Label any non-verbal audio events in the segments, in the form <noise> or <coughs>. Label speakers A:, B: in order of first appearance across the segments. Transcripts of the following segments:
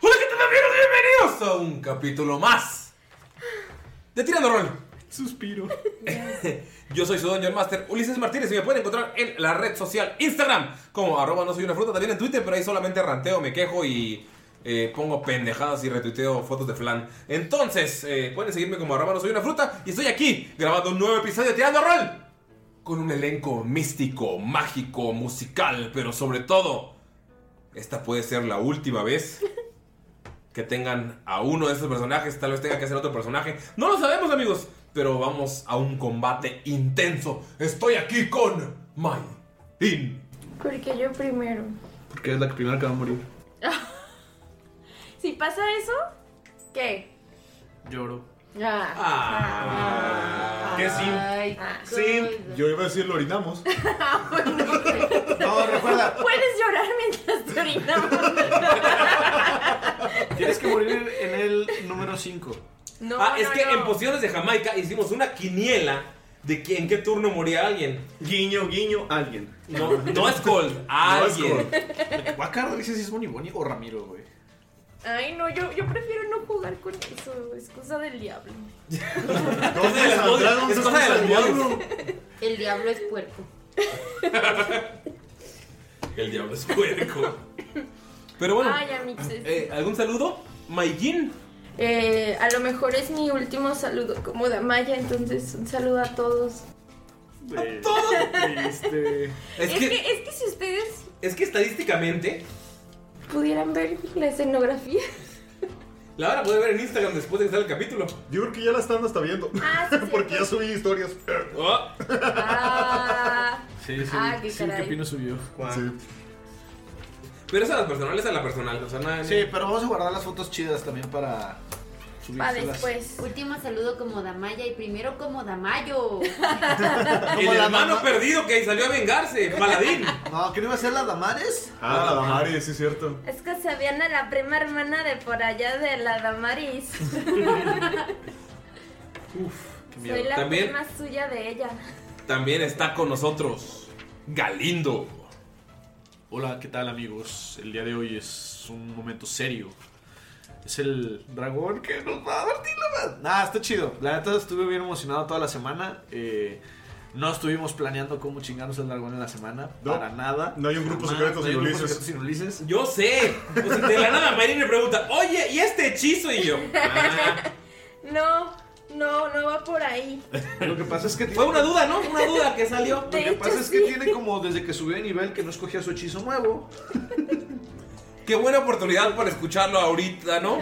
A: Hola, ¿qué tal amigos? Bienvenidos a un capítulo más de Tirando Rol.
B: <laughs>
A: Suspiro. Yo soy su Dungeon Master Ulises Martínez y me pueden encontrar en la red social Instagram como arroba no soy una fruta, también en Twitter, pero ahí solamente ranteo, me quejo y eh, pongo pendejadas y retuiteo fotos de flan. Entonces, eh, pueden seguirme como arroba no soy una fruta y estoy aquí grabando un nuevo episodio de Tirando Rol con un elenco místico, mágico, musical, pero sobre todo, esta puede ser la última vez que tengan a uno de esos personajes, tal vez tenga que ser otro personaje. No lo sabemos, amigos, pero vamos a un combate intenso. Estoy aquí con Mai In.
B: Porque yo primero.
C: Porque es la primera que va a morir.
B: Si pasa eso, ¿qué?
C: Lloro.
A: ¿Qué Ah, sí?
D: Ah. Yo iba a decir, lo orinamos.
C: No, recuerda,
B: <laughs> Puedes llorar mientras te orinamos.
C: tienes que morir en el número 5.
B: No,
A: <laughs> Ah, es
B: no,
A: que
B: no.
A: en Posiciones de Jamaica hicimos una quiniela de que- en qué turno moría alguien.
C: Guiño, guiño, alguien.
A: No, no es
C: <laughs>
A: Cold,
D: es
A: alguien.
C: Guacardo dice si es Bonnie Bonnie o Ramiro, güey.
B: Ay, no, yo, yo prefiero no jugar con eso. Es cosa del diablo.
A: Es cosa de las modas, es cosa de las modas.
E: El diablo es puerco.
A: El diablo es puerco. Pero bueno,
B: Ay, amixes.
A: eh, ¿algún saludo? Maigin.
B: Eh, a lo mejor es mi último saludo como Damaya, entonces un saludo a todos.
C: Todo. Pues, Este.
A: Es,
B: Es que,
A: que,
B: es que si ustedes
A: es que estadísticamente
B: pudieran ver la escenografía.
A: la van a poder ver en Instagram después de que salga el capítulo.
D: Yo creo que ya la están hasta viendo. <laughs>
B: Ah, sí,
D: Porque ya
B: cierto.
D: subí historias.
A: Oh,
B: Ah,
C: Sí, sí.
B: Ah, qué
C: sí,
B: caray.
C: Pino subió.
D: Sí.
A: Pero es a las personales, a la personal. O sea, nada-
C: Sí, pero vamos a guardar las fotos chidas también para.
B: para
C: subírselas.
B: después.
E: Último saludo como Damaya y primero como Damayo.
A: El
C: Como la
A: hermano
C: mamá-
A: perdido que salió a vengarse, Paladín.
C: No, ¿qué no iba a ser las damares?
D: Ah, la Damari, sí, es cierto.
B: <laughs> Es que se veían a la prima hermana de por allá de la Damaris. Soy la
A: También-
B: prima suya de ella.
A: También está con nosotros Galindo.
C: Hola, ¿qué tal amigos? El día de hoy es un momento serio. Es el dragón que nos va a partir la madre. Nah, está chido. La neta estuve bien emocionado toda la semana. Eh, no estuvimos planeando cómo chingarnos el dragón en la semana.
D: No.
C: Para nada.
D: No hay un grupo
C: Jamás.
D: secreto
C: No hay
D: sin
C: un grupo
D: Ulises.
C: secreto sin Ulises.
A: Yo sé. O sea, de la nada Mayrin me pregunta, oye, ¿y este hechizo? Y yo, "Ah".
B: No, No, no va por ahí.
C: Lo que pasa es que.
A: Fue una duda, ¿no? Una duda que salió.
C: Lo que
B: hecho,
C: pasa es que
B: sí.
C: tiene como desde que subió de nivel que no escogía su hechizo nuevo. <laughs>
A: Qué buena oportunidad para escucharlo ahorita, ¿no?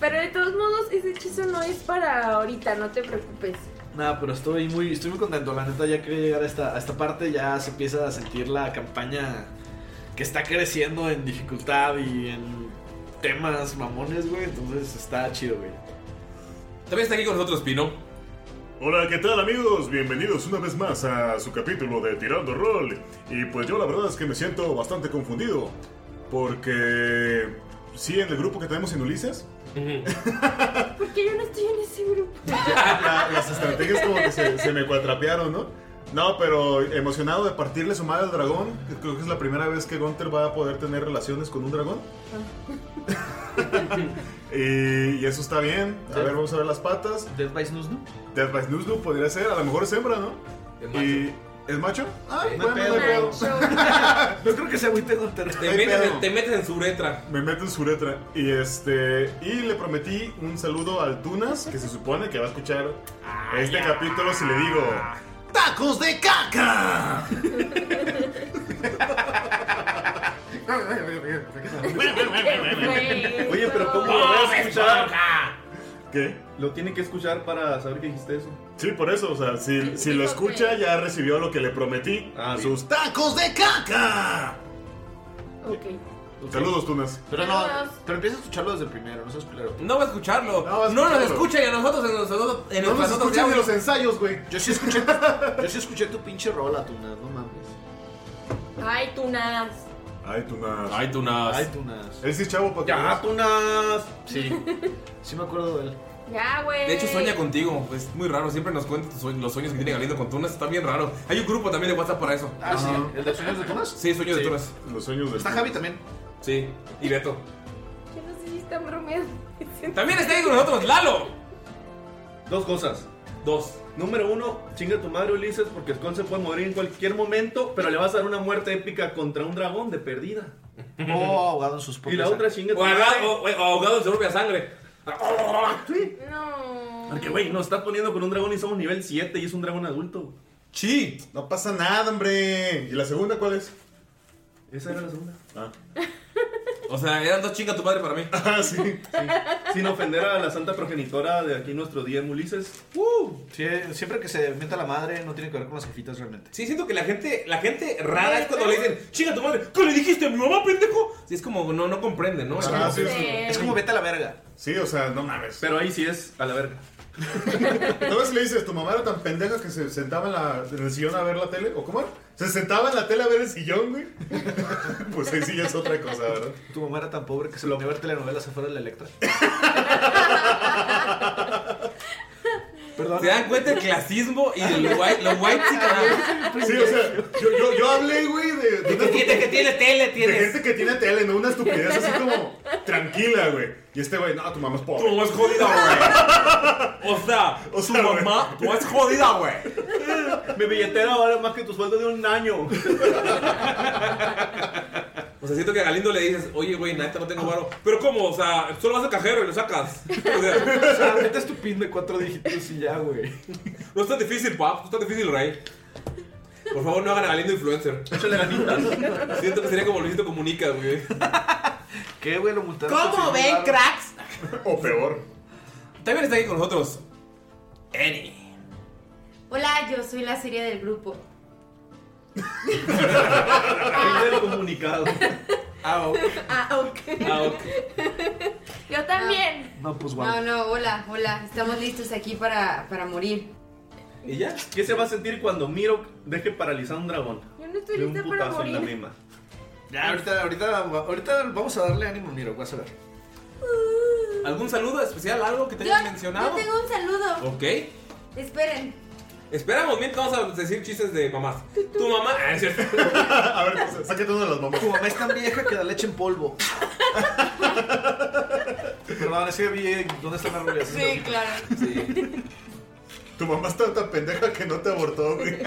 B: Pero de todos modos, ese hechizo no es para ahorita, no te preocupes.
C: Nada, pero estoy muy, estoy muy contento. La neta, ya que llegar a esta, a esta parte, ya se empieza a sentir la campaña que está creciendo en dificultad y en temas mamones, güey. Entonces está chido, güey.
A: También está aquí con nosotros Pino.
F: Hola, ¿qué tal amigos? Bienvenidos una vez más a su capítulo de Tirando Roll. Y pues yo la verdad es que me siento bastante confundido. Porque... Sí, en el grupo que tenemos en Ulises,
B: Porque yo no estoy en ese grupo.
F: la- las estrategias como que se, se me cuatrapearon, ¿no? No, pero emocionado de partirle su madre al dragón. que Creo que es la primera vez que Gunther va a poder tener relaciones con un dragón.
C: <laughs>
F: y, y eso está bien. A ver, vamos a ver las patas.
C: Death by Snooze, ¿no?
F: Death by Snooze Noob podría ser, a lo mejor es hembra, ¿no?
A: Es macho.
F: Y- ¿Es macho? Ah,
C: Sí.
F: bueno,
C: No hay
F: no hay pedo.
C: No creo que sea muy tengo
A: Te,
F: Ay,
A: metes,
F: pedo.
A: en, te metes en su uretra.
F: Me meto en su letra. Y este. Y le prometí un saludo al Tunas, que se supone que va a escuchar
A: Ah,
F: este capítulo si le digo. ¡Tacos de
A: Ah.
F: caca!
B: Oye,
F: ¿Qué?
G: Lo tiene que escuchar para saber que dijiste eso.
F: Sí, por eso, o sea, si, si lo escucha ya recibió lo que le prometí.
G: Ah, sí.
F: ¡Sus tacos de caca!
B: Ok.
F: Saludos, Tunas.
C: Pero no, pero empieza a escucharlo desde el primero, no seas culero.
A: No va a escucharlo.
F: No va a
A: No nos
F: escucharlo.
A: escucha y a nosotros en nosotros en
G: No
A: nuestras
G: nos
A: notas
G: escuchan
A: de
G: de
A: audio.
G: los ensayos, güey.
C: Yo sí escuché, yo sí escuché tu pinche rola, Tunas, no mames.
B: Ay, tunas.
F: Ay, Tunas.
A: Ay, tú nada.
C: Ay, Tunas.
F: Él sí es chavo para que
C: Ya,
F: veas.
C: Tunas. Sí, sí me acuerdo de él.
B: Ya, güey.
A: De hecho, sueña contigo. Es muy raro. Siempre nos cuenta tus sue- los sueños que tiene Galindo con Tunas. Está bien raro. Hay un grupo también de WhatsApp para eso.
C: Ah, sí, el de sueños de Tunas.
A: Sí, sueños de Tunas.
F: Los sueños de
C: Está Javi también.
A: Sí. Y Beto.
B: Yo no sé si están bromeando.
A: También está aquí con nosotros Lalo.
G: Dos cosas.
A: Dos.
G: Número uno, chinga tu madre Ulises porque Skull se puede morir en cualquier momento, pero le vas a dar una muerte épica contra un dragón
F: <laughs>
G: de perdida.
C: Oh, ahogado en sus
G: Y
C: propias.
G: la otra chinga tu
A: O, ahogado-
G: madre.
A: o- o ahogado en su propia sangre.
G: Sí,
B: No.
G: Porque, güey, nos está poniendo con un dragón y somos nivel 7 y es un dragón adulto.
A: Sí.
F: No pasa nada, hombre. ¿Y la segunda cuál es?
G: Esa era la segunda.
F: Ah,
A: <laughs> O sea, eran dos chingas tu padre para mí.
F: Ah, sí.
G: Sin ofender a la santa progenitora de aquí nuestro DM Ulises.
C: Uh, sí, siempre que se meta la madre no tiene que ver con las jefitas realmente.
A: Sí, siento que la gente, la gente rara es cuando le dicen, chinga tu madre, ¿qué le dijiste a mi mamá, pendejo? Sí, es como, no, no comprende, ¿no? Es
F: Ah, sí, sí.
B: sé.
C: Es como vete a la verga.
F: Sí, o sea, no mames.
G: Pero ahí sí es a la verga.
F: ¿No ves que le dices, tu mamá era tan pendeja que se sentaba en, la- en el sillón a ver la tele? ¿O cómo era? Se sentaba en la tele a ver el sillón, güey. <laughs> pues ahí sí ya es otra cosa, ¿verdad?
C: Tu mamá era tan pobre que se lo ponía a ver telenovelas afuera de la
A: <laughs>
C: Electra. Perdón.
A: ¿Se dan cuenta del clasismo y del white, los white chicas?
F: Sí, o sea, yo, yo, yo hablé, güey, de, de una estu-
A: que tiene tele,
F: de
A: tienes.
F: gente que tiene tele, ¿no? Una estupidez así como tranquila, güey. Y este güey, no, tu mamá es
A: Tu
F: pobre.
A: mamá es jodida, güey. O sea,
F: O sea,
A: tu mamá, tu mamá es jodida, güey.
G: Mi billetera vale más que tu sueldo de un año. <laughs>
A: O sea, siento que a Galindo le dices, oye, güey, neta, no tengo varo. Pero ¿cómo? O sea, solo vas al cajero y lo sacas. <laughs> O sea,
C: O sea, vete a tu pin de cuatro dígitos y ya, güey.
A: no es tan difícil, pap, no es tan difícil, rey. Por favor, no hagan a Galindo influencer.
G: Échale ganitas.
A: Siento que sería como Luisito Comunica, güey.
C: ¿Qué, güey? Lo multaron.
A: ¿Cómo
C: con
A: ven,
C: celular.
A: cracks?
F: O peor.
A: También está aquí con nosotros Eri.
E: Hola, yo soy la serie del grupo.
G: Fin del comunicado.
A: Ah, ok.
B: Ah, ok.
A: Ah, ok.
B: Yo también.
C: No, pues guau.
E: No,
B: Ah,
E: no, hola, hola. Estamos listos aquí para, para morir.
A: ¿Y ya?
G: ¿Qué se va a sentir cuando Miro deje paralizar a un dragón?
B: Yo no estoy
G: De un
B: lista para
G: putazo en la
B: morir.
G: mema.
C: Ya, ahorita, ahorita, ahorita vamos a darle ánimo, Miro, vas a ver.
A: ¿Algún saludo especial? ¿Algo que te hayas mencionado?
E: yo tengo un saludo.
G: Oh.
A: Ok.
E: Esperen.
A: Esperamos, mientras vamos a decir chistes de mamás. Tu mamá. Ah, es cierto.
F: <laughs> a ver, pues, sáquete una de las mamás.
C: Tu mamá es tan vieja que da leche en polvo. Perdón, es que vi dónde están las rubias.
E: Sí, claro.
A: Sí.
F: Tu mamá está tan pendeja que no te abortó, güey.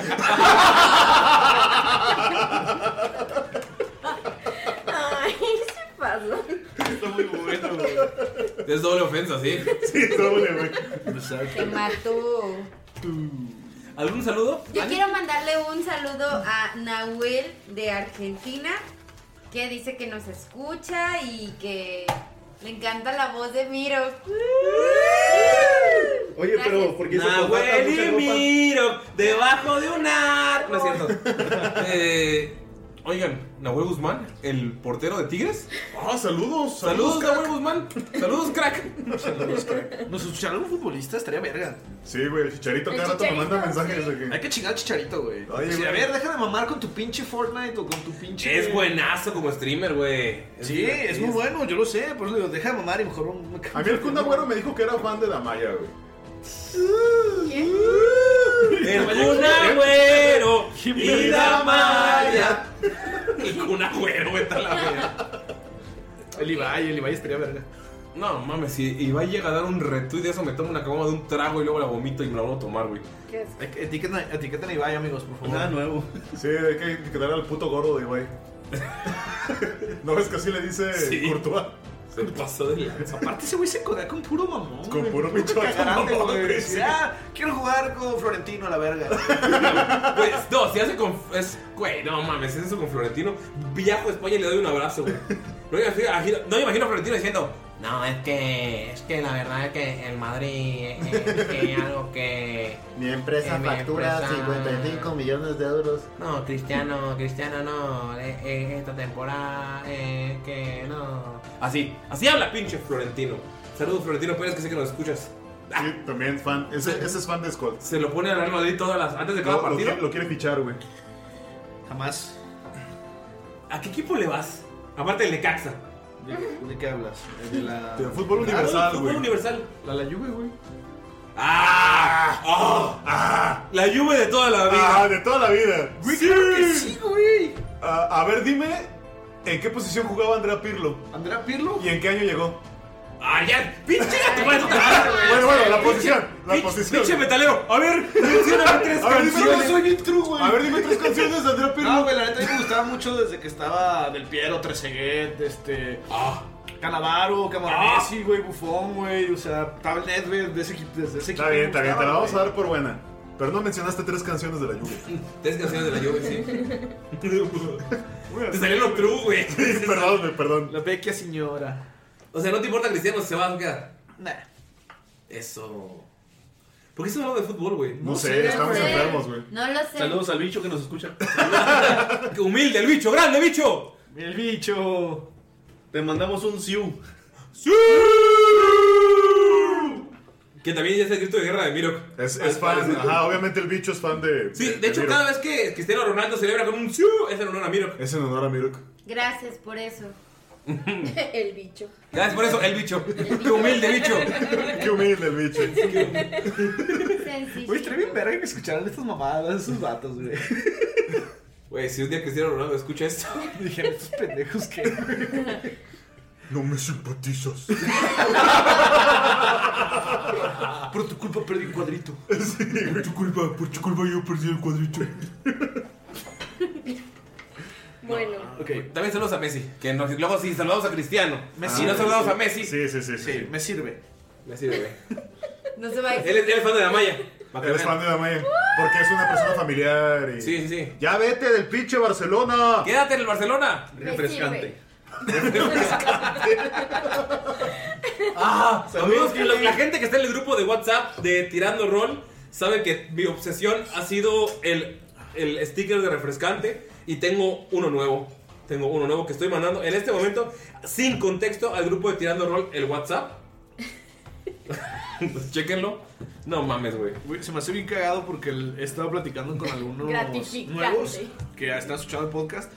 B: Ay, se pasó.
G: Está muy bueno, güey.
A: Es doble ofensa, ¿sí?
F: Sí, doble, güey.
E: Te mató.
A: ¿Algún saludo?
E: Yo
A: Ani?
E: quiero mandarle un saludo a Nahuel de Argentina, que dice que nos escucha y que le encanta la voz de Miro.
G: Oye, pero ¿por qué se
A: Nahuel y
G: ropa?
A: Miro, debajo de un ar. No es
F: <laughs>
A: cierto. Eh, oigan, Nahuel Guzmán, el portero de Tigres.
F: Ah, saludos.
A: Saludos,
F: saludos,
A: Nahuel Guzmán. Saludos, crack.
C: Saludos, crack. Nos escucharon un futbolista, estaría verga.
F: Sí, güey, el chicharito
C: El
F: cada rato me
C: Chicharito,
F: manda mensajes de
C: Hay
F: que.
C: que chingar al chicharito, güey.
F: Oye,
C: Sí,
F: güey.
C: a ver, deja de mamar con tu pinche Fortnite o con tu pinche.
A: Es buenazo como streamer, güey.
C: Sí, es muy bueno, yo lo sé. Por eso digo, deja de mamar y mejor. un-
F: A mí el Kun Agüero me dijo que era fan de la Maya, güey.
A: El Kun Agüero y la Maya. El Kun Agüero, güey, está la verga.
C: El Ibai, el Ibai estaría verga.
A: No mames, si Ibai llega a dar un retweet de eso, me tomo una cama de un trago y luego la vomito y me la vuelvo a tomar, güey.
C: Etiqueten, a- etiqueten a Ibai, amigos, por favor.
G: Nada nuevo.
F: Sí, hay que quedar al puto gordo de güey. <laughs> ¿No ves que así le dice
A: Sí.
F: Courtois?
A: Se pasó de
F: <laughs>
A: lanza.
C: Aparte, ese güey se codea con puro mamón.
F: Con
C: güey,
F: puro pinche
C: cagarante,
F: mamón,
C: güey.
F: güey,
C: Dice,
F: sí.
C: "Ah, quiero jugar con Florentino a la verga.
A: Pues, no, si hace con. Es, güey, no mames, es eso con Florentino. Viajo a España y le doy un abrazo, güey. No me imagino, agino- no me imagino a Florentino diciendo. No, es que. Es que la verdad es que el Madrid es, es que algo que.
B: Mi empresa
A: Eh, mi
B: factura
A: empresa-
B: 55 millones de euros.
A: No, Cristiano, Cristiano no. eh, eh, esta temporada es que no. Así, así habla pinche Florentino. Saludos, Florentino Pérez, que sé que nos escuchas. Ah.
F: Sí, también fan. Ese, ese es fan de Scott.
A: Se lo pone al Real Madrid todas las. Antes de cada
F: Lo, lo
A: partido.
F: quiere, lo quiere fichar, güey.
C: Jamás.
A: ¿A qué equipo le vas? Aparte del Necaxa.
C: ¿De, de qué hablas? Eh, De la.
F: De fútbol
A: Ah,
F: universal,
A: fútbol
F: güey.
A: universal.
C: La, la Juve, güey.
A: ¡Ah! ¡Oh! ¡Ah! La lluvia de toda la vida.
F: Ah, de toda la vida.
C: Güey, claro que sí, güey.
F: Ah, a ver, dime en qué posición jugaba Andrea Pirlo
C: Andrea Pirlo.
F: y en qué año llegó.
A: ¡Ah, ya! ¡Pinche gato! Bueno,
F: Bueno, bueno, la posición. La
A: pinche-
F: posición.
A: ¡Pinche metalero! A ver, mencióname tres
F: A ver, dime
A: canciones.
F: tres, soy
A: bien true,
F: A ver, dime tres canciones de Andrea Pirlo.
C: No, güey, la neta a mí me gustaba mucho desde que estaba Del Piero, Trezeguet, este.
A: Ah.
C: Canavaro, Camaronesi,
F: Ah.
C: güey, Bufón, güey. O sea, estaba el Nedved de ese equipo. Desde ese
F: Está bien, está bien, te la vamos a dar por buena. Pero no mencionaste tres canciones de la <laughs> lluvia.
A: Tres canciones de la lluvia, sí. Te salió lo true, güey.
F: <laughs> perdón, güey, perdón.
C: La vecchia señora.
A: O sea, no te importa Cristiano, se va a quedar.
C: Nah.
A: Eso. ¿Por qué se hablando de fútbol, güey?
F: No sé, estamos enfermos, güey.
E: No lo sé.
G: Saludos al bicho que nos escucha.
A: Qué Humilde el bicho, grande bicho.
C: El bicho.
G: Te mandamos un Siu.
A: Que también ya es el grito de guerra de Mirok.
F: Es, es fan, ajá, obviamente el bicho es fan de.
A: Sí, de hecho,
F: Mirok.
A: cada vez que Cristiano Ronaldo celebra con un ¡siu! es en honor a Mirok.
F: Es en honor a Mirok.
E: Gracias por
B: <laughs>
E: eso.
H: El bicho.
A: Gracias Ah, por eso, el bicho. Qué humilde bicho.
F: Qué humilde el bicho.
E: Sencillo.
C: Güey, estaría bien verga que escucharan estas mamadas, esos datos, güey.
A: Güey, si un día Cristiano Ronaldo escucha esto.
C: Dijeron estos pendejos que.
F: No me simpatizas.
C: Por tu culpa perdí un
F: <laughs>
C: cuadrito.
F: por tu culpa, por tu culpa yo perdí el cuadrito.
H: Bueno.
C: Ok,
A: También saludos a Messi. Que nos, luego si saludamos a Cristiano.
C: Messi.
A: Si no saludamos a Messi.
F: Sí, sí, sí. sí.
C: sí, me sirve.
A: Messi, bebé.
E: No se va a
A: Él es, él es fan de la Maya.
D: <laughs>
A: Pa' que
F: Eres
A: vean.
F: fan de la Maya. Porque es una persona familiar. Y...
A: Sí, sí, sí.
F: Ya vete del pinche Barcelona.
A: Quédate en el Barcelona.
G: Refrescante.
A: Ah,
G: Saludos,
A: amigos,
G: Kili.
A: la, la gente que está en el grupo de WhatsApp de Tirando Roll sabe que mi obsesión ha sido el, el sticker de refrescante y tengo uno nuevo. Tengo uno nuevo que estoy mandando en este momento, sin contexto, al grupo de Tirando Roll el WhatsApp. <laughs> Chequenlo. No mames, güey.
C: Güey, se me hace bien cagado porque el- he estado platicando con algunos
H: Gratificante.
C: nuevos que están escuchando el podcast.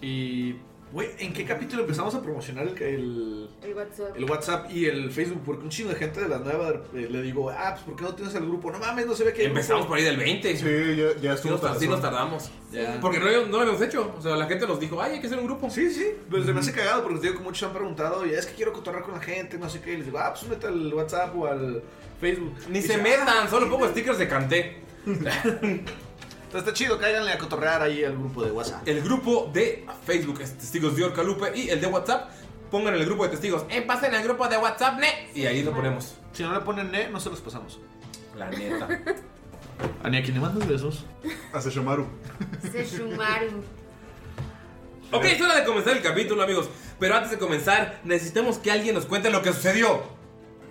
C: Y, güey, ¿en qué capítulo empezamos a promocionar el, el,
H: El WhatsApp.
C: el WhatsApp y el Facebook? Porque un chingo de gente de la nueva eh, le digo, ah, pues ¿por qué no tienes el grupo? No mames, no se ve que hay
A: Empezamos
C: grupo".
A: por ahí del 20. Sí,
F: Sí, ya, ya estuvo.
A: nos, tar- sí
F: tardazón.
A: nos tardamos.
C: Ya.
A: Porque no, no lo habíamos hecho. O sea, la gente nos dijo, ay, hay que hacer un grupo.
C: Sí, sí, pero se me hace cagado porque te digo que muchos han preguntado, y es que quiero cotorrar con la gente, no sé qué, y les digo, ah, pues únete al WhatsApp o al Facebook.
A: Ni
C: Y
A: se
C: dice, "Ah".
A: metan, solo pongo stickers de <laughs> canté.
C: Entonces está chido, cáiganle a cotorrear ahí al grupo de WhatsApp.
A: este, El grupo de Facebook es Testigos de Orca Lupe y el de WhatsApp pongan en el grupo de testigos. Eh, pasen al grupo de WhatsApp, ne. Y ahí lo <laughs> ponemos.
C: Si no le ponen ne, no se los pasamos.
A: La neta.
C: Ani, ¿a quién le mandas besos?
D: A Seshomaru.
E: Se sumaron.
A: Ok, es hora de comenzar el capítulo, amigos. Pero antes de comenzar, necesitamos que alguien nos cuente lo que sucedió.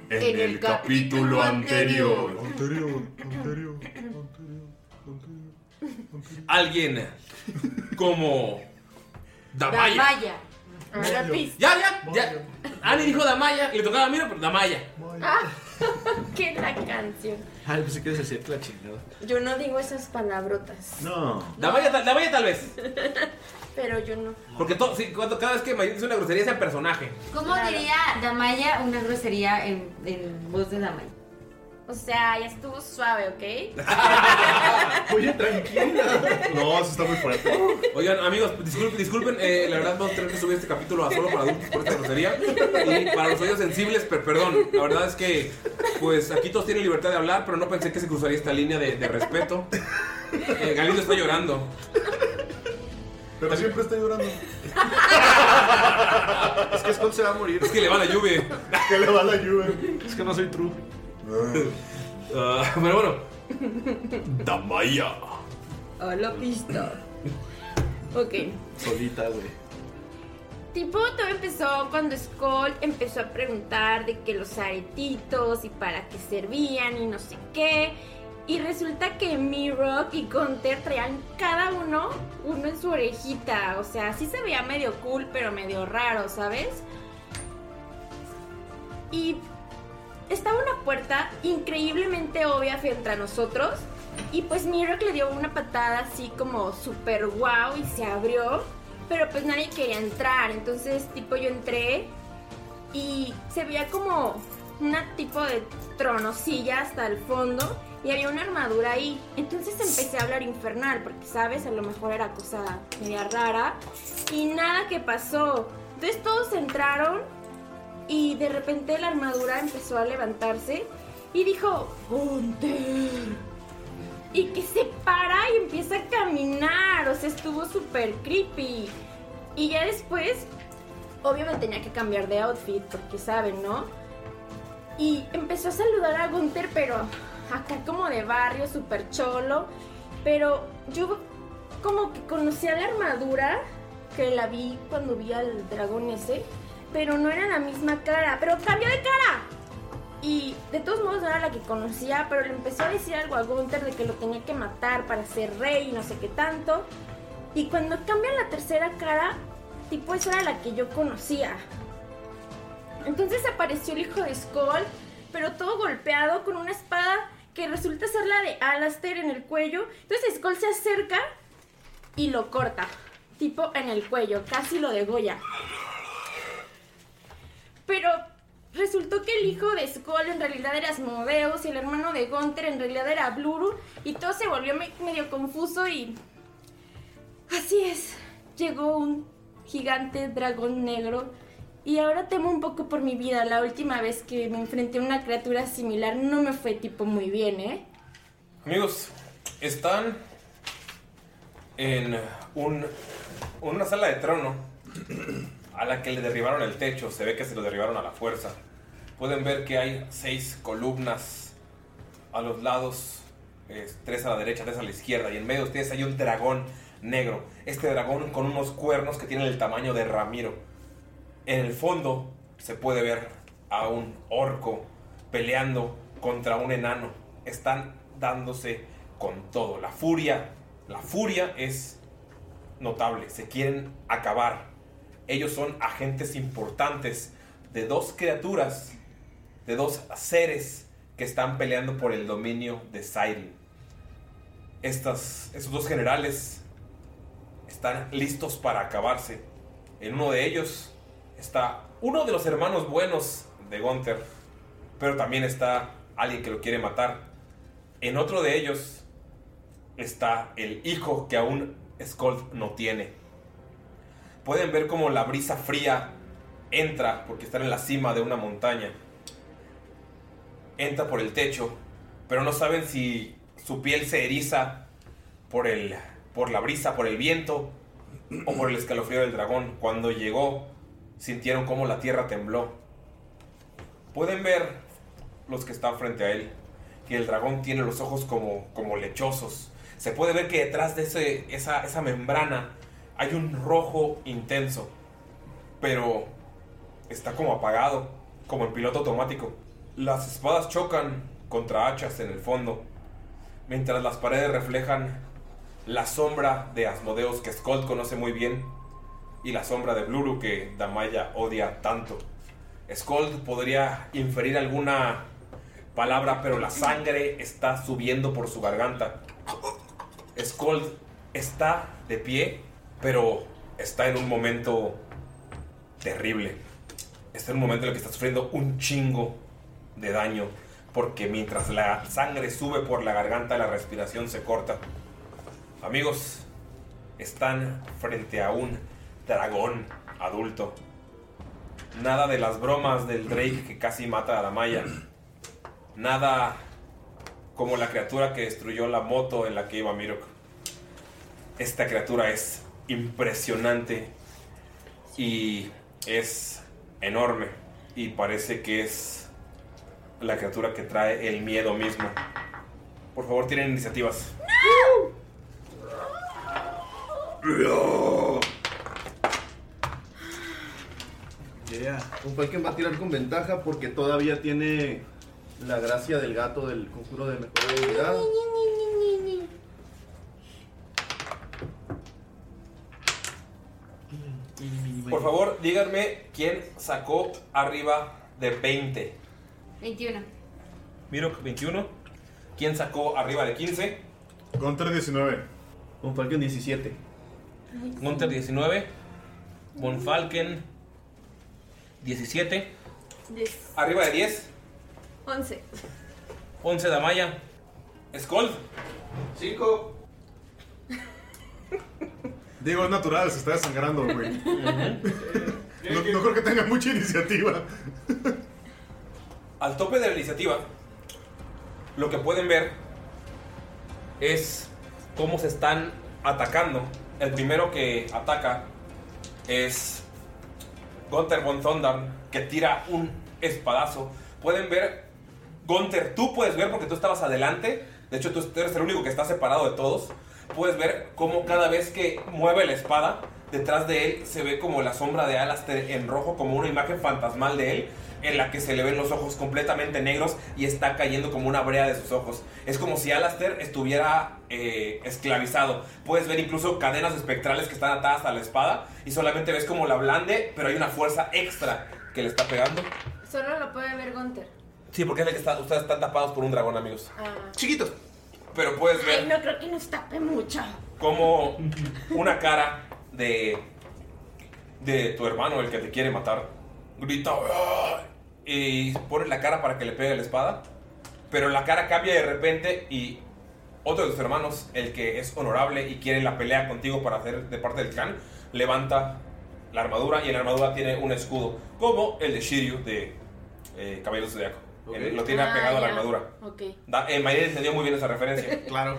D: En En el el capítulo capítulo anterior.
A: Alguien como Damaya.
E: Damaya. Ahora
A: Damaya.
E: pis.
A: Ya, ya, ya. Ani dijo Damaya y le tocaba a Miro, pero Damaya.
B: Ah, <laughs> qué la canción.
C: Ay, pensé que decir la chingada.
B: Yo no digo esas palabrotas.
C: No.
A: Damaya, tal- Damaya tal vez.
B: Pero yo no.
A: Porque todo, sí, cuando- cada vez que Mayrin dice una grosería es el personaje.
E: ¿Cómo diría Damaya una grosería en, en voz de Damaya?
B: O sea, ya estuvo suave, ¿ok?
C: Oye, tranquila.
A: No, eso está muy fuerte. Oigan, amigos, disculpen, disculpen eh, la verdad vamos a tener que subir este capítulo a solo para adultos por esta grosería. Y para los oídos sensibles, per- perdón. La verdad es que, pues aquí todos tienen libertad de hablar, pero no pensé que se cruzaría esta línea de, de respeto. Eh, Galindo está llorando.
D: Pero siempre está llorando.
C: Es que Skull se va a morir.
A: Es que le va la lluvia.
D: <laughs> que le va la lluvia.
C: Es que no soy true.
A: Ah, pero bueno,
G: <laughs>
A: Damaya.
B: A la pista. Ok.
C: Solita, güey.
B: Tipo, todo empezó cuando Skull empezó a preguntar de que los aretitos y para qué servían y no sé qué. Y resulta que Mirok y Gunter traían cada uno uno en su orejita. O sea, sí se veía medio cool, pero medio raro, ¿sabes? Y estaba una puerta increíblemente obvia frente a nosotros. Y pues Mirok le dio una patada así como super guau y se abrió. Pero pues nadie quería entrar. Entonces, tipo, yo entré y se veía como una tipo de tronosilla hasta el fondo. Y había una armadura ahí. Entonces empecé a hablar infernal, porque sabes, a lo mejor era cosa media rara. Y nada que pasó. Entonces todos entraron y de repente la armadura empezó a levantarse y dijo, ¡Hunter! Y que se para y empieza a caminar, o sea, estuvo súper creepy. Y ya después, obvio me tenía que cambiar de outfit, porque saben, ¿no? Y empezó a saludar a Gunther, pero acá como de barrio, súper cholo. Pero yo como que conocía la armadura que la vi cuando vi al dragón ese, pero no era la misma cara, pero cambió de cara. Y de todos modos no era la que conocía, pero le empezó a decir algo a Gunther de que lo tenía que matar para ser rey y no sé qué tanto. Y cuando cambia la tercera cara, tipo esa era la que yo conocía. Entonces apareció el hijo de Skull, pero todo golpeado con una espada que resulta ser la de Alastair en el cuello. Entonces Skull se acerca y lo corta, tipo en el cuello, casi lo degolla. Pero resultó que el hijo de Skull en realidad era Asmodeus y el hermano de Gunther en realidad era Bluru y todo se volvió me- medio confuso y... Así es, llegó un gigante dragón negro y ahora temo un poco por mi vida. La última vez que me enfrenté a una criatura similar no me fue tipo muy bien, ¿eh?
A: Amigos, están en un, una sala de trono a la que le derribaron el techo. Se ve que se lo derribaron a la fuerza. Pueden ver que hay seis columnas a los lados, eh, tres a la derecha, tres a la izquierda. Y en medio de ustedes hay un dragón negro. Este dragón con unos cuernos que tienen el tamaño de Ramiro. En el fondo se puede ver a un orco peleando contra un enano. Están dándose con todo. La furia, la furia es notable. Se quieren acabar. Ellos son agentes importantes de dos criaturas, de dos seres que están peleando por el dominio de Siren. Estas, estos dos generales están listos para acabarse. En uno de ellos está uno de los hermanos buenos de Gunther, pero también está alguien que lo quiere matar. En otro de ellos está el hijo que aún Skold no tiene. Pueden ver cómo la brisa fría entra, porque están en la cima de una montaña. Entra por el techo, pero no saben si su piel se eriza por, el, por la brisa, por el viento o por el escalofrío del dragón. Cuando llegó, sintieron cómo la tierra tembló. Pueden ver los que están frente a él que el dragón tiene los ojos como, como lechosos. Se puede ver que detrás de ese, esa, esa membrana hay un rojo intenso, pero está como apagado, como en piloto automático. Las espadas chocan contra hachas en el fondo, mientras las paredes reflejan la sombra de Asmodeus que Skold conoce muy bien y la sombra de Bluru que Damaya odia tanto. Skold podría inferir alguna palabra, pero la sangre está subiendo por su garganta. Skold está de pie, pero está en un momento terrible. Está en un momento en el que está sufriendo un chingo de daño, porque mientras la sangre sube por la garganta, la respiración se corta. Amigos, están frente a un dragón adulto. Nada de las bromas del Drake que casi mata a la Maya. Nada como la criatura que destruyó la moto en la que iba Mirok. Esta criatura es impresionante y es enorme y parece que es la criatura que trae el miedo mismo. Por favor, tienen iniciativas.
G: Yeah. Con cualquier va a tirar con ventaja porque todavía tiene la gracia del gato del conjuro de mejor habilidad.
A: Por favor, díganme quién sacó arriba de 20.
E: <laughs> 21.
A: Mirok 21. ¿Quién sacó arriba de 15? Gunter 19. Bonfalken 17. Gunter 19. Bonfalken 17. Arriba de 10.
B: 11.
A: 11 Damaya. Skull.
C: 5.
D: Digo, es natural, se está desangrando, güey. no, no creo que tenga mucha iniciativa.
A: Al tope de la iniciativa, lo que pueden ver es cómo se están atacando. El primero que ataca es Gunther von Thundern, que tira un espadazo. Pueden ver, Gunther, tú puedes ver porque tú estabas adelante. De hecho, tú eres el único que está separado de todos. Puedes ver cómo cada vez que mueve la espada, detrás de él se ve como la sombra de Alastair en rojo, como una imagen fantasmal de él, en la que se le ven los ojos completamente negros y está cayendo como una brea de sus ojos. Es como si Alastair estuviera eh, esclavizado. Puedes ver incluso cadenas espectrales que están atadas a la espada y solamente ves como la blande, pero hay una fuerza extra que le está pegando.
B: Solo lo puede ver Gunter.
A: Sí, porque es la que está- ustedes están tapados por un dragón, amigos.
B: Ah.
A: Chiquitos. Pero puedes ver.
B: Ay, no creo que nos tape mucho.
A: como una cara de de tu hermano el que te quiere matar grita "¡Ah!", y pone la cara para que le pegue la espada pero la cara cambia de repente y otro de tus hermanos el que es honorable y quiere la pelea contigo para hacer de parte del clan levanta la armadura y en la armadura tiene un escudo como el de Shiryu de eh, Caballero Zodiaco lo tiene
B: Ah,
A: pegado a la
B: ya.
A: armadura
B: Ok.
A: Da, eh, Mayra entendió muy bien esa referencia. <laughs> Claro.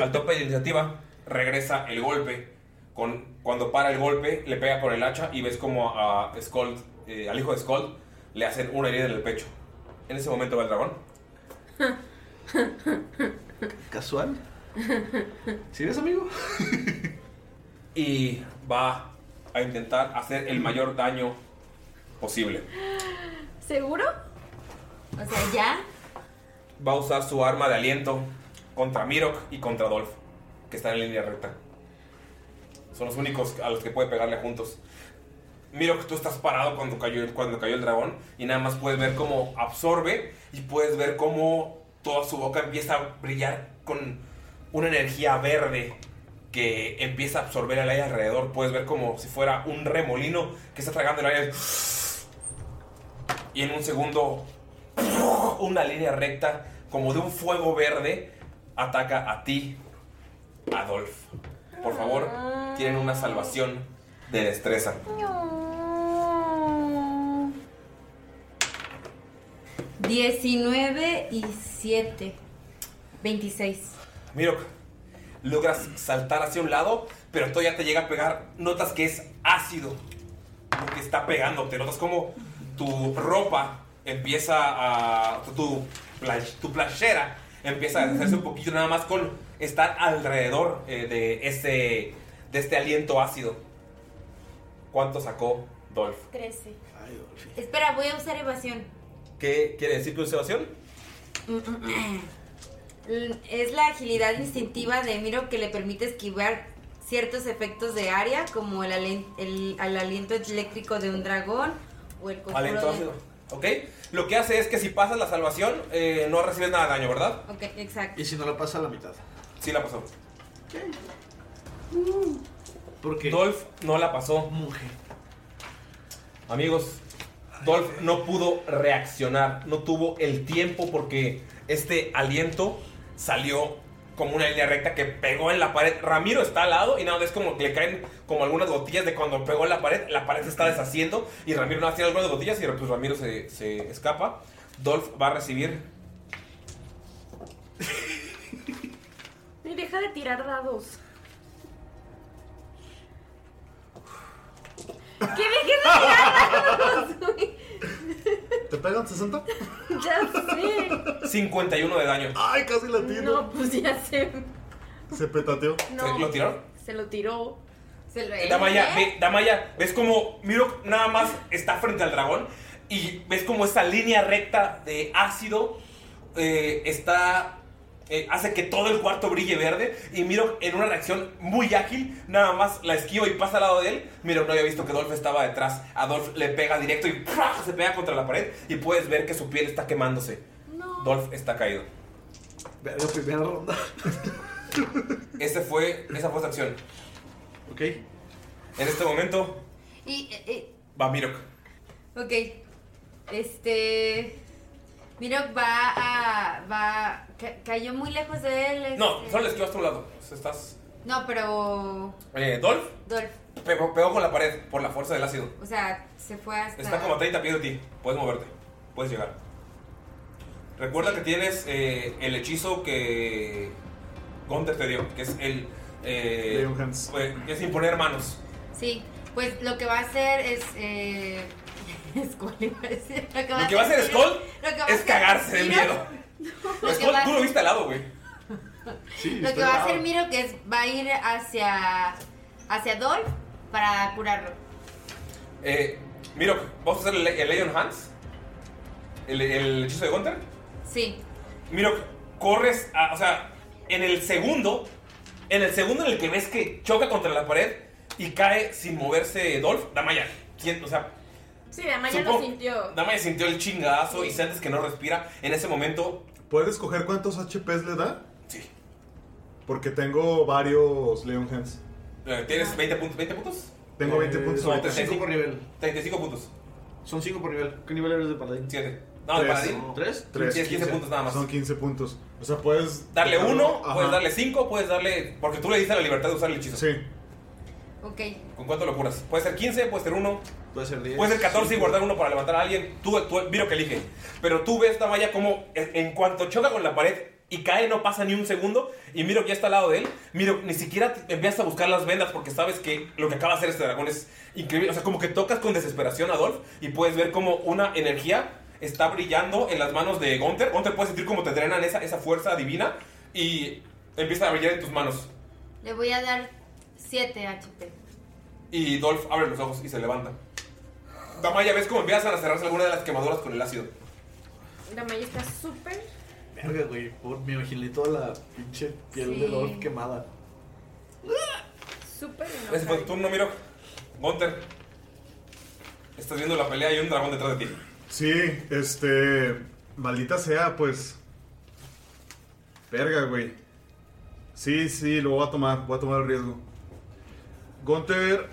A: Al tope de iniciativa regresa el golpe. Con, cuando para el golpe, le pega con el hacha y ves como a Skold, eh, al hijo de Skold le hacen una herida en el pecho. En ese momento va el dragón. ¿Casual? ¿Sí eres amigo? y va a intentar hacer el mayor daño posible.
B: ¿Seguro?
E: O sea, ya.
A: va a usar su arma de aliento contra Mirok y contra Dolph, que están en línea recta. Son los únicos a los que puede pegarle juntos. Mirok, tú estás parado cuando cayó, cuando cayó el dragón y nada más puedes ver cómo absorbe y puedes ver cómo toda su boca empieza a brillar con una energía verde que empieza a absorber el aire alrededor. Puedes ver como si fuera un remolino que está tragando el aire. Y en un segundo <laughs> una línea recta como de un fuego verde ataca a ti, Adolf. Por favor, tienen una salvación de destreza.
E: No. 19 y 7. 26.
A: Mirok, logras saltar hacia un lado, pero todavía te llega a pegar. Notas que es ácido. porque está pegándote. Notas como tu ropa empieza a. tu, pla- tu playera empieza a deshacerse un poquito nada más con estar alrededor eh, de, este, de este aliento ácido. ¿Cuánto sacó Dolph?
E: 13. Espera, voy a usar evasión.
A: ¿Qué quiere decir tu observación?
E: <clears throat> Es la agilidad instintiva de Miro que le permite esquivar ciertos efectos de área, como el, alen- el- al aliento eléctrico de un dragón o el conjuro
A: Aliento
E: de...
A: ácido. ¿Ok? Lo que hace es que si pasas la salvación, eh, no recibes nada de daño, ¿verdad?
E: Ok, exacto.
A: Y si no la pasa, la mitad. Sí la pasó.
C: Porque
A: Dolph no la pasó. Mujer. Amigos, Dolph no pudo reaccionar, no tuvo el tiempo porque este aliento salió como una línea recta que pegó en la pared. Ramiro está al lado y nada, es como que le caen como algunas gotillas de cuando pegó en la pared, la pared se está deshaciendo y Ramiro no hace algunas gotillas y pues Ramiro se, se escapa. Dolph va a recibir
B: Y deja de tirar dados. ¡Que dejes de tirar dados! güey.
A: ¿Te pegan 60?
B: ya sé.
A: 51 de daño.
D: Ay, casi la tiro.
B: No, pues ya sé.
A: Se petateó.
B: No.
A: ¿Lo tiraron?
B: Se lo tiró.
E: Se lo
A: Damaya, ve- Damaya, ves como Miro nada más está frente al dragón y ves como esta línea recta de ácido eh, está eh, hace que todo el cuarto brille verde y Miro en una reacción muy ágil nada más la esquiva y pasa al lado de él. Miro no había visto que Dolph estaba detrás. A Dolph le pega directo y ¡pra! se pega contra la pared y puedes ver que su piel está quemándose. Dolph está caído.
C: La primera ronda.
A: Ese fue, esa fue su acción. Ok. En este momento
E: Y, eh, eh,
A: va Miro.
E: Ok. Este. Mirok va a. va. ca- cayó muy lejos de él. este.
A: No, solo le esquivas tú a un lado. O sea, Estás.
E: No, pero.
A: Eh, Dolph
E: Dolph.
A: pegó, pegó con la pared por la fuerza del ácido.
E: O sea, se fue hasta.
A: Está como a 30 pies de ti. Puedes moverte. Puedes llegar. Recuerda que tienes eh, el hechizo que Gunther te dio, que es el. eh, pues, que es imponer manos.
E: Sí. Pues lo que va a hacer es. Eh... <laughs> Skull iba a decir. Lo que va,
A: Lo que va a hacer
E: Mirok-
A: Skull
E: lo que va a
A: es
E: hacer
A: cagarse de
E: Mirok-
A: miedo.
E: <laughs> Lo que
A: Skull,
E: va a
A: tú lo viste al lado, güey. Sí,
E: Lo que va a hacer Miro que es va a ir hacia hacia Dolph para curarlo.
A: Eh, Miro, ¿vas a hacer el, el Lion Hands? ¿El, el hechizo de Gunther?
E: Sí.
A: Miro, corres, a- o sea, en el segundo, en el segundo en el que ves que choca contra la pared y cae sin moverse Dolph, Damaya, sien- o sea,
B: Sí, Damaya lo
A: Supongo-
B: sintió.
A: Damaya sintió el chingazo y sientes que no respira. En ese momento,
D: ¿Puedes escoger cuántos HPs le da?
A: Sí.
D: Porque tengo varios Leon Hands.
A: eh, ¿tienes 20 puntos? ¿20 puntos? Eh,
D: Tengo 20 puntos
A: No,
D: ahorita.
A: 35
D: por
C: nivel.
A: 35 puntos.
C: Son 5 por nivel. ¿Qué nivel eres de paladín?
A: 7. No, de paladín.
C: ¿Tres?
D: Tres.
A: Tienes 15 puntos nada más.
D: Son 15 puntos. O sea, puedes.
A: Darle
D: dejarlo-
A: uno,
D: Ajá.
A: puedes darle cinco, puedes darle. Porque tú le diste la libertad de usar el hechizo.
D: Sí.
E: Ok.
A: ¿Con cuánto lo curas? Puede ser 15, puede ser 1.
C: Puede ser 10.
A: Puede ser 14 y guardar uno para levantar a alguien. Tú, tú, Miro que elige. Pero tú ves esta malla como en en cuanto choca con la pared y cae, no pasa ni un segundo. Y Miro que ya está al lado de él. Miro, ni siquiera te- empiezas a buscar las vendas porque sabes que lo que acaba de hacer este dragón es increíble. O sea, como que tocas con desesperación a Dolph y puedes ver como una energía está brillando en las manos de Gunther. Gunther puede sentir como te drenan esa, esa fuerza divina y empieza a brillar en tus manos.
E: Le voy a dar 7 HP.
A: Y Dolph abre los ojos y se levanta. Damaya, ves cómo empiezan a cerrarse algunas de las quemaduras con el ácido.
B: Damaya está súper.
C: Verga, güey. Por, me imaginé toda la pinche piel
B: Sí.
C: de Dolph quemada.
B: Súper
A: Ese fue tu
B: enojada.
A: turno, Miro. Gunter. Estás viendo la pelea y hay un dragón detrás de ti.
D: Sí, este. Maldita sea, pues. Verga, güey. Sí, sí, lo voy a tomar. Voy a tomar el riesgo. Gunther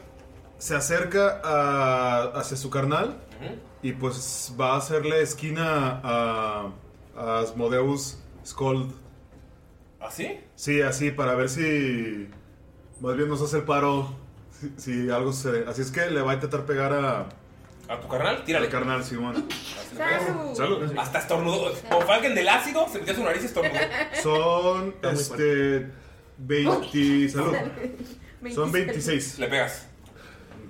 D: se acerca a- hacia su carnal. Y pues va a hacerle esquina a. a Asmodeus Scold.
A: ¿Así?
D: Sí, así, para ver si. Más bien nos hace el paro. Si, si algo sucede. Así es que le va a intentar pegar a.
A: ¿A tu carnal? Tírale.
D: Al carnal, Simón.
A: Salud.
D: Salud.
A: Hasta estornudó. Con Falken del ácido se metió a su nariz y estornudó.
D: Son este
B: <laughs>
D: 20 salud. Son 26.
A: Le pegas.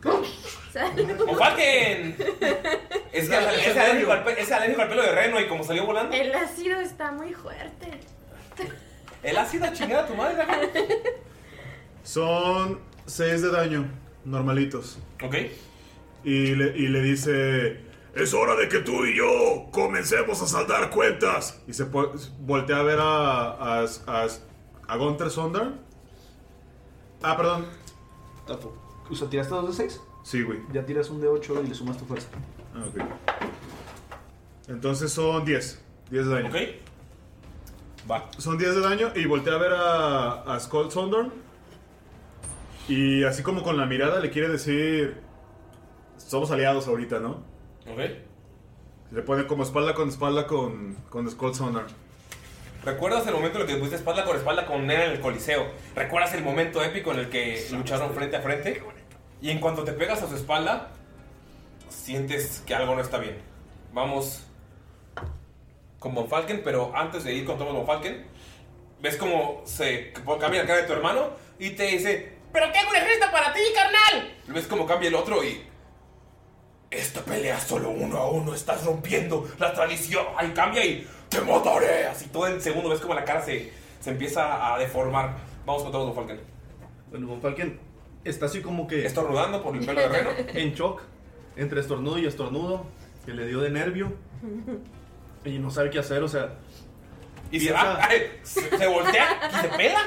A: ¡O Falken! Es que es, alérgico al, pe- es alérgico al pelo de reno y como salió volando.
B: El ácido está muy fuerte.
A: El ácido chingada tu madre, Draco.
D: <laughs> Son 6 de daño, normalitos.
A: Ok.
D: Y le, y le dice: Es hora de que tú y yo comencemos a saldar cuentas. Y se po- voltea a ver a, a, a, a Gunther Sonder. Ah, perdón.
C: Tato. Ah, O sea, ¿tiraste dos de 6?
D: Sí, güey.
C: Ya tiras un de 8 y le sumas tu fuerza.
D: Ah, ok. Entonces son 10. 10 de daño.
A: Ok. Va.
D: Son 10 de daño y voltea a ver a, a Skull Sondorn. Y así como con la mirada le quiere decir: Somos aliados ahorita, ¿no?
A: Ok.
D: Le pone como espalda con espalda con, con Skull Sonar.
A: ¿Recuerdas el momento en el que te pusiste espalda con espalda con Nena en el Coliseo? ¿Recuerdas el momento épico en el que lucharon frente a frente? Y en cuanto te pegas a su espalda, sientes que algo no está bien. Vamos con Von Falken, pero antes de ir con Thomas Von Falken, ves cómo se cambia la cara de tu hermano y te dice: ¿Pero qué hago un ejército para ti, carnal? Ves cómo cambia el otro y. Esta pelea solo uno a uno, estás rompiendo la tradición. Ahí cambia y te mataré. Así todo en segundo ves como la cara se, se empieza a deformar. Vamos con todo, Don Falken.
G: Bueno,
A: <laughs>
G: Von Falken está así como que.
A: Estornudando por el pelo de reno.
G: <laughs> En shock. Entre estornudo y estornudo. Que le dio de nervio. Y no sabe qué hacer, o sea.
A: Y se va. <laughs> Se, voltea y se pela.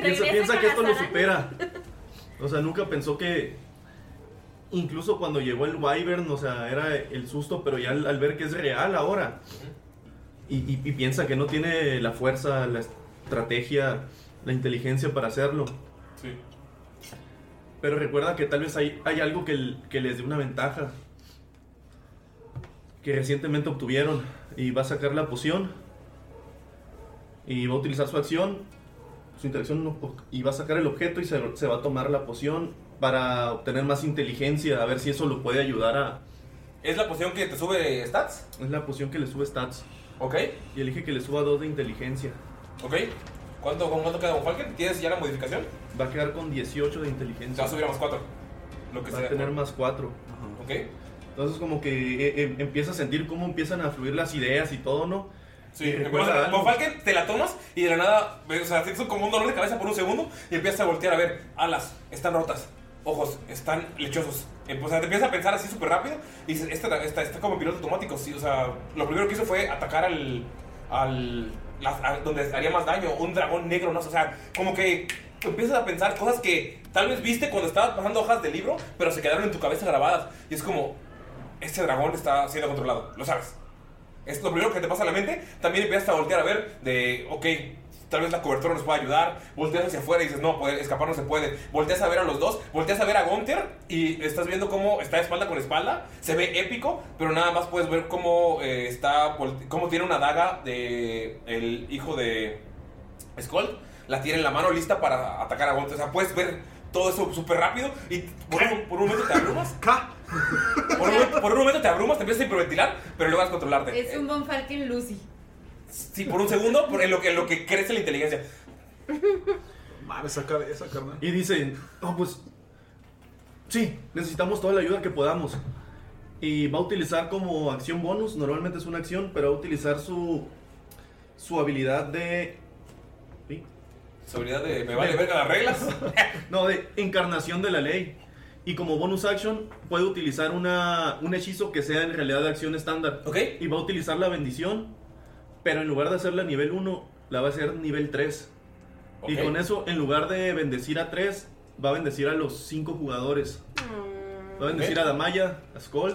F: <laughs>
A: Regresa
G: piensa
A: con
G: que esto
A: las
G: lo supera. O sea, nunca pensó que. Incluso cuando llegó el Wyvern, o sea, era el susto, pero ya al, al ver que es real ahora. Y, y- y piensa que no tiene la fuerza, la estrategia, la inteligencia para hacerlo.
A: Sí.
G: Pero recuerda que tal vez hay, hay algo que, l- que les dé una ventaja. Que recientemente obtuvieron. Y va a sacar la poción. Y va a utilizar su acción. Su interacción. no, o- Y va a sacar el objeto y se, se va a tomar la poción. Para obtener más inteligencia. A ver si eso lo puede ayudar a.
A: ¿Es la poción que te sube stats?
G: Es la poción que le sube stats.
A: Ok.
G: Y elige que le suba 2 de inteligencia.
A: Ok. ¿Cuánto, con cuánto queda Von Falken? ¿Tienes ya la modificación?
G: Va a quedar con 18 de inteligencia.
A: Se va a subir a más 4. Lo que
G: va
A: sea.
G: a tener más 4.
A: Ok.
G: Entonces como que eh, em- empieza a sentir cómo empiezan a fluir las ideas y todo, ¿no?
A: Sí,
G: Y
A: empiezas
G: recuerda
A: a- Von
G: algo.
A: Falken te la tomas y de la nada, o sea, sientes como un dolor de cabeza por un segundo y empiezas a voltear a ver, alas están rotas, ojos están lechosos. Em- O sea, te empiezas a pensar así súper rápido y dices, esta, esta, está como piloto automático, sí, o sea, lo primero que hizo fue atacar al, al, las- a- donde haría más daño, un dragón negro, no sé, o sea, como que empiezas a pensar cosas que tal vez viste cuando estabas pasando hojas de libro, pero se quedaron en tu cabeza grabadas y es como, este dragón está siendo controlado, lo sabes. Es lo primero que te pasa a la mente. También empiezas a voltear a ver de, ok, tal vez la cobertura nos pueda ayudar. Volteas hacia afuera y dices, no, poder escapar no se puede. Volteas a ver a los dos, volteas a ver a Gunther y estás viendo cómo está espalda con espalda. Se ve épico, pero nada más puedes ver cómo eh, está, volte- cómo tiene una daga de el hijo de Skull. La tiene en la mano lista para atacar a Gunther. O sea, puedes ver todo eso súper rápido y por un, por un momento te abrumas. Por un, momento- por un momento te abrumas, te empiezas a hiperventilar, pero logras controlarte.
E: Es un Von Falken Lucy.
A: Sí, por un segundo, por en lo que, en lo que crece la inteligencia.
G: Mames, esa cabeza, carnal. Y dicen, no, pues. Sí, necesitamos toda la ayuda que podamos. Y va a utilizar como acción bonus, normalmente es una acción, pero va a utilizar su. su habilidad de. ¿sí?
A: Su habilidad de, "Me vale verga las reglas".
G: <laughs> no, de encarnación de la ley. Y como bonus action, puede utilizar una, un hechizo que sea en realidad de acción estándar.
A: Ok.
G: Y va a utilizar la bendición, pero en lugar de hacerla nivel 1, la va a hacer nivel 3. Y
A: Ok.
G: con eso, en lugar de bendecir a 3, va a bendecir a los 5 jugadores. Va a bendecir
A: Ok.
G: a Damaya, a Skoll,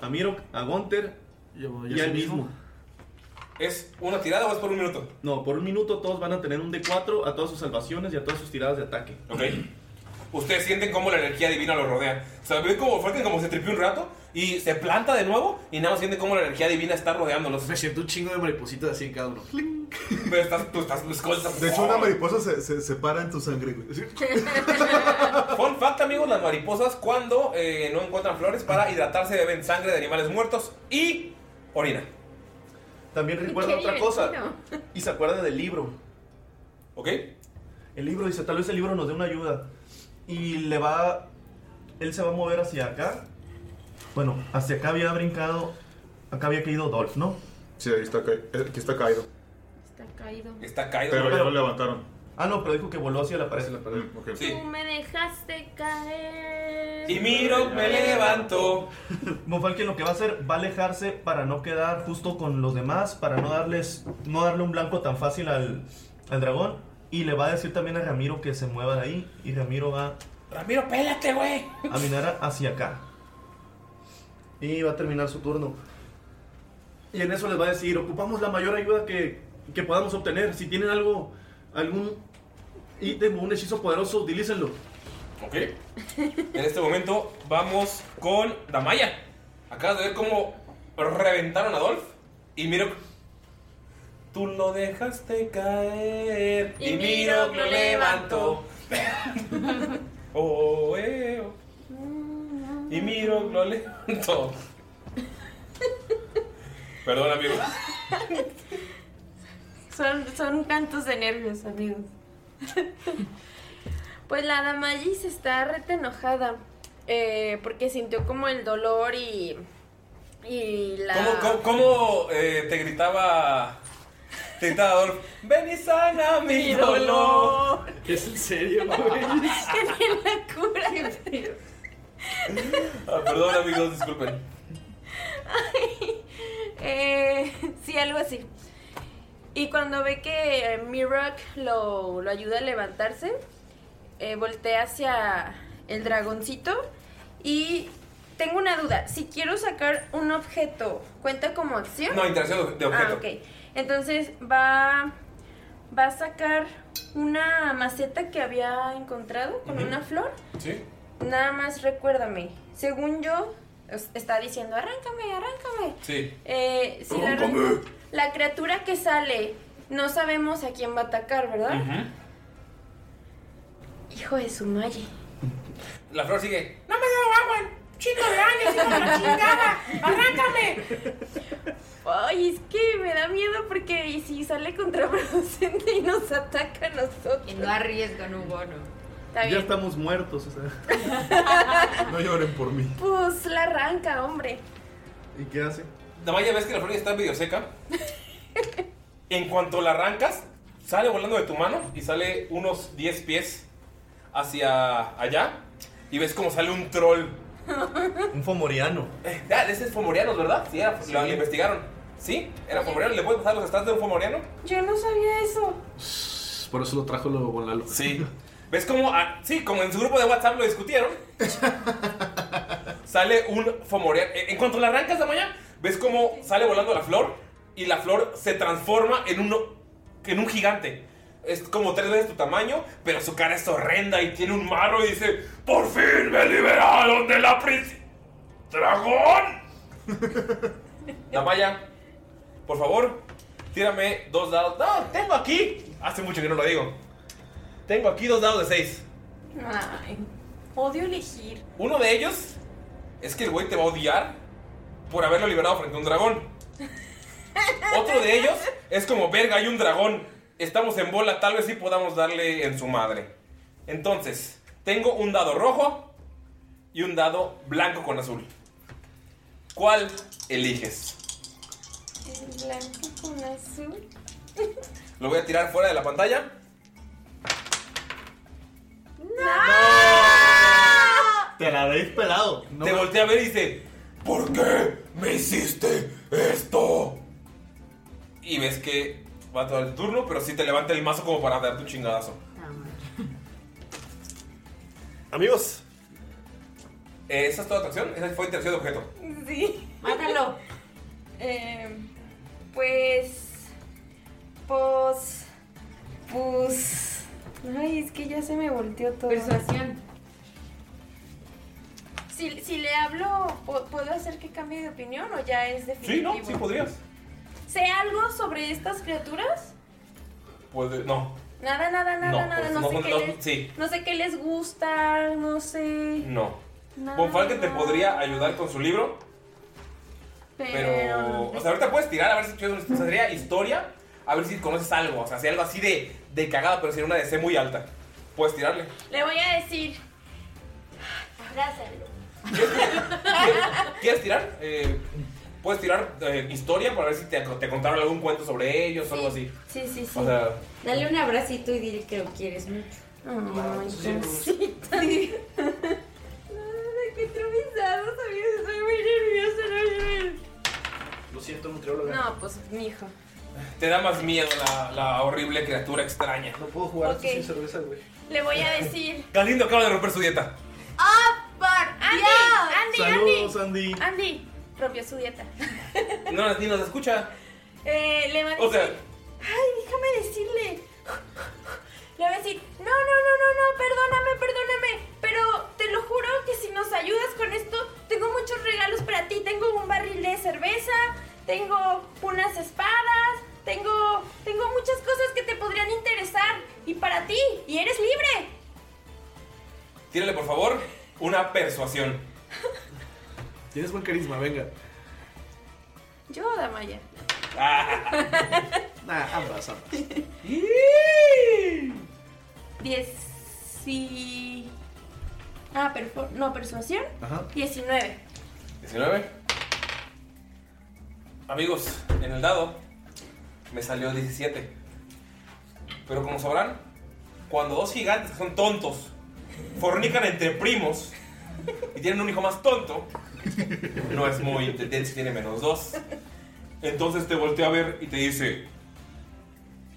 G: a Mirok, a Gonter y,
A: y a
G: al
A: sí mismo.
G: mismo.
A: ¿Es una tirada o es por un minuto?
G: No, por un minuto todos van a tener un D4 a todas sus salvaciones y a todas sus tiradas de ataque.
A: Ok. Ustedes sienten cómo la energía divina los rodea. O sea, ven como fuerte, como se tripió un rato y se planta de nuevo y nada más sienten cómo la energía divina está rodeándolos. Me siento un chingo de maripositas así en cada uno. Pero estás, tú estás, estás
F: De hecho, una mariposa se, se, se para en tu sangre, güey. Así,
A: Fun fact, amigos, las mariposas cuando eh, no encuentran flores para hidratarse beben sangre de animales muertos y orina.
G: También recuerda otra cosa y se acuerda del libro.
A: ¿Ok?
G: El libro dice, tal vez el libro nos dé una ayuda. Y le va... Él se va a mover hacia acá Bueno, hacia acá había brincado. Acá había caído Dolph, ¿no?
D: Sí, ahí está, ca- eh, aquí está caído.
B: Está caído.
A: Está
D: Pero ya lo levantaron.
G: Ah, no, pero dijo que voló hacia la pared.
B: Tú me dejaste caer.
A: levanto.
G: Monfalken lo que va a hacer va a alejarse para no quedar justo con los demás, para no darles, no darle un blanco tan fácil al, al dragón. Y le va a decir también a Ramiro que se mueva de ahí. Y Ramiro va
A: Ramiro, pélate, güey.
G: a caminar hacia acá. Y va a terminar su turno. Y en eso les va a decir, ocupamos la mayor ayuda que, que podamos obtener. Si tienen algo, algún ítem o un hechizo poderoso, utilícenlo.
A: Ok. En este momento vamos con Damaya. Acabas de ver cómo reventaron a Dolph. Y miro. Tú lo dejaste caer.
B: Y miro que lo levanto.
A: Oh, eh, oh. Y miro que lo <laughs> levanto. Perdón, amigo.
B: <laughs> Son, son cantos de nervios, amigos. <laughs> Pues la Damaris está rete enojada. eh, porque sintió como el dolor y. Y la.
A: ¿Cómo, cómo- cómo, eh, te gritaba. Te gritaba Dolph? Ven y sana mi dolor. ¿Es en <laughs> serio,
B: Tiene la <laughs> cura.
A: Ah, perdón, amigos, disculpen.
B: Eh, <laughs> sí, algo así. Y cuando ve que eh, Mirock lo, lo ayuda a levantarse, eh, voltea hacia el dragoncito. Y tengo una duda. Si quiero sacar un objeto, ¿cuenta como acción?
A: No, interacción de objeto.
B: Ah, ok. Entonces va, va a sacar una maceta que había encontrado con
A: Ujú.
B: una flor.
A: ¿Sí?
B: Nada más recuérdame. Según yo, es- está diciendo, arráncame, arráncame.
A: Sí.
B: Eh, si la, la criatura que sale, no sabemos a quién va a atacar, ¿verdad?
G: Mm.
B: Hijo de su malle.
A: La flor sigue.
B: ¡No me dado agua! ¡Chico de años, hijo de <laughs> la chingada! ¡Arráncame! Ay, es que me da miedo porque ¿y si sale contraproducente y nos ataca a nosotros. Y no arriesgan un bono. Está
G: Ya
B: bien.
G: estamos muertos, o sea. <laughs> no lloren por mí.
B: <laughs> Pues la arranca, hombre.
G: ¿Y qué hace?
A: Damaya, ves que la flor ya está medio seca. En cuanto la arrancas, sale volando de tu mano y sale unos 10 pies hacia allá. Y ves como sale un troll.
G: Un fomoriano.
A: Eh, ah, ese es Fomorianos, ¿verdad? Sí, era- lo investigaron. ¿Sí? Era Fomoriano. ¿Le puedes pasar los stats de un Fomoriano?
B: Yo no sabía eso.
C: Por eso lo trajo luego con Lalo.
A: Sí. ¿Ves cómo? ah, sí, como en su grupo de WhatsApp lo discutieron. sale un Fomoriano. En en cuanto la arrancas de mañana, ves cómo sale volando la flor y la flor se transforma en un, en un gigante. Es como tres veces tu tamaño, pero su cara es horrenda y tiene un marro y dice, ¡Por fin me liberaron de la princesa! ¡Dragón! Damaya, por favor, tírame dos dados. No, tengo aquí. Hace mucho que no lo digo. Tengo aquí dos dados de seis.
B: Ay, odio elegir.
A: Uno de ellos es que el güey te va a odiar por haberlo liberado frente a un dragón. Otro de ellos es como, verga, hay un dragón. Estamos en bola, tal vez sí podamos darle en su madre. Entonces, tengo un dado rojo y un dado blanco con azul. ¿Cuál eliges?
B: El blanco con azul. <laughs>
A: Lo voy a tirar fuera de la pantalla.
G: Te la habéis pelado.
A: te voltea a ver y dice, ¿por qué me hiciste esto? Y ves que va todo el turno, pero sí te levanta el mazo como para darte un chingadazo. Amigos. Eh, ¿Esa es toda tu acción? Esa fue interacción de objeto.
B: Sí. Mátalo. pues. Pues. Pues. Ay, es que ya se me volteó todo. Persuasión. Si, si le hablo, ¿pu- ¿puedo hacer que cambie de opinión o ya es
A: Sí,
B: definitivo?
A: ¿no? Sí podrías.
B: ¿Sé algo sobre estas criaturas?
A: Pues no.
B: Nada, nada,
A: No,
B: nada, nada.
A: pues
B: No,
A: no,
B: sé qué
A: no,
B: les,
A: sí.
B: no sé qué les gusta, no sé.
A: No.
B: nada.
A: Bonfalken te podría ayudar con su libro, pero... O sea, ahorita puedes tirar a ver si quieres una sería historia, a ver si conoces algo. O sea, si algo así de, de cagada, pero si una DC muy alta. Puedes tirarle.
B: Le voy a decir. Abrázalo.
A: ¿Quieres tirar? Eh, puedes tirar eh, historia para ver si te, te contaron algún cuento sobre ellos o algo así.
E: Sí, sí, sí.
A: O sea,
E: Dale un abracito y dile que lo quieres mucho. Ay, cosita. <laughs> Ay, qué trubizado, sabía, Estoy muy nerviosa,
C: Lo siento, nutrióloga.
E: no, no. No, pues, mi hijo.
A: te da más miedo la, la horrible criatura extraña. No
C: puedo jugar
E: esto Ok. sin
C: cerveza, güey.
B: Le voy a
E: <laughs>
B: decir.
A: Galindo acaba de romper su dieta.
B: ¡Ah, Andy, Andy,
A: Saludos, Andy.
B: Andy. Andy rompió su dieta.
A: No, ni nos escucha.
B: Eh, le va a
A: O sea,
B: decir- Ay, déjame decirle. Le voy a decir, no, no, no, no, no, perdóname, perdóname, pero te lo juro que si nos ayudas con esto, tengo muchos regalos para ti. Tengo un barril de cerveza, tengo unas espadas, tengo, tengo muchas cosas que te podrían interesar y para ti, y eres libre.
A: tírale por favor una persuasión.
C: Tienes buen carisma, venga.
B: Yo, Damaya.
C: Nah, ambas, ambas.
B: 10 y... Ah, perfo- no, persuasión.
A: Ajá.
B: 19.
A: 19. Amigos, en el dado me salió 17. Pero como sabrán, cuando dos gigantes que son tontos fornican entre primos y tienen un hijo más tonto, no es muy inteligente si tiene menos dos. Entonces te voltea a ver y te dice: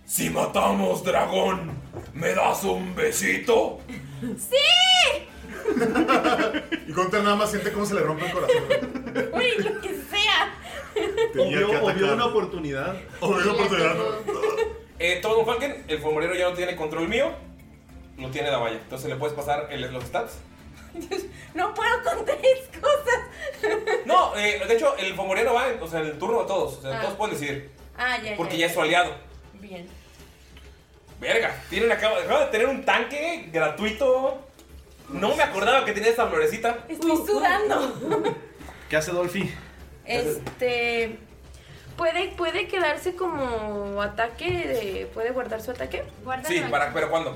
A: Si matamos dragón, ¿me das un besito?
B: ¡Sí!
F: <laughs> Y Gunter nada más siente cómo se le rompe el corazón.
B: Uy, lo que sea.
F: Tenía que
G: O vio
F: atacar.
G: una oportunidad.
A: Eh, Todo Falken, el formulario ya no tiene control mío, lo tiene Damaya. Entonces le puedes pasar el- los stats.
B: No puedo con tres cosas.
A: No, eh, de hecho, el Fomorero va en, o sea, en el turno de todos. O sea,
B: Ah.
A: todos pueden decidir.
B: Ah, ya.
A: Porque ya es su aliado.
B: Bien.
A: Verga, tienen acaba, acaba de tener un tanque gratuito. No me acordaba que tenía esta florecita.
B: Estoy sudando.
C: ¿Qué hace Dolphy?
B: Este. Puede, puede quedarse como ataque. de- ¿Puede guardar su ataque? Guarda
A: Sí, para, pero ¿cuándo?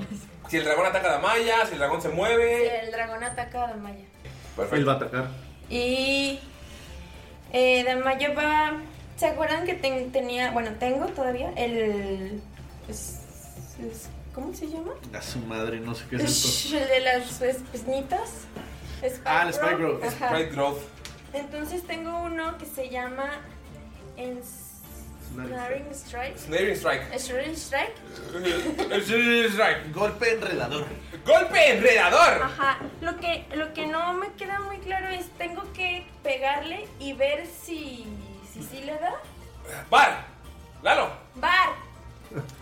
A: Si el dragón ataca a Damaya, si el dragón se mueve.
B: El dragón ataca a Damaya.
A: Perfecto.
G: Él va a atacar.
B: Y. Eh, Damaya va. ¿Se acuerdan que ten- tenía. Bueno, tengo todavía el. es- es- ¿Cómo se llama? <laughs>
C: A su madre, no sé qué es
B: El
C: esto.
B: de las pesnitas.
C: Ah, el Sprite Growth.
B: Ajá.
C: Sprite
A: Growth.
B: Entonces tengo uno que se llama Ens- Snaring Strike.
A: Snaring Strike.
B: Snaring Strike.
A: Snaring Strike.
C: Golpe enredador.
A: ¡Golpe enredador!
B: Ajá. Lo que, lo que no me queda muy claro es tengo que pegarle y ver si si sí le da.
A: ¡Par! ¡Lalo!
B: Bar.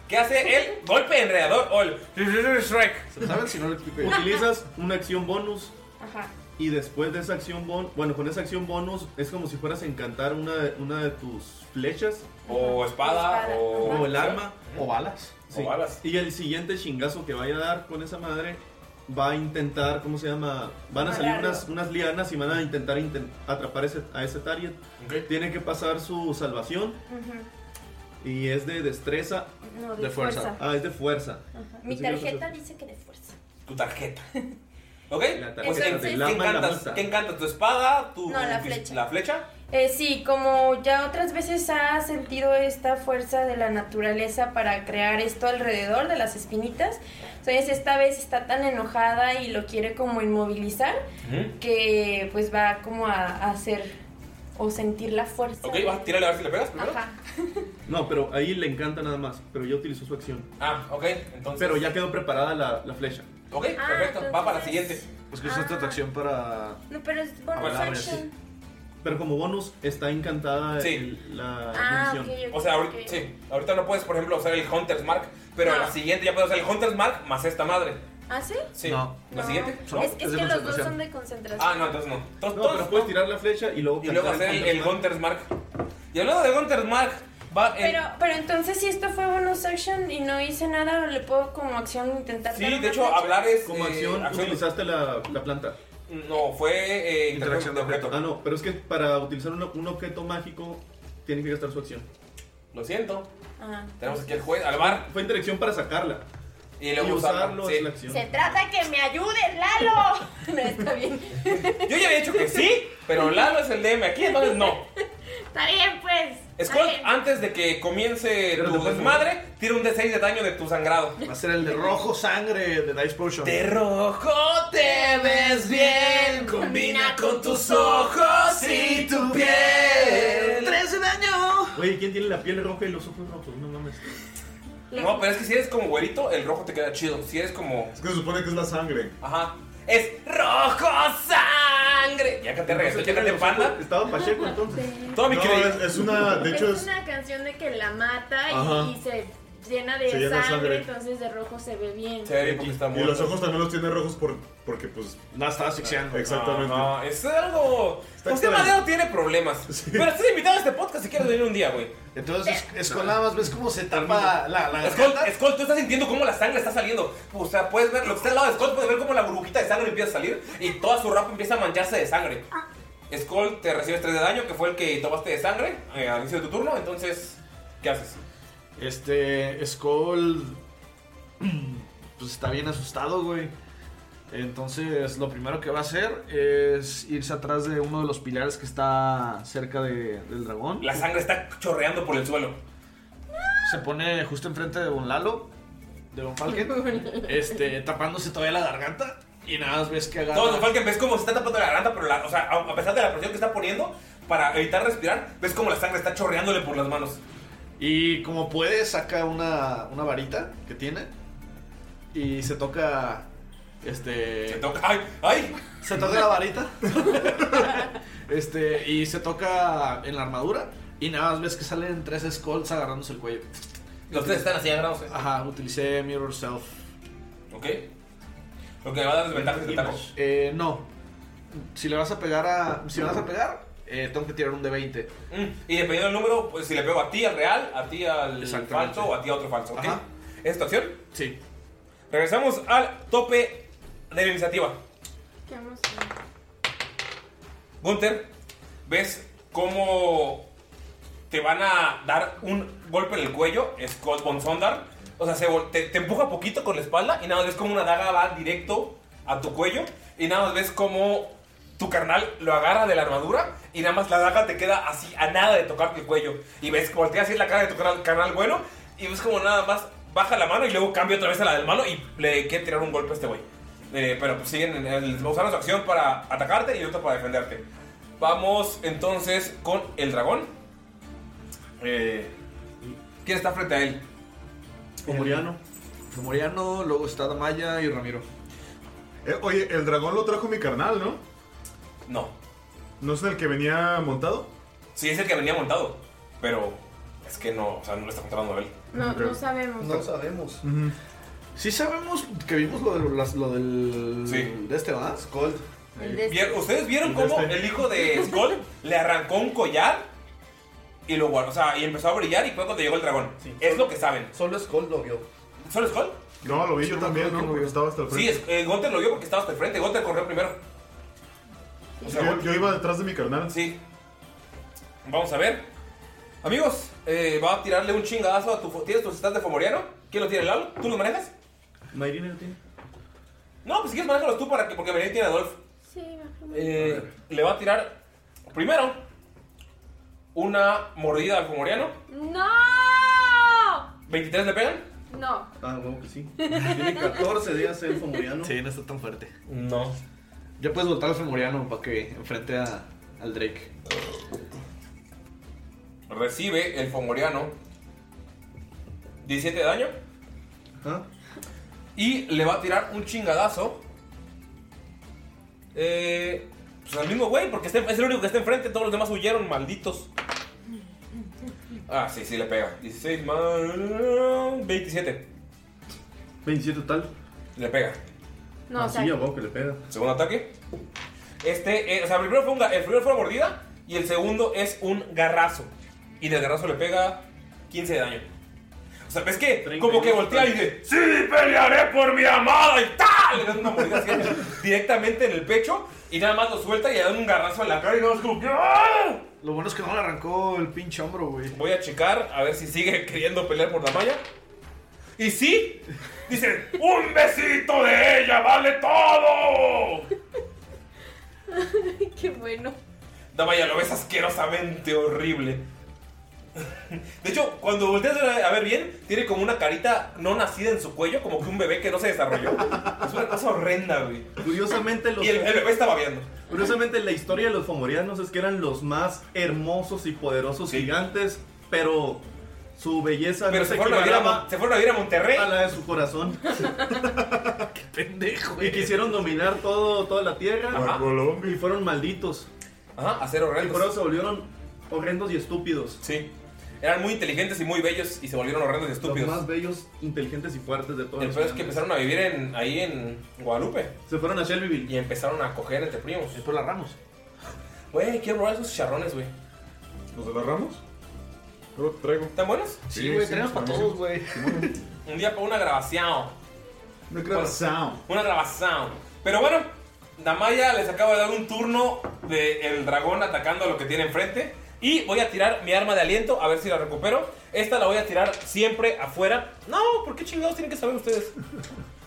A: ¿Qué hace el golpe enredador o el Snaring Strike?
G: ¿Saben si no lo explico? Utilizas una acción bonus
B: Ajá.
G: y después de esa acción bonus, bueno, con esa acción bonus es como si fueras a encantar una, una de tus flechas.
A: O espada,
G: Espada.
A: o...
G: O el arma, o balas.
A: O balas.
G: Y el siguiente chingazo que vaya a dar con esa madre va a intentar, ¿cómo se llama? Van a salir
C: Alargo.
G: unas, unas lianas y van a intentar inten- atrapar ese- a ese target. Tiene que pasar su salvación y es de destreza.
B: No, de De fuerza. fuerza.
G: Ah, es de fuerza.
B: Ajá. Mi
G: Pensé que iba a
B: tarjeta dice que de fuerza.
A: Tu tarjeta.
B: <laughs>
A: ¿Ok? Pues,
B: tarjeta
A: ¿qué,
B: de
A: qué
G: lama y la
A: encantas?
G: mota.
A: ¿Qué encantas? ¿Tu espada? Tu,
B: No, la flecha.
A: ¿La flecha?
B: Eh, sí, como ya otras veces ha sentido esta fuerza de la naturaleza para crear esto alrededor de las espinitas, entonces esta vez está tan enojada y lo quiere como inmovilizar que pues va como a, a hacer o sentir la fuerza.
A: Ok, vas a tirarle a ver si le pegas primero. <laughs>
B: Ajá.
G: No, pero ahí le encanta nada más, pero ya utilizó su acción.
A: Ah, ok, entonces.
G: Pero ya quedó preparada la, la flecha.
A: Ok,
B: Ah,
A: perfecto. Va para la siguiente.
G: Pues que usaste tu acción para...
B: No, pero
A: Ah,
B: es bonus
G: Hablar,
B: action.
G: Pero como bonus está encantada el- la
B: Ah,
G: condición.
B: ok, ok,
A: O sea, ahorita,
B: ok.
A: sí, ahorita no puedes, por ejemplo, usar el Hunter's Mark, pero en la siguiente ya puedes usar el Hunter's Mark más esta madre.
B: ¿Ah, sí?
A: Sí.
G: No.
A: ¿La
B: No.
A: siguiente?
B: Es,
A: No.
B: es que los dos son de concentración.
A: Ah, no, entonces no. Entonces,
G: No,
A: todos-
G: pero puedes tirar la flecha y luego
A: y luego hacer el, el Hunter's Mark. Y hablando de Hunter's Mark, va el.
B: Pero, pero entonces si esto fue bonus action y no hice nada, ¿le puedo como acción intentar dar
A: sí,
B: una
A: de hecho,
B: flecha?
A: hablar es.
G: Como
A: eh,
G: acción, utilizaste la, la planta.
A: No, fue eh, interacción de objeto.
G: Ah, no, pero es que para utilizar un, un objeto mágico tiene que gastar su acción.
A: Lo siento.
B: Ah.
A: Tenemos aquí al juez, al bar.
G: Fue interacción para sacarla.
A: Y luego usarlo. sí.
B: Se trata que me ayudes, Lalo. <laughs> No está bien.
A: Yo ya había dicho que sí, pero Lalo es el DM aquí, entonces no.
B: Está bien, pues. Está
A: Skull,
B: bien.
A: antes de que comience tu desmadre, tira un D6 de daño de tu sangrado. Va a ser el de rojo sangre de Dice Potion. De rojo te ves bien, combina con tus ojos y tu piel.
C: 13 daño.
G: Oye, ¿quién tiene la piel roja y los ojos rojos? No mames.
A: No, pero es que si eres como güerito, el rojo te queda chido. Si eres como. Es que se supone que es la sangre. Ajá. Es rojo sangre. Ya canté reggaetón, ya canté panda. Estaba Pacheco entonces. Todo mi
F: No,
A: querido.
F: es- es una- de hecho,
B: es una canción de que la mata y-
F: Ajá.
B: y, se llena de
F: Se llena de
B: sangre,
F: sangre.
B: entonces de rojo se ve bien.
F: Y los ojos también los tiene rojos por, porque, pues.
C: La está asfixiando.
F: Exactamente.
A: No, no, es algo. Usted
F: extraño.
A: Madero tiene problemas. Pero estás invitado a este podcast si quieres venir un día, güey.
C: Entonces, Skull nada más ves cómo se tapa la, la
A: Skull, Skull, tú estás sintiendo cómo la sangre está saliendo. O sea, puedes ver lo que está al lado de Skull, puedes ver cómo la burbujita de sangre empieza a salir y toda su ropa empieza a mancharse de sangre. Skull, te recibes 3 de daño, que fue el que tomaste de sangre eh, al inicio de tu turno. Entonces, ¿qué haces?
C: Este, Skull. <clears throat> Pues está bien asustado, güey. Entonces, lo primero que va a hacer es irse atrás de uno de los pilares que está cerca de- del dragón.
A: La sangre está chorreando por el suelo.
C: Se pone justo enfrente de Don Lalo, de Don Falken, este, tapándose todavía la garganta. Y nada más ves que agarra.
A: Todo, Don Falken, ves cómo se está tapando la garganta, pero la- o sea, a, a pesar de la presión que está poniendo para evitar respirar, ves cómo la sangre está chorreándole por las manos.
C: Y como puede, saca una, una varita que tiene y se toca. Este. Se
A: toca. ¡Ay! ¡Ay!
C: Se toca la varita. <laughs> este. Y se toca en la armadura. Y nada más ves que salen tres skulls agarrándose el cuello.
A: Los tres están así agarrados.
C: Ajá, utilicé Mirror Self.
A: ¿Ok? Lo que le va a dar desventajas de taco.
C: Eh, no. Si le vas a pegar a. Si le vas a pegar, eh, tengo que tirar un de 20.
A: Mm, Y dependiendo del número, pues si le pego a ti al real, a ti al
C: Exactamente.
A: falso o a ti a otro falso, ¿ok?
C: Ajá.
A: ¿Es tu acción?
C: Sí.
A: Regresamos al tope de la iniciativa.
B: Qué hermoso.
A: Gunther, ves cómo te van a dar un golpe en el cuello, Scott von Sondar. O sea, se vol- te, te empuja poquito con la espalda y nada más ves como una daga va directo a tu cuello y nada más ves como tu carnal lo agarra de la armadura y nada más la daga te queda así a nada de tocarte el cuello. Y ves, voltea así la cara de tu carnal, carnal bueno y ves como nada más baja la mano y luego cambia otra vez a la del malo y le quiere tirar un golpe a este güey. Eh, pero pues siguen, en el- usaron su acción para atacarte y otra para defenderte. Vamos entonces con el dragón. Eh, ¿Quién está frente a él?
C: Comoriano. Comoriano, luego está Damaya y Ramiro.
F: eh, oye, el dragón lo trajo mi carnal, ¿no?
A: No.
F: ¿No es el que venía montado?
A: Sí, es el que venía montado. Pero es que no, o sea, no lo está controlando él.
B: No, no sabemos.
C: No sabemos. Sí sabemos que vimos lo, de, las- lo del... De este, ¿verdad? Skull.
E: El de este.
A: Vier- ¿Ustedes vieron cómo el hijo de
G: <laughs>
A: Skull le arrancó un collar y lo guardó? O sea, y empezó a brillar y fue cuando llegó el dragón. Es lo que saben.
G: Solo Skull lo vio.
A: ¿Solo Skull?
F: No, lo vi yo también, ¿no? Porque estaba hasta el
A: Sí,
F: frente.
A: es- eh, Gunther lo vio porque estaba hasta el frente. Gunther corrió primero. O sea,
F: yo, yo iba detrás de mi carnal.
A: Sí. Vamos a ver. Amigos, eh, va a tirarle un chingadazo a tu... fo- ¿Tienes tus stats de Fomoriano? ¿Quién los tiene, Lalo? ¿Tú los manejas?
G: Mayrin lo tiene.
A: No, pues si quieres manejarlos tú para que... Porque Mayrin tiene a Adolf.
B: Sí,
A: Eh, le va a tirar primero una mordida al Fomoriano.
B: ¡No!
A: 23 le pegan.
B: No.
G: Ah, bueno, que sí. Tiene 14 días el fomoriano.
C: pues Sí, no está tan fuerte.
A: No.
C: Ya puedes voltar al Femoriano para que enfrente a, al Drake.
A: Recibe el Fomoriano 17 de daño. Y le va a tirar un chingadazo. Eh, pues al mismo güey, porque está- es el único que está enfrente. Todos los demás huyeron, malditos. Ah, sí, sí, le pega. 16 más 27.
G: 27 total.
A: Le pega.
B: No,
G: Ah,
B: o sea,
G: sí, a huevo que le pega.
A: Segundo ataque. Este, eh, o sea, el primero, fue un ga- el primero fue una mordida y el segundo es un garrazo. Y del garrazo le pega 15 de daño. O sea, ves que como que voltea y dice, sí, pelearé por mi amada y tal. Le dan una mordida así directamente en el pecho y nada más lo suelta y le dan un garrazo en la cara y nada más como que, "¡Ah!".
C: Lo bueno es que no le arrancó el pinche hombro, güey.
A: Voy a checar a ver si sigue queriendo pelear por la malla. Y sí, dice, un besito de ella vale
B: <laughs>
A: todo.
B: Qué bueno.
A: Damaya, lo ves asquerosamente horrible. <laughs> De hecho, cuando volteas a ver bien, tiene como una carita no nacida en su cuello, como que un bebé que no se desarrolló. Es una cosa horrenda, güey.
G: Curiosamente los...
A: Y el, el bebé está babeando.
G: Curiosamente la historia de los fomorianos es que eran los más hermosos y poderosos gigantes, pero su belleza
A: Pero se fueron a vivir a
G: equiparaba
A: Mon- se fueron a vivir a Monterrey.
G: A la de su corazón. <laughs> Qué pendejo. Y quisieron dominar todo, toda la tierra.
A: Ajá.
G: Y fueron malditos.
A: Ajá, a ser horrendos.
G: Y por eso se volvieron horrendos y estúpidos.
A: Sí. Eran muy inteligentes y muy bellos y se volvieron horrendos y estúpidos.
G: Los más bellos, inteligentes y fuertes de todos.
A: El peor es que empezaron a vivir en, ahí en Guadalupe.
G: Se fueron a Shelbyville.
A: Y empezaron a coger entre primos.
G: por las Ramos.
A: Güey, quiero probar esos charrones, güey.
D: ¿Los de las Ramos? Yo los traigo.
A: ¿Están buenos?
D: Sí, güey, tenemos para todos,
A: güey. Un día para una grabación.
F: Una grabación.
A: Una grabación. Pero bueno, Damaya les acaba de dar un turno del dragón atacando a lo que tiene enfrente. Y voy a tirar mi arma de aliento a ver si la recupero. Esta la voy a tirar siempre afuera. No, ¿por qué chingados tienen que saber ustedes?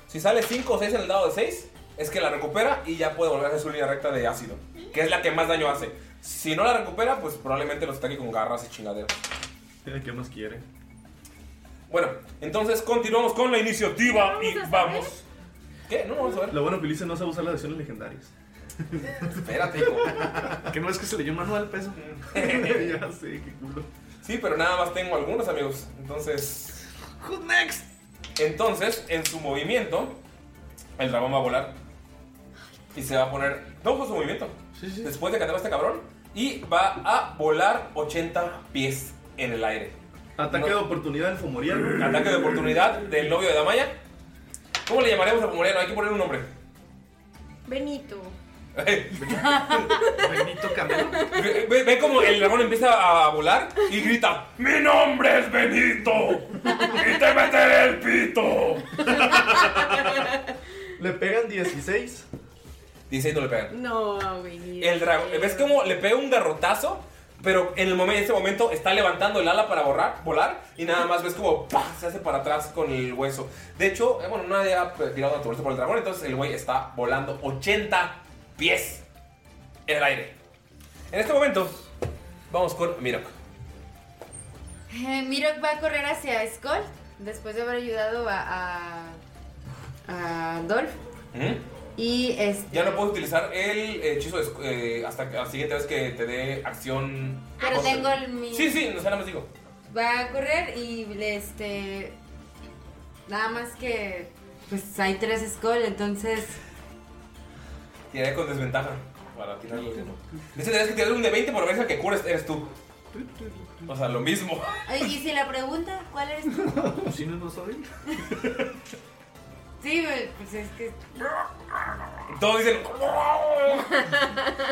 A: Si sale 5 o 6 en el dado de 6, es que la recupera y ya puede volver a hacer su línea recta de ácido, que es la que más daño hace. Si no la recupera, pues probablemente los ataque con garras y chingaderas.
G: ¿Qué más quiere?
A: Bueno, entonces continuamos con la iniciativa y
G: ¿Vamos a saber?
A: vamos. ¿Qué? No, no vamos a ver.
G: Lo bueno que Ulises no sabe usar las acciones legendarias.
A: Espérate, hijo.
G: que no es que se leyó un manual, peso. <laughs> ya
A: <laughs>
G: sé, qué culo.
A: Sí, pero nada más tengo algunos amigos. Entonces. next? Entonces, en su movimiento, el dragón va a volar. Y se va a poner. No fue su movimiento. Después de que atrapa este cabrón. Y va a volar 80 pies en el aire.
G: Ataque de oportunidad del Fomoriano.
A: Ataque de oportunidad del novio de Damaya. ¿Cómo le llamaremos a Pomoriano? Hay que ponerle un nombre.
B: Benito.
A: Ve, ve- ve como el dragón empieza a volar y grita: ¡Mi nombre es Benito! ¡Y te meteré el pito!
G: Le pegan 16.
A: 16 no le pegan.
B: No, Benito.
A: El dragón. ¿Ves cómo le pega un garrotazo? Pero en el momento, en ese momento está levantando el ala para borrar, volar y nada más ves como ¡pah! se hace para atrás con el hueso. De hecho, eh, bueno, nadie ha tirado naturaleza por el dragón, entonces el güey está volando 80 pies en el aire. En este momento, vamos con Mirok.
E: Eh, Mirok va a correr hacia Skull después de haber ayudado a, a, a Dolph.
A: ¿Mm?
E: Y este.
A: Ya no puedes utilizar el hechizo de escu- eh, hasta que- la siguiente vez que te dé acción.
E: Pero
A: Cosa.
E: Ah, tengo el mi.
A: Sí, sí, no sé, nada más digo.
E: Va a correr y este. Nada más que. Pues hay tres Skull, entonces.
A: Tiraré con desventaja para tirar lo mismo. Ese tendrías que tirar un de 20 por ver si el que cures eres tú. O sea, lo mismo.
E: Ay, Y si la pregunta, ¿cuál es tu?
G: Pues Si no, no soy.
E: Sí, güey, pues es que.
A: Todos dicen.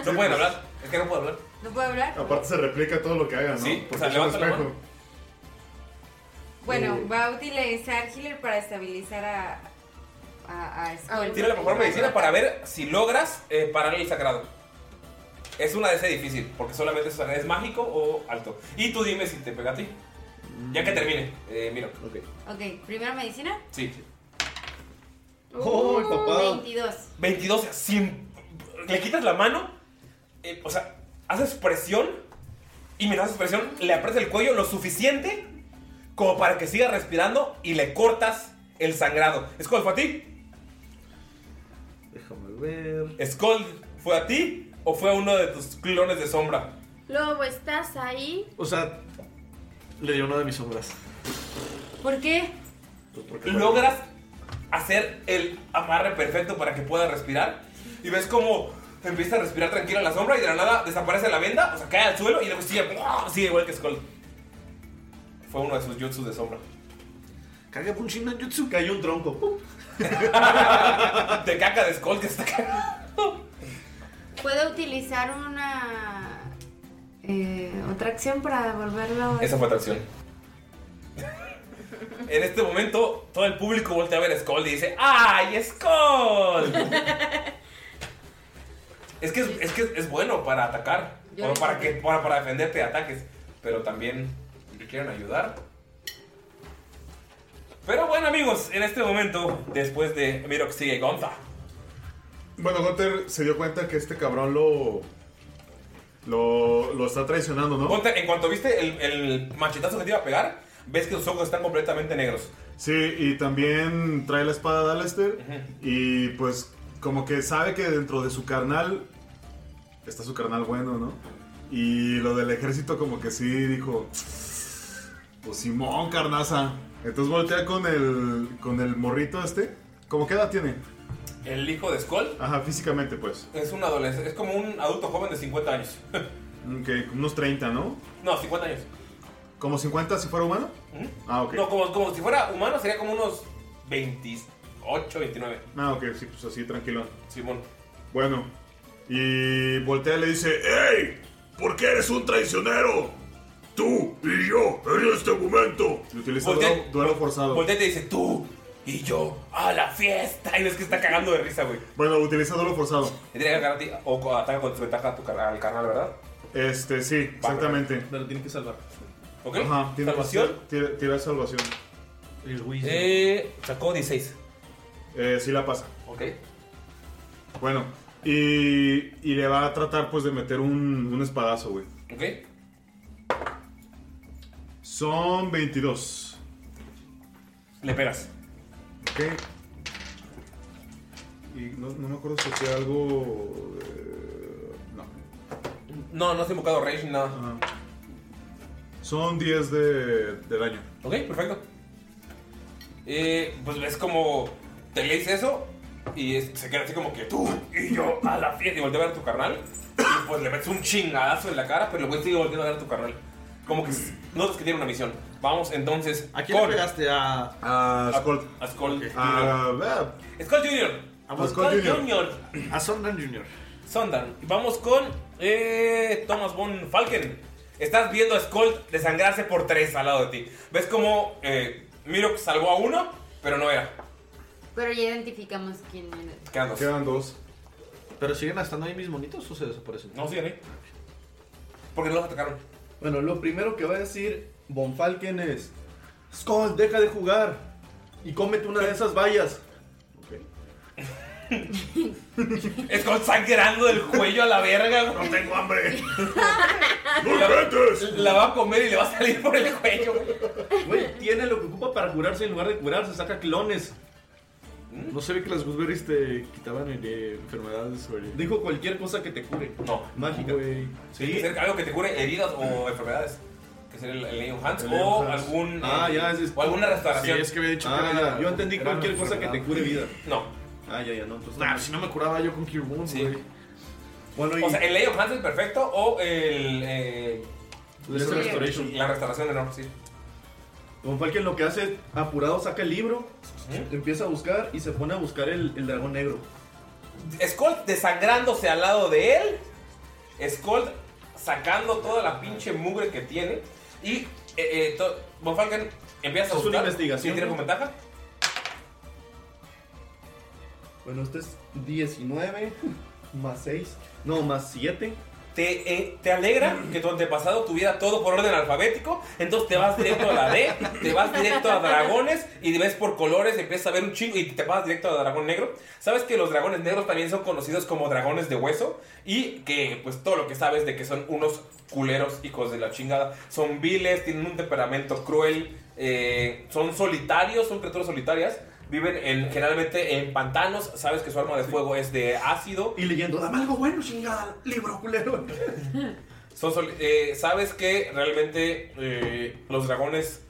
A: No pueden hablar. Es que no puedo hablar.
E: ¿No puedo hablar?
F: Aparte se replica todo lo que hagan, ¿no?
A: Sí,
F: Porque
A: o sea,
F: es un
A: levanta la
F: espejo.
A: mano. Eh,
E: Bueno, va a utilizar Healer para estabilizar a. a, a Skull.
A: Tira la mejor medicina para ver si logras eh, parar el sagrado. Es una DC difícil, porque solamente es, es mágico o alto. Y tú dime si te pega a ti. Ya que termine, eh, mira.
E: Ok, primera medicina.
A: Sí.
G: ¡Ay, papá!
E: 22.
A: 22, sin, le quitas la mano, eh, o sea, haces presión y mientras haces presión le aprietas el cuello lo suficiente como para que siga respirando y le cortas el sangrado. Skull fue a ti,
C: Déjame ver.
A: Skull fue a ti o fue a uno de tus clones de sombra.
B: Lobo, ¿estás ahí?
C: O sea, le dio una de mis sombras.
E: ¿Por qué?
A: Logras hacer el amarre perfecto para que pueda respirar y ves como empieza a respirar tranquila la sombra y de la nada desaparece la venda, o sea, cae al suelo y luego sigue, sigue igual que Skull. Fue uno de sus jutsus de sombra.
C: Carga Punchin no Jutsu.
G: Cayó un tronco. ¡Pum!
A: <laughs> De caca de Skull que está cagado.
E: ¿Puedo utilizar una. eh, otra acción para volverlo.
A: Esa fue atracción. En este momento, todo el público voltea a ver a Skull y dice: ¡Ay, Skull! es que, es, es que es bueno para atacar.
E: Yo
A: o
E: lo
A: para, que, para, para defenderte de ataques. Pero también, si te quieren ayudar, Pero bueno, amigos, en este momento, después de Miro que sigue Gonza.
F: Bueno, Gunter se dio cuenta que este cabrón lo. Lo, lo está traicionando, ¿no?
A: Gunter, en cuanto viste el, el machetazo que te iba a pegar, ves que sus ojos están completamente negros.
F: Sí, y también trae la espada de Alastair. Y pues, como que sabe que dentro de su carnal está su carnal bueno, ¿no? Y lo del ejército, como que sí dijo: Pues Simón, carnaza. Entonces voltea con el, con el morrito este. ¿Cómo qué edad tiene?
A: El hijo de Skull
F: Ajá, físicamente, pues.
A: es un adolescente, es como un adulto joven de 50 años.
F: Ok, Mm, unos 30, ¿no?
A: No, 50 años.
F: ¿Como 50 si fuera humano? Ah, ok.
A: No, como, como si fuera humano sería como unos 28, 29.
F: Ah, ok, sí, pues así, tranquilo.
A: Simón.
F: Bueno, y voltea y le dice: ¡Ey! ¿Por qué eres un traicionero? Tú y yo en este momento. Y utiliza
A: Voltea-
F: duelo, duelo forzado.
A: Voltea y te dice, tú y yo a la fiesta. Y ves que está cagando de risa, güey.
F: Bueno, utiliza duelo forzado.
A: Y tiene que agarrar a ti o co- ataca con desventaja a tu carnal, al carnal, ¿verdad?
F: Este, sí, exactamente.
G: Pero tiene que salvar.
A: ¿Ok?
F: Ajá, tiene
A: ¿Salvación?
F: Que, tira, tira salvación.
A: Eh, sacó 16.
F: Eh, sí la pasa.
A: ¿Ok?
F: Bueno, y, y le va a tratar pues de meter un, un espadazo, güey.
A: ¿Ok?
F: Son 22.
A: Le pegas.
F: Ok. Y no, no me acuerdo si hacía algo. eh, no.
A: No, no has invocado Rage ni nada.
F: Ah. Son 10 de, de daño.
A: Ok, perfecto. Eh, pues ves como te le dice eso y es- se queda así como que tú y yo a la fiesta y voltea a ver a tu carnal. Y pues le metes un chingadazo en la cara, pero el güey sigue volteando a ver a tu carnal. Como que s- notas que tiene una misión. Vamos entonces.
C: ¿A quién le pegaste? A.
F: A Skull. Ah,
A: A Skull Jr.
F: A, vea,
A: Skull Jr.
F: A Skull Jr.
C: A Sondran Jr.
A: Sondan. Y vamos con eh, Thomas von Falken. Estás viendo a Skull desangrarse por tres al lado de ti. Ves como eh, Miro salvó a uno, pero no era.
E: Pero ya identificamos quién era.
A: Quedan dos.
F: quedan dos.
C: ¿Pero siguen estando ahí mis monitos o se desaparecen?
A: No, siguen ahí. Porque no los atacaron.
G: Bueno, lo primero que va a decir Von Falken es: Skull, deja de jugar y cómete una de esas vallas.
A: Skull sangrando del cuello a la verga. güey.
F: ¡No
A: <laughs>
F: tengo hambre!
A: La va a comer y le va a salir por el cuello. güey.
G: Güey, tiene lo que ocupa para curarse en lugar de curarse, saca clones.
C: No se ve que las Gooseberries te quitaban eh, enfermedades o el-
G: Dijo cualquier cosa que te cure.
A: No.
G: Mágica.
C: Güey.
A: Tiene que
G: Sí.
A: ser algo que te cure heridas o enfermedades. Que sería el, el Leon Hans
F: El
A: o
F: Leon Hans.
A: algún.
G: Ah,
A: eh,
G: ya, ese es-
A: O alguna
C: Sí,
A: restauración.
C: es que había dicho que
G: Ah,
C: era.
G: ya, yo entendí
C: era una
G: cualquier cosa que te
C: enfermedad.
G: cure vida.
A: No.
G: Ah, ya, ya, no. Entonces,
C: Nah, si no me curaba yo con Cure Wounds,
A: Sí.
C: güey.
G: Bueno, y
A: O sea, el Leon Hans es perfecto o el. eh,
G: Lesser
E: Sí.
G: Restoration.
A: la restauración de no, sí.
G: Von Falken lo que hace, apurado, saca el libro,
A: ¿Mm?
G: empieza a buscar y se pone a buscar el, el dragón negro.
A: Skull desangrándose al lado de él. Skull sacando toda la pinche mugre que tiene. Y eh, eh, to- Von Falken empieza a
G: Es una
A: buscar.
G: investigación,
A: ¿Sí tiene
G: ¿no?
A: con ventaja?
G: Bueno, este es 19 más 6. No, más 7.
A: Te, eh, te
G: <clears throat>
A: alegra que tu antepasado tuviera todo por orden alfabético. Entonces te vas directo a la D, te vas directo a dragones y ves por colores, empiezas a ver un chingo y te vas directo a dragón negro. Sabes que los dragones negros también son conocidos como dragones de hueso y que pues todo lo que sabes de que son unos culeros hijos de la chingada. Son viles, tienen un temperamento cruel, eh, son solitarios, son criaturas solitarias. Viven en, generalmente en pantanos, sabes que su arma de fuego es de ácido.
G: Y leyendo, dame algo bueno, chingada,
C: <laughs>
G: libro culero.
A: Son soli- eh, Sabes que realmente eh, los dragones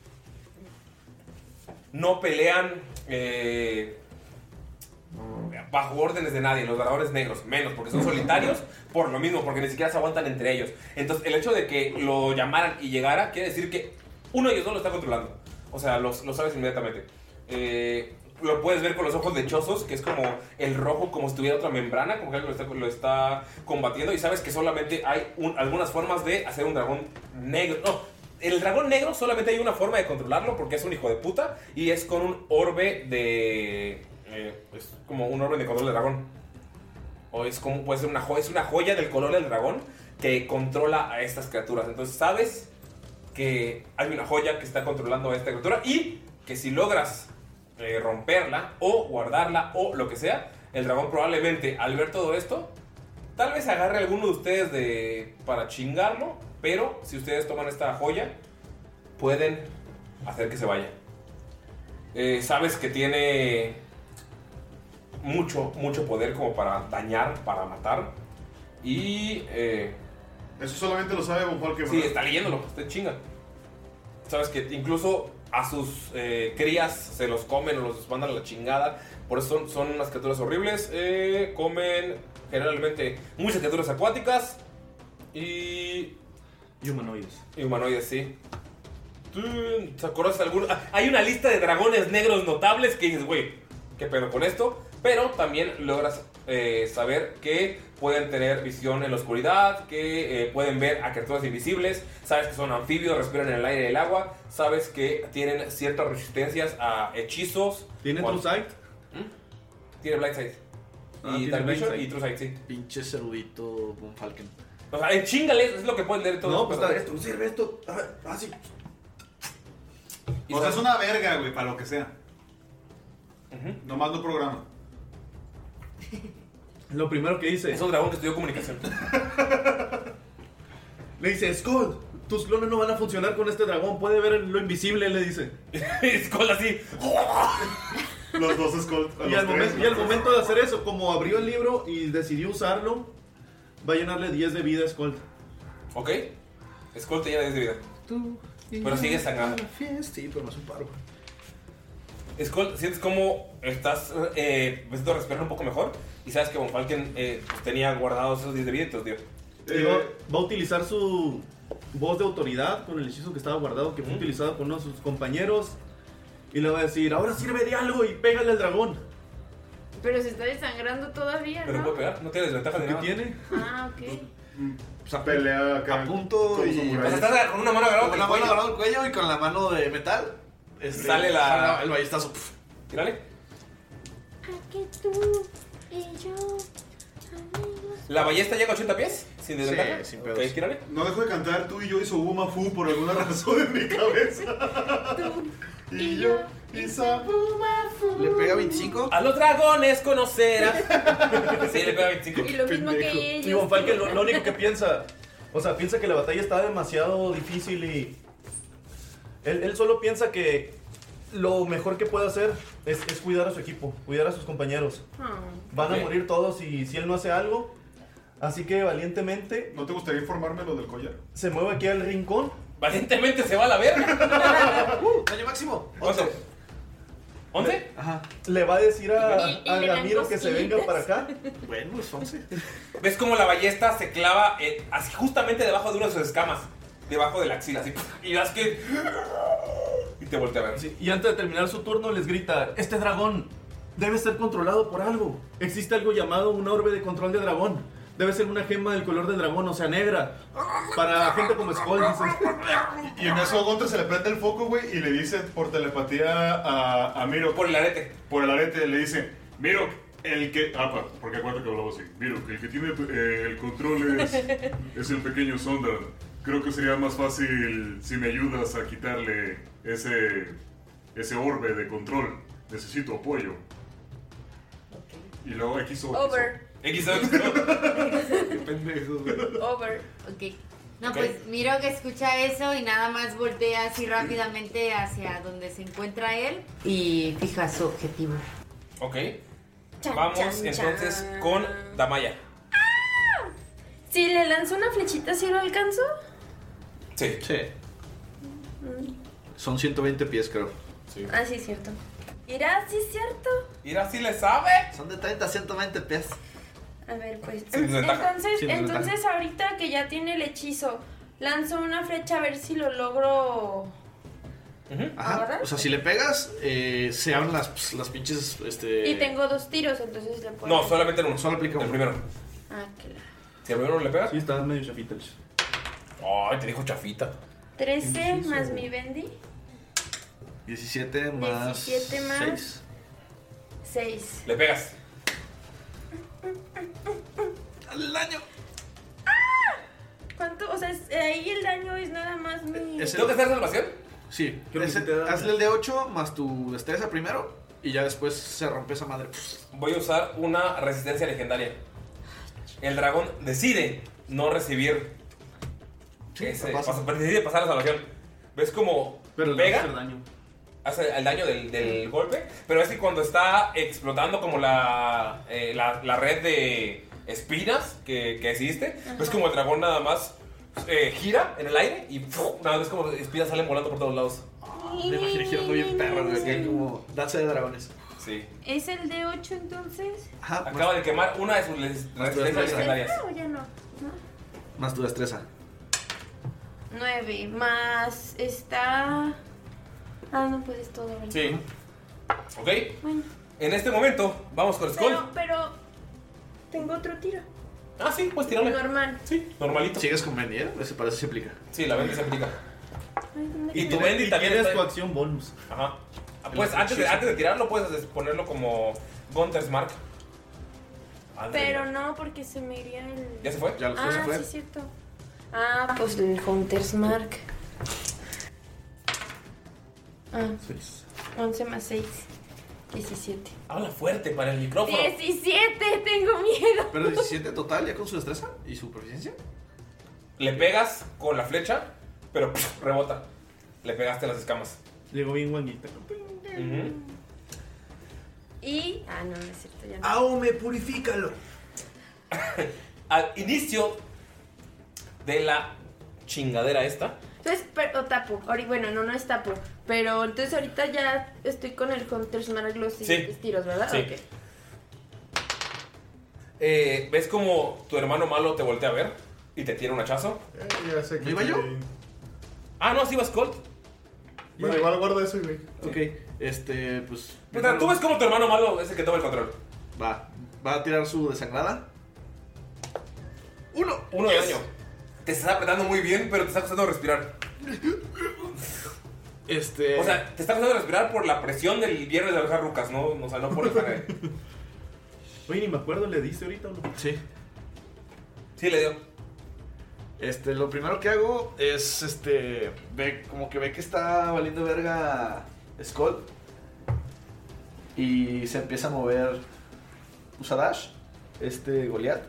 A: no pelean eh, bajo órdenes de nadie, los dragones negros, menos, porque son solitarios, por lo mismo, porque ni siquiera se aguantan entre ellos. Entonces, el hecho de que lo llamaran y llegara quiere decir que uno de ellos no lo está controlando. O sea, los- lo sabes inmediatamente. Eh, lo puedes ver con los ojos lechosos, que es como el rojo, como si tuviera otra membrana, como que alguien lo está, lo está combatiendo. Y sabes que solamente hay un- algunas formas de hacer un dragón negro. No, el dragón negro solamente hay una forma de controlarlo porque es un hijo de puta y es con un orbe de. eh, es como un orbe de control de dragón. O es como puede ser una joya, es una joya del color del dragón que controla a estas criaturas. Entonces sabes que hay una joya que está controlando a esta criatura y que si logras eh, romperla o guardarla o lo que sea, el dragón probablemente al ver todo esto, tal vez agarre a alguno de ustedes de, para chingarlo, pero si ustedes toman esta joya, pueden hacer que se vaya. Eh, sabes que tiene mucho, mucho poder como para dañar, para matar. Y... eh,
F: Eso solamente lo sabe Von Falkenberg.
A: Sí, está leyéndolo, está en chinga. Sabes que incluso a sus eh, crías se los comen o los mandan a la chingada. Por eso son, son unas criaturas horribles. Eh, comen generalmente muchas criaturas acuáticas y.
G: Y humanoides.
A: Y humanoides, sí. ¿Tú te acuerdas de algún.? ah, Hay una lista de dragones negros notables que dices, güey, qué pedo con esto. Pero también logras eh, saber que pueden tener visión en la oscuridad, que eh, pueden ver a criaturas invisibles. Sabes que son anfibios, respiran en el aire y el agua. Sabes que tienen ciertas resistencias a hechizos.
G: ¿Tiene
A: Cuando-
G: True Sight?
A: ¿Mm? Tiene Blind Sight.
C: Ah,
A: y
C: tiene
A: Dark
C: Blind
A: Vision
C: Sight.
A: y True Sight, sí.
C: Pinche cerudito Von Falken.
A: O sea, en chingales es lo que pueden leer todos.
C: No, pues,
A: Pero-
C: esto, sirve esto. Ah, sí.
A: Y
F: O sea,
A: sabes-
F: es una verga, güey, para lo que sea. Nomás no programa.
G: Lo primero que dice.
A: Es un dragón que estudió comunicación.
G: <laughs> Le dice, Skull, tus clones no van a funcionar con este dragón. Puede ver lo invisible, le dice.
A: <laughs> Skull así.
F: <laughs> Los dos Skull. a
G: Y
F: los tres,
G: al, momento, y al momento de hacer eso, como abrió el libro y decidió usarlo, va a llenarle 10 de vida a Skull.
A: Ok. Skull te llena 10 de vida. Pero sigue sangrando.
C: Sí, pero más un paro.
A: Skull, sientes como estás eh, empezando a respirar un poco mejor. Y sabes que Von Falken eh, pues, tenía guardados esos 10 de vida y te los dio.
C: Eh,
G: Y va, va a utilizar su voz de autoridad con el hechizo que estaba guardado,
A: Mm.
G: que fue utilizado por uno de sus compañeros. Y le va a decir, ahora sirve de algo y pégale al dragón.
B: Pero se está desangrando todavía,
A: Pero
B: ¿no?
A: puede pegar, no tiene desventaja ni
G: ¿Qué
A: nada.
G: tiene?
B: Ah, ok.
F: O sea, pelea acá.
C: A punto
F: Como
C: y.
F: samurái.
A: O sea, Pues estás con una mano agarrada
C: Con
A: por
C: la mano
A: el cuello.
C: agarrada al cuello y con la mano de metal. este,
A: Sale la-
C: jala El ballestazo. Pf.
A: Tírale.
B: A Ah, que tú y yo, amigos.
A: La ballesta llega a 80 pies sin desventaja.
C: sin
A: Ok,
C: pedos.
A: tírale.
F: No dejo de cantar tú y yo y Sobuma Fu por alguna razón en mi cabeza. y yo y Sobuma Fu.
C: Le pega 25.
A: A los dragones conocerás. sí, le pega 25.
B: Y lo mismo que ellos.
G: Y Von Falken lo, lo único que piensa, o sea, piensa que la batalla está demasiado difícil y él, él solo piensa que lo mejor que puede hacer es, es cuidar a su equipo, cuidar a sus compañeros.
B: Ah.
G: Van
A: Ok.
G: a morir todos y si él no hace algo, así que valientemente
F: ¿No te gustaría informarme lo del collar?
G: se mueve aquí al rincón.
A: Valientemente se va a la
G: <laughs>
A: verga.
C: Uh, daño máximo.
A: ¿Cuánto? ¿11?
C: Ajá.
G: Le va a decir a,
B: Y- y
G: a
B: le dan
G: Ramiro que se venga
B: cosquillitas.
G: para acá.
B: <laughs>
C: Bueno, es 11.
A: ¿Ves cómo la ballesta se clava eh, así justamente debajo de una de sus escamas? Debajo de la axila, así. Y das que. Y te voltea a ver.
G: Y antes de terminar su turno les grita, este dragón debe ser controlado por algo. Existe algo llamado una orbe de control de dragón. Debe ser una gema del color del dragón, o sea, negra. Para gente como Skull, dicen.
F: Y en eso a Gontra se le prende el foco, güey, y le dice por telepatía a, a Miro,
A: Por
F: por,
A: el arete.
F: por el arete, le dice, Miro, el que... Ah, pa- porque acuérdate que hablaba así. Miro, el que tiene eh, el
A: <laughs>
F: control es, es el pequeño Sondra. Creo que sería más fácil si me ayudas a quitarle ese, ese orbe de control. Necesito apoyo. Y luego aquí sobre.
B: Over,
A: X,
F: <laughs>
A: ¿sabes?
B: over.
E: Ok. No,
A: Ok.
E: pues miro que escucha eso y nada más voltea así rápidamente hacia donde se encuentra él y fija su objetivo.
A: Ok.
B: Chan,
A: Vamos
B: chan,
A: entonces
B: chan.
A: con Damaya.
B: Si le lanzo una flechita, si lo alcanzo?
A: Sí.
C: Sí. Son 120 pies, creo.
B: Mm. Ah, sí, es cierto. Irá, sí, es cierto.
A: Mira, si le sabe.
C: Son de 30 a 120 pies.
B: A ver, pues.
A: Sin desventaja.
B: Entonces,
C: Sin desventaja.
B: entonces ahorita que ya tiene el hechizo, lanzo una flecha a ver si lo logro.
C: Ajá.
B: ¿Ahora?
C: O sea, si le pegas, eh, se abren las, pss, las pinches. Este,
B: Y tengo dos tiros, entonces le puedo.
A: Eh. No, solamente en uno.
C: Solo aplica
A: El
C: uno.
A: primero.
B: Ah, que la-
A: Si el primero no le pegas.
G: Sí, está medio chafita el ch-
A: Ay, te dijo chafita.
B: 13 más mi bendy,
C: 17 más.
B: 17 más.
C: 6.
B: 6.
A: Le pegas.
C: Al daño.
B: ¡Ah! ¿Cuánto? O sea, es- ahí el daño es nada más mi.
C: Es el-
A: ¿Tengo que hacer salvación?
C: Sí,
G: Creo que
C: ese-
G: sí te da-
C: hazle el de 8 más tu destreza primero y ya después se rompe esa madre.
A: Voy a usar una resistencia legendaria. El dragón decide no recibir. ese-
C: pasa.
A: pasa- decide pasar la salvación. ¿Ves cómo
C: le
A: pega?
C: vas a hacer
A: Hace el daño del, del golpe. Pero es que cuando está explotando como la, eh, la, la red de espinas que, que existe, ves como el dragón nada más eh, gira en el aire y ¡fu! nada más como espinas salen volando por todos lados.
C: Me imagino girando bien perro, güey, que como danza de dragones.
A: Sí.
B: ¿Es el de 8 entonces?
C: pues.
A: Acaba de quemar una de sus les- resistencias
C: destreza.
A: legendarias.
B: Ah, o ya no. ¿No?
C: Más tu destreza.
B: 9 más está. Ah, no, pues es todo. ¿verdad?
A: Sí. Ok.
B: Bueno.
A: En este momento, vamos con Skull.
B: Pero, pero. Tengo otro tiro.
A: Ah, sí, pues tírale.
B: Normal.
A: Sí. Normalito.
C: ¿Sigues con Bendy, eh? Ese parece que se aplica.
A: Sí, la Bendy se aplica. Y tu
G: Tienes-
A: Bendy
G: y
A: también
G: tienes
A: está-
G: tu acción bonus.
A: Ajá. Ah, Pues antes de, antes de tirarlo, puedes des- ponerlo como Gunther's Mark. Antes de-
B: Pero no, porque se me iría el.
A: ¿Ya se fue? Ya lo- ya
B: ah,
A: se fue.
B: sí, es cierto. Ah, pues el Hunter's Mark. Ah, 11 más 6. 17.
A: Habla fuerte para el micrófono.
B: 17, tengo miedo.
C: Pero 17 total, ya con su destreza y su proficiencia.
A: Le pegas con la flecha, pero rebota. Le pegaste las escamas.
G: Llegó bien guanguita.
A: Ujú.
B: Y. Ah, no, no es cierto, ya no.
A: oh,
C: ¡Aome, purifícalo!
A: <coughs> Al inicio de la chingadera esta,
B: Entonces, pero, o tapo. Ahori- bueno, no, no es tapo. Pero entonces ahorita ya estoy con el Hunter's Mark los siguientes tiros, ¿verdad?
A: Sí.
B: Ok.
A: eh, ves como tu hermano malo te voltea a ver y te tira un hachazo.
F: Ya sé que.
C: ¿Iba yo?
A: Ah, no, sí vas Colt.
F: Bueno, igual guarda eso, güey.
C: Ok, este, pues.
A: Mientras tú ves como tu hermano malo es el que toma el control.
C: Va, va a tirar su desangrada.
A: Uno. Uno de daño. Te estás apretando muy bien, pero te está costando respirar.
C: Este.
A: O sea, te está costando respirar por la presión del viernes de las abejas rucas, ¿no? O sea, no por el sangre.
G: Oye, ni me acuerdo, ¿le diste ahorita o no?
C: sí.
A: Sí, le dio.
C: Este, lo primero que hago es, este, ve, como que ve que está valiendo verga Skull. Y se empieza a mover Usadash, este Goliath.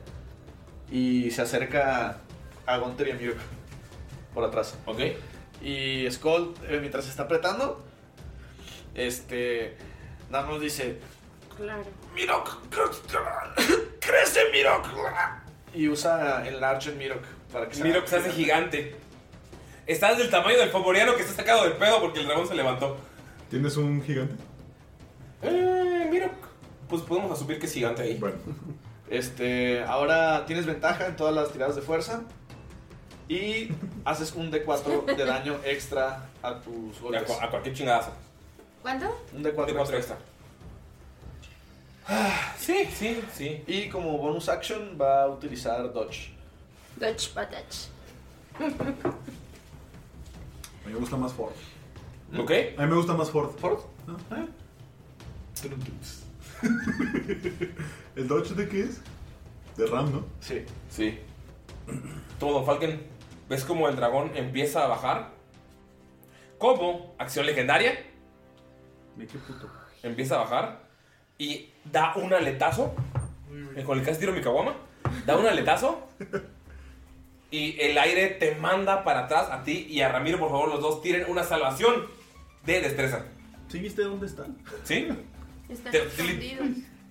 C: Y se acerca a Gunter y a Mirk por atrás.
A: Ok.
C: Y Skull, eh, mientras se está apretando, este, nada más dice,
B: Claro.
C: Mirok, <laughs> crece Mirok. Y usa el Large en Mirok para que
A: Miro que se hace gigante. Estás del tamaño del favoriano que está sacado de pedo porque el dragón se levantó.
F: ¿Tienes un gigante?
A: Eh, Miro. Pues podemos asumir que es gigante ahí.
F: Bueno.
C: <laughs> Este, ahora tienes ventaja en todas las tiradas de fuerza y haces un D4 de daño extra a tus
A: A,
C: golpes.
A: cu- a cualquier chingadazo.
E: ¿Cuánto?
C: Un
A: De
C: D4
A: cuatro
C: extra.
A: extra. Ah, Sí, sí, sí.
C: Y como bonus action va a utilizar dodge.
B: Dutch Batach.
F: A mí me gusta más Ford.
A: ¿Ok?
F: A mí me gusta más Ford. Ah,
C: ¿Ford?
F: Ajá. <laughs> ¿El Dodge de qué es? De Ram, ¿no?
C: Sí.
A: Sí. Todo, Falken. ¿Ves cómo el dragón empieza a bajar? Como acción legendaria,
G: Me qué puto.
A: empieza a bajar y da un aletazo. Eh, Con el que has tiro mi caguama. Da un aletazo y el aire te manda para atrás a ti y a Ramiro. Por favor, los dos tiren una salvación de destreza.
G: ¿Sí viste dónde está?
A: ¿Sí?
B: <laughs> Están
A: Te-
B: escondidos.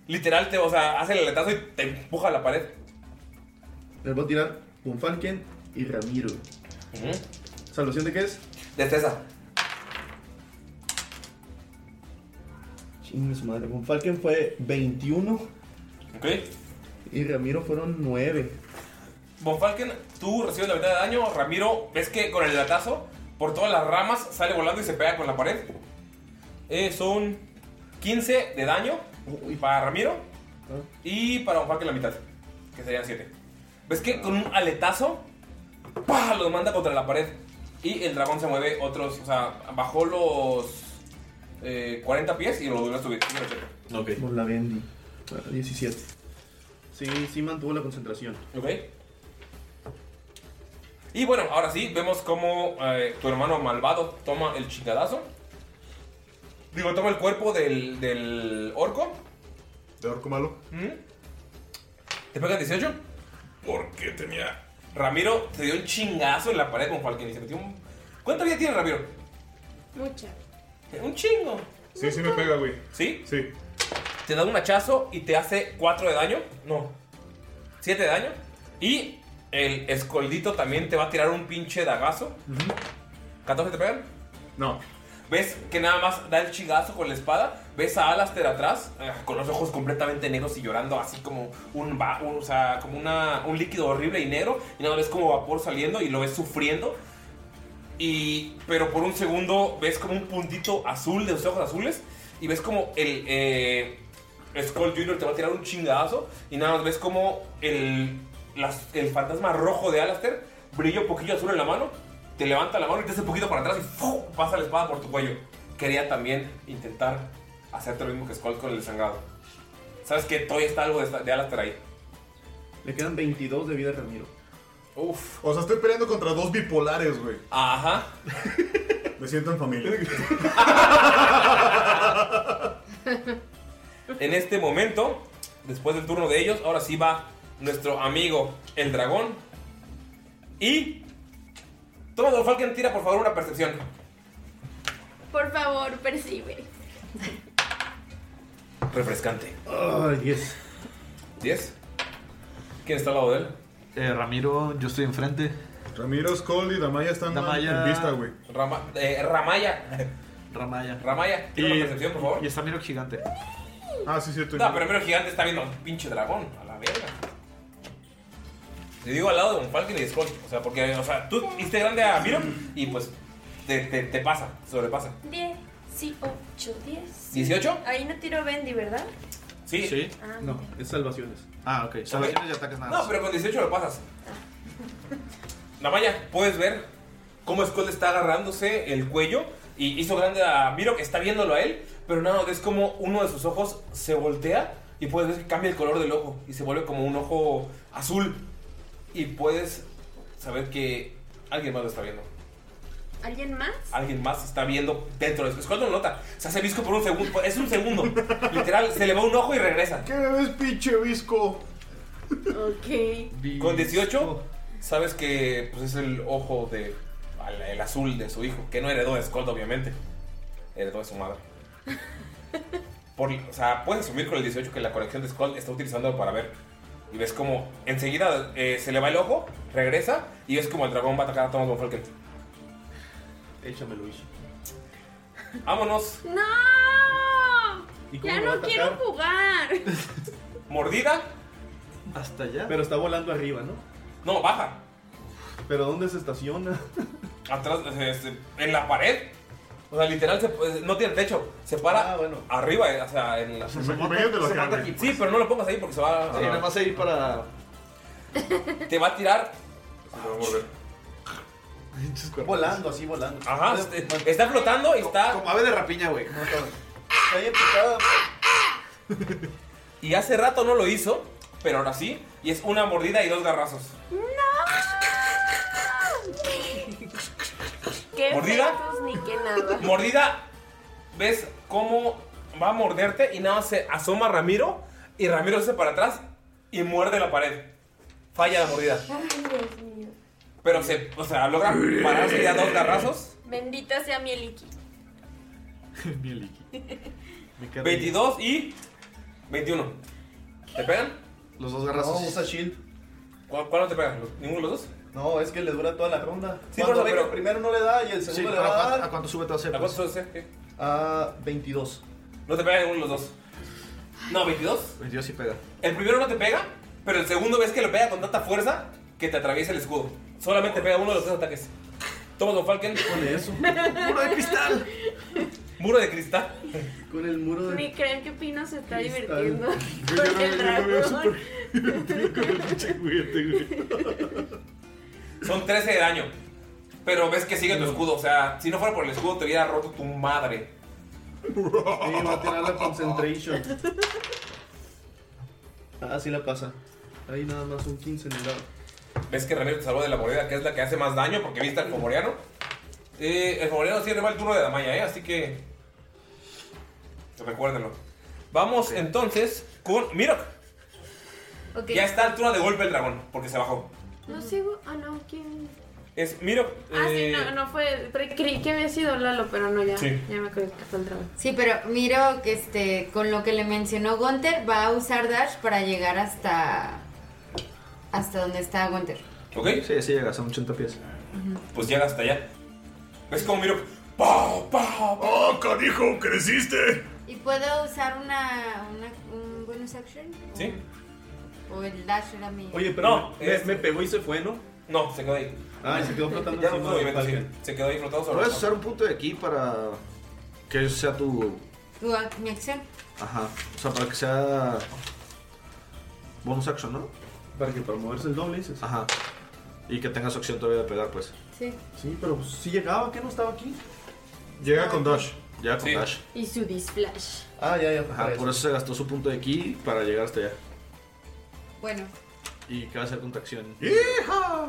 A: Literal, te, o sea, hace el aletazo y te empuja a la pared.
G: Les voy a tirar con Falken y Ramiro.
A: Ujú.
G: ¿Salvación de qué es?
A: Destreza.
G: Chingue su madre. Von Falken fue 21
A: ¿Ok?
G: y Ramiro fueron 9.
A: Von Falken, tú recibes la mitad de daño. Ramiro, ves que con el latazo, por todas las ramas, sale volando y se pega con la pared. Eh, son 15 de daño para Ramiro y para Von Falken la mitad, que serían 7. Ves que con un aletazo, ¡pah! lo manda contra la pared. Y el dragón se mueve otros, o sea, bajó los eh, 40 pies y lo volvió a subir. Mira, checa.
C: Ok.
G: Por la Bendy. Ah, 17. Sí, sí mantuvo la concentración.
A: Ok. Y bueno, ahora sí, vemos cómo eh, tu hermano malvado toma el chingadazo. Digo, toma el cuerpo del, del orco.
F: ¿De orco malo?
A: ¿Te pegan 18? Porque tenía. Ramiro se dio un chingazo en la pared con Falken y se metió un. ¿Cuánta vida tiene Ramiro?
B: Mucha.
A: Un chingo.
F: Sí, sí me pega, güey.
A: ¿Sí?
F: Sí.
A: Te da un hachazo y te hace 4 de daño. No. 7 de daño. Y el escoldito también te va a tirar un pinche dagazo. 14 te pegan.
F: No.
A: ¿Ves que nada más da el chingazo con la espada? ¿Ves a Alastair atrás? eh, Con los ojos completamente negros y llorando, así como un, va- un- o sea, como una, un líquido horrible y negro. Y nada, ves como vapor saliendo y lo ves sufriendo. Y, pero por un segundo ves como un puntito azul de los ojos azules. Y ves como el eh, Skull Jr. te va a tirar un chingazo. Y nada más ves como el, las- el fantasma rojo de Alastair brilla un poquillo azul en la mano. Te levanta la mano y te hace un poquito para atrás y ¡fu! pasa la espada por tu cuello. Quería también intentar hacerte lo mismo que Skull con el sangrado. Sabes que todavía está algo de, esta- de Alastair ahí.
G: Le quedan 22 de vida a Ramiro.
A: Uf.
F: O sea, estoy peleando contra dos bipolares, güey.
A: Ajá.
F: Me siento en familia.
A: En este momento, después del turno de ellos, ahora sí va nuestro amigo el dragón. Y. Toma, Don Falken, tira por favor una percepción.
B: Por favor, percibe.
A: Refrescante.
G: Ay, 10.
A: 10. ¿Quién está al lado de él?
C: Ramiro, yo estoy enfrente.
F: Ramiro, Skull y Damaya están
C: Damaya-
F: en vista, güey.
A: Rama- eh, Ramaya.
C: <laughs> Ramaya.
A: Ramaya, tira una percepción, por favor.
C: Y está Miro Gigante.
F: Ah, sí, cierto.
A: No, pero el gigante está viendo a un pinche dragón. A la verga. Le digo al lado de Don Falken y de Skull. O sea, porque, o sea, tú hiciste grande a Miro y pues te, te- te pasa, sobrepasa.
B: 10, sí, 8, 10.
A: ¿Dieciocho?
B: Ahí no tiró Bendy, ¿verdad?
A: Sí.
B: Ah,
G: No, es salvaciones.
C: Ah, ok. Salvaciones y ataques nada más.
A: No, pero con 18 lo pasas. Namaya, puedes ver cómo Skull está agarrándose el cuello y hizo grande a Miro que está viéndolo a él, pero nada, ves como uno de sus ojos se voltea y puedes ver que cambia el color del ojo y se vuelve como un ojo azul y puedes saber que alguien más lo está viendo.
B: ¿Alguien más?
A: Alguien más está viendo dentro de Skull no lo nota. Se hace visco por un segundo. Es un segundo. Literal, se le va un ojo y regresa.
F: ¿Qué ves, pinche visco?
B: Ok.
A: Con 18, sabes que pues, es el ojo de. al- el azul de su hijo, que no heredó de Skold, obviamente. Heredó de su madre. Por- o sea, puedes asumir con el 18 que la colección de Skold está utilizando para ver. Y ves como enseguida eh, se le va el ojo, regresa, y ves como el dragón va a atacar a Thomas von Falken.
G: Échame, Luis.
B: <laughs>
A: Vámonos,
B: ¡No!
G: ¿Y cómo
B: Ya
G: lo va a
B: no quiero
G: atacar?
B: jugar.
A: mordida.
C: Hasta allá.
G: Pero está volando arriba, ¿no?
A: No, baja.
G: Pero ¿dónde se estaciona?
A: Atrás, este, en la pared. O sea, literal, se- pues, no tiene techo. Se para
G: Ah, bueno.
A: arriba, eh, o sea, en la.
F: Imagínate la
C: Se mata
F: cara.
C: aquí.
A: Sí, pero no lo pongas ahí porque se va.
C: Sí, nada más ahí para.
A: Te va a tirar.
C: <laughs>
G: Volando, así volando.
A: Ajá. este, Está flotando y está.
C: Como ave de rapiña, güey.
G: Calle picada.
A: Y hace rato no lo hizo, pero ahora sí. Y es una mordida y dos garrazos.
B: ¿Qué
A: ¿Mordida?
B: fetos ni qué nada.
A: Mordida, ves cómo va a morderte y nada más se asoma Ramiro. Y Ramiro se hace para atrás y muerde la pared. Falla la mordida.
B: Ay, Dios mío.
A: Pero se, o sea, logra pararse ya dos garrazos.
B: Bendita sea mi Eliki.
C: Mieliki. Me quedo
A: 22 y 21. ¿Te pegan?
C: ahí. Los dos
G: No,
C: garrazos.
G: usa shield.
A: ¿Cuál, cuál no te pegan? ¿Ninguno de los dos?
G: No, es que le dura toda la ronda.
A: Sí,
G: Cuando
A: por eso,
G: ve que
A: pero-
G: el primero no le da y el
C: Sí, ah,
G: segundo le
C: ¿pero ¿a,
G: va a
C: cuánto, ¿A
G: dar
C: cuánto sube Ah. te va a hacer?
A: ¿La
C: pues?
A: cuánto es? eh?
G: a 22.
A: No te pega ninguno de los dos. No, 22.
C: 22 sí pega.
A: El primero no te pega, pero el segundo ves que lo pega con tanta fuerza que te atraviesa el escudo. Solamente pega uno de los tres ataques. Toma Don Falken,
G: Con eso.
C: ¡Muro de cristal!
A: muro de cristal.
G: Con el muro de.
B: Mi creen que Pino se está
G: Cristal.
B: divirtiendo
F: Yo
B: con
F: ya no-
B: el
F: yo no veo
B: dragón.
G: <laughs>
A: Son 13 de daño. Pero ves que sigue tu escudo. O sea, si no fuera por el escudo, te hubiera roto tu madre.
G: Sí, va a tirar la concentration. Ah, sí la pasa. Ahí nada más un 15 en el lado.
A: Ves que Ramiro te salvó de la mordida, que es la que hace más daño porque viste al Fomoreano. Eh, el Fomoreano sí arriba el turno de Damaya, ¿eh? Así que. Recuérdenlo. Vamos entonces con Mirok.
B: Ok.
A: Ya está a altura de golpe el dragón, porque se bajó.
B: No sigo. Ah, no, ¿quién?
A: Es Mirok.
B: Ah, sí,
A: eh,
B: no, no fue. pre- Creí que había sido Lalo, pero no, ya.
A: Sí.
B: Ya me acuerdo que fue el dragón.
E: Sí, pero miro que este, con lo que le mencionó Gunther, va a usar Dash para llegar hasta. hasta donde está Gunther.
A: ¿Ok?
C: Sí, sí, llegas a 80 pies.
A: Pues llega hasta allá. Es como Mirok. ¡Pau, pau! ¡Oh, canijo! ¡Creciste!
E: ¿Y puedo usar una, una- un bonus action?
A: ¿Sí?
E: ¿O el Dash era mi.?
G: Oye, pero me, me pegó y se fue, ¿no?
A: No, se quedó ahí.
G: Ah, y se quedó flotando
A: Ya no
G: encima
A: pudo
G: del
A: movimiento, sí.
G: parque.
A: Se quedó ahí flotado sobre
C: Puedes usar un punto de aquí para que sea tu.
E: ¿Tu ac- mi acción?
C: Ajá. O sea, para que sea. Bonus action, ¿no? Para que para moverse el doble dices. Ajá. Y que tengas opción todavía de pegar, pues.
E: Sí.
C: Sí, pero pues, si llegaba, ¿qué no estaba aquí?
F: Llega con dash.
C: Llega con dash.
B: Y su disflash.
C: Ah, ya, ya. Ajá, por eso se gastó su punto de aquí para llegar hasta allá.
E: Bueno.
C: ¿Y qué va a hacer con tu acción?
E: ¡Hija!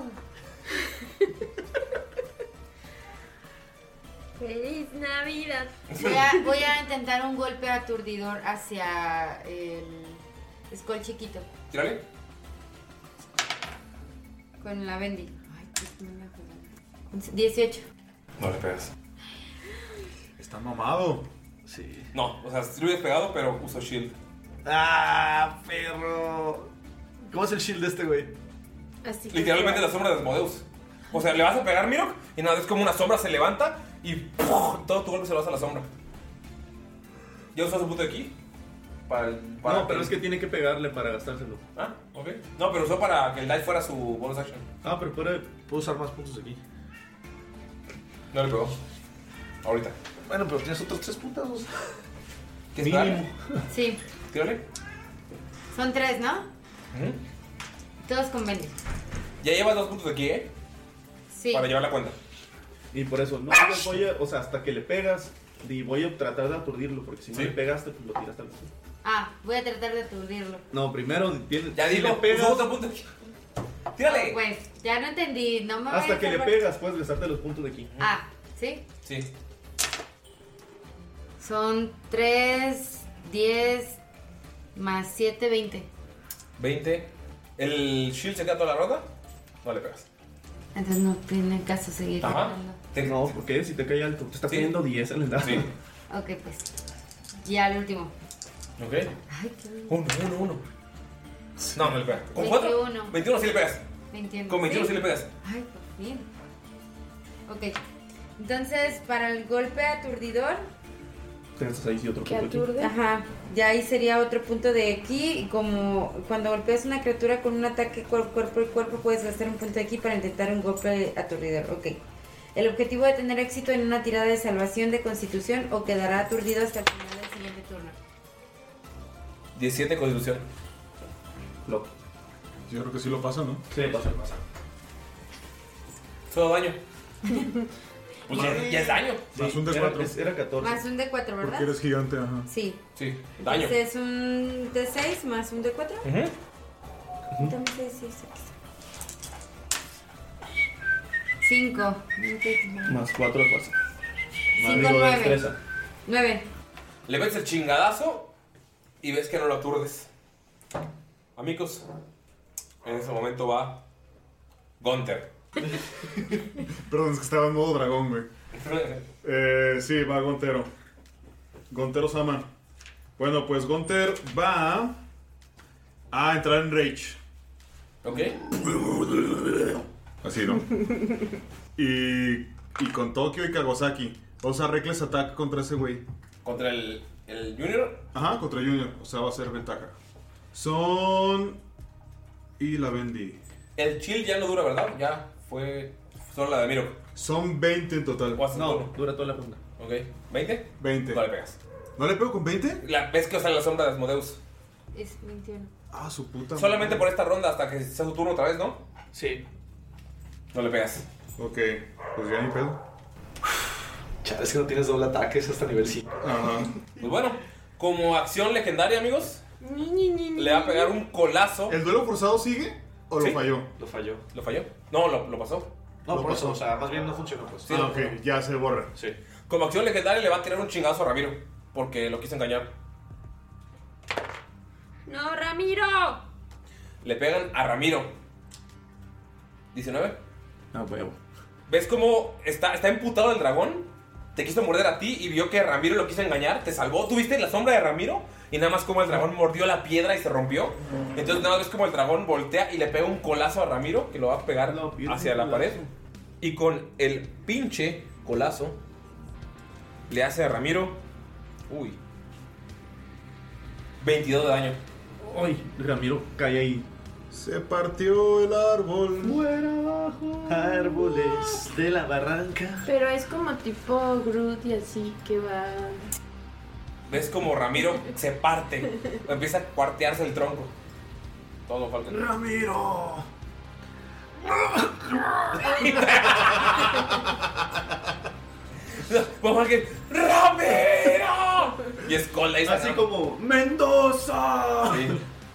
B: <laughs> ¡Feliz Navidad!
E: Voy a, voy a intentar un golpe aturdidor hacia el Skull chiquito
A: Tírale.
E: con la Bendy. Ay, qué no me acuerdo. 18.
A: No le pegas.
F: Está mamado.
C: Sí.
A: No, o sea, sí lo hubieras pegado, pero uso shield.
C: ¡Ah, perro! ¿Cómo es el shield de este güey?
B: Así que-
A: Literalmente la sombra de Asmodeus. O sea, le vas a pegar Mirok y nada, es como una sombra se levanta y ¡pum! todo tu golpe se lo vas a la sombra. ¿Ya usas un punto de aquí? Para el. Para
G: No, pero es que tiene que pegarle para gastárselo.
A: Ah, ok. No, pero usó para que el dive fuera su bonus action.
G: Ah, pero puede,
C: puedo usar más puntos aquí.
A: No le pegó. Ahorita.
C: Bueno, pero tienes otros tres puntazos.
A: <laughs> ¿Qué
E: Sí,
A: Tírale.
E: son tres, ¿no? Todos con Bendy.
A: Ya llevas dos puntos de aquí, ¿eh?
E: Sí.
A: Para llevar la cuenta.
G: Y por eso, no, yo voy a, o sea, hasta que le pegas, y voy a tratar de aturdirlo, porque si no le pegaste, pues lo tiraste al suelo.
E: Ah, voy a tratar de aturdirlo.
G: No, primero tienes. Ya
A: dilo,
G: le pegas,
E: No, pues, ya no entendí, no me voy
G: hasta
E: a
G: que le
E: salvar.
G: pegas, puedes gastarte los puntos de aquí.
E: Ah, ¿sí?
A: Sí.
E: Son 3, 10 más 7, 20.
A: 20. ¿El shield se queda toda la ronda? No le pegas.
E: Entonces no tiene caso seguir
A: Ajá.
E: hablando.
G: No, porque si te cae alto, te está cayendo 10 en el dado. <laughs> Sí.
E: Ok, pues. Ya el último.
A: Ok.
E: Ay, qué
A: Uno, uno, uno. No, no le pegas. ¿Con 4?
E: 21.
A: 21 sí le pegas.
E: 21.
A: Con 21 sí le pegas.
E: Ay, por fin. Ok. Entonces, para el golpe aturdidor.
G: Te gastas ahí sí otro punto aquí.
E: Ajá. Ya ahí sería otro punto de aquí. Y como cuando golpeas una criatura con un ataque cuerpo cuerpo y cuerpo, puedes gastar un punto de aquí para intentar un golpe aturdidor. Ok. El objetivo de tener éxito en una tirada de salvación de constitución o quedará aturdido hasta el final del siguiente turno.
A: 17 constitución.
G: Loco.
F: Yo creo que sí lo pasa, ¿no?
G: Sí, pasa,
F: pasa.
A: Todo daño. Pues ya, ya es daño.
F: Más un
G: era,
F: descuatro.
G: es- era 14.
E: Más un D4, ¿verdad?
F: Porque eres gigante, ajá.
E: Sí.
A: Sí,
E: Entonces un D6 más un D4.
A: Ujú.
E: Dame seis, seis, seis. Cinco.
G: Más 4 de fuerza.
E: Cinco, nueve.
G: este,
E: Nueve.
A: Le ves el chingadazo y ves que no lo aturdes. Amigos, en ese momento va
F: <laughs>
A: Gunther.
F: Perdón, es que estaba en modo dragón, güey. Eh, sí, va Gontero. Gontero Sama. Bueno, pues Gonter va a entrar en Rage.
A: ¿Ok?
F: Así, ¿no? y, y con Tokio y Kawasaki. O sea, Reckless Attack contra ese güey.
A: Contra el, el Junior.
F: Ajá, contra Junior. O sea, va a ser ventaja. Son. Y la vendí.
A: El chill ya no dura, ¿verdad? Ya fue solo la de Miro.
F: Son 20 en total.
A: No,
G: dura toda la ronda.
A: ¿Ok? ¿20?
F: 20.
A: No le pegas.
F: ¿No le pego con 20?
A: La, ves que o sea la sombra de Asmodeus.
E: Es 21.
F: Ah, su puta.
A: Solamente
F: madre.
A: por esta ronda hasta que sea su turno otra vez, ¿no?
C: Sí.
A: No le pegas.
F: Ok, pues ya ni pedo.
C: Chale, es que no tienes doble ataque, es hasta nivel 5.
F: Ajá.
A: Pues bueno, como acción legendaria, amigos,
B: Ni, ni, ni, ni.
A: le va a pegar un colazo.
F: ¿El duelo forzado sigue? ¿O lo falló?
C: Lo falló.
A: ¿Lo falló? No, lo, lo pasó.
C: No, por eso, o sea, más bien no funcionó, pues.
A: Sí, no,
F: Ah, ya se borra.
A: Sí. Como acción legendaria le va a tirar un chingazo a Ramiro. Porque lo quiso engañar.
B: No, Ramiro.
A: Le pegan a Ramiro. 19.
G: Ah, huevo.
A: ¿Ves cómo está, está emputado el dragón? Te quiso morder a ti y vio que Ramiro lo quiso engañar, te salvó. Tuviste la sombra de Ramiro y nada más como el dragón mordió la piedra y se rompió. Entonces nada más ves como el dragón voltea y le pega un colazo a Ramiro que lo va a pegar hacia la pared. Y con el pinche colazo le hace a Ramiro... Uy. 22 de daño.
G: Ay, Ramiro, cae ahí.
F: Se partió el árbol.
G: Fuera abajo. Árboles de la barranca.
B: Pero es como tipo Groot y así que va.
A: ¿Ves como Ramiro se parte? Empieza a cuartearse el tronco. Todo Falcon. <laughs>
F: ¡Ramiro!
A: Vamos a que. ¡Ramiro! Y es cola y
G: Así como ¡Mendoza!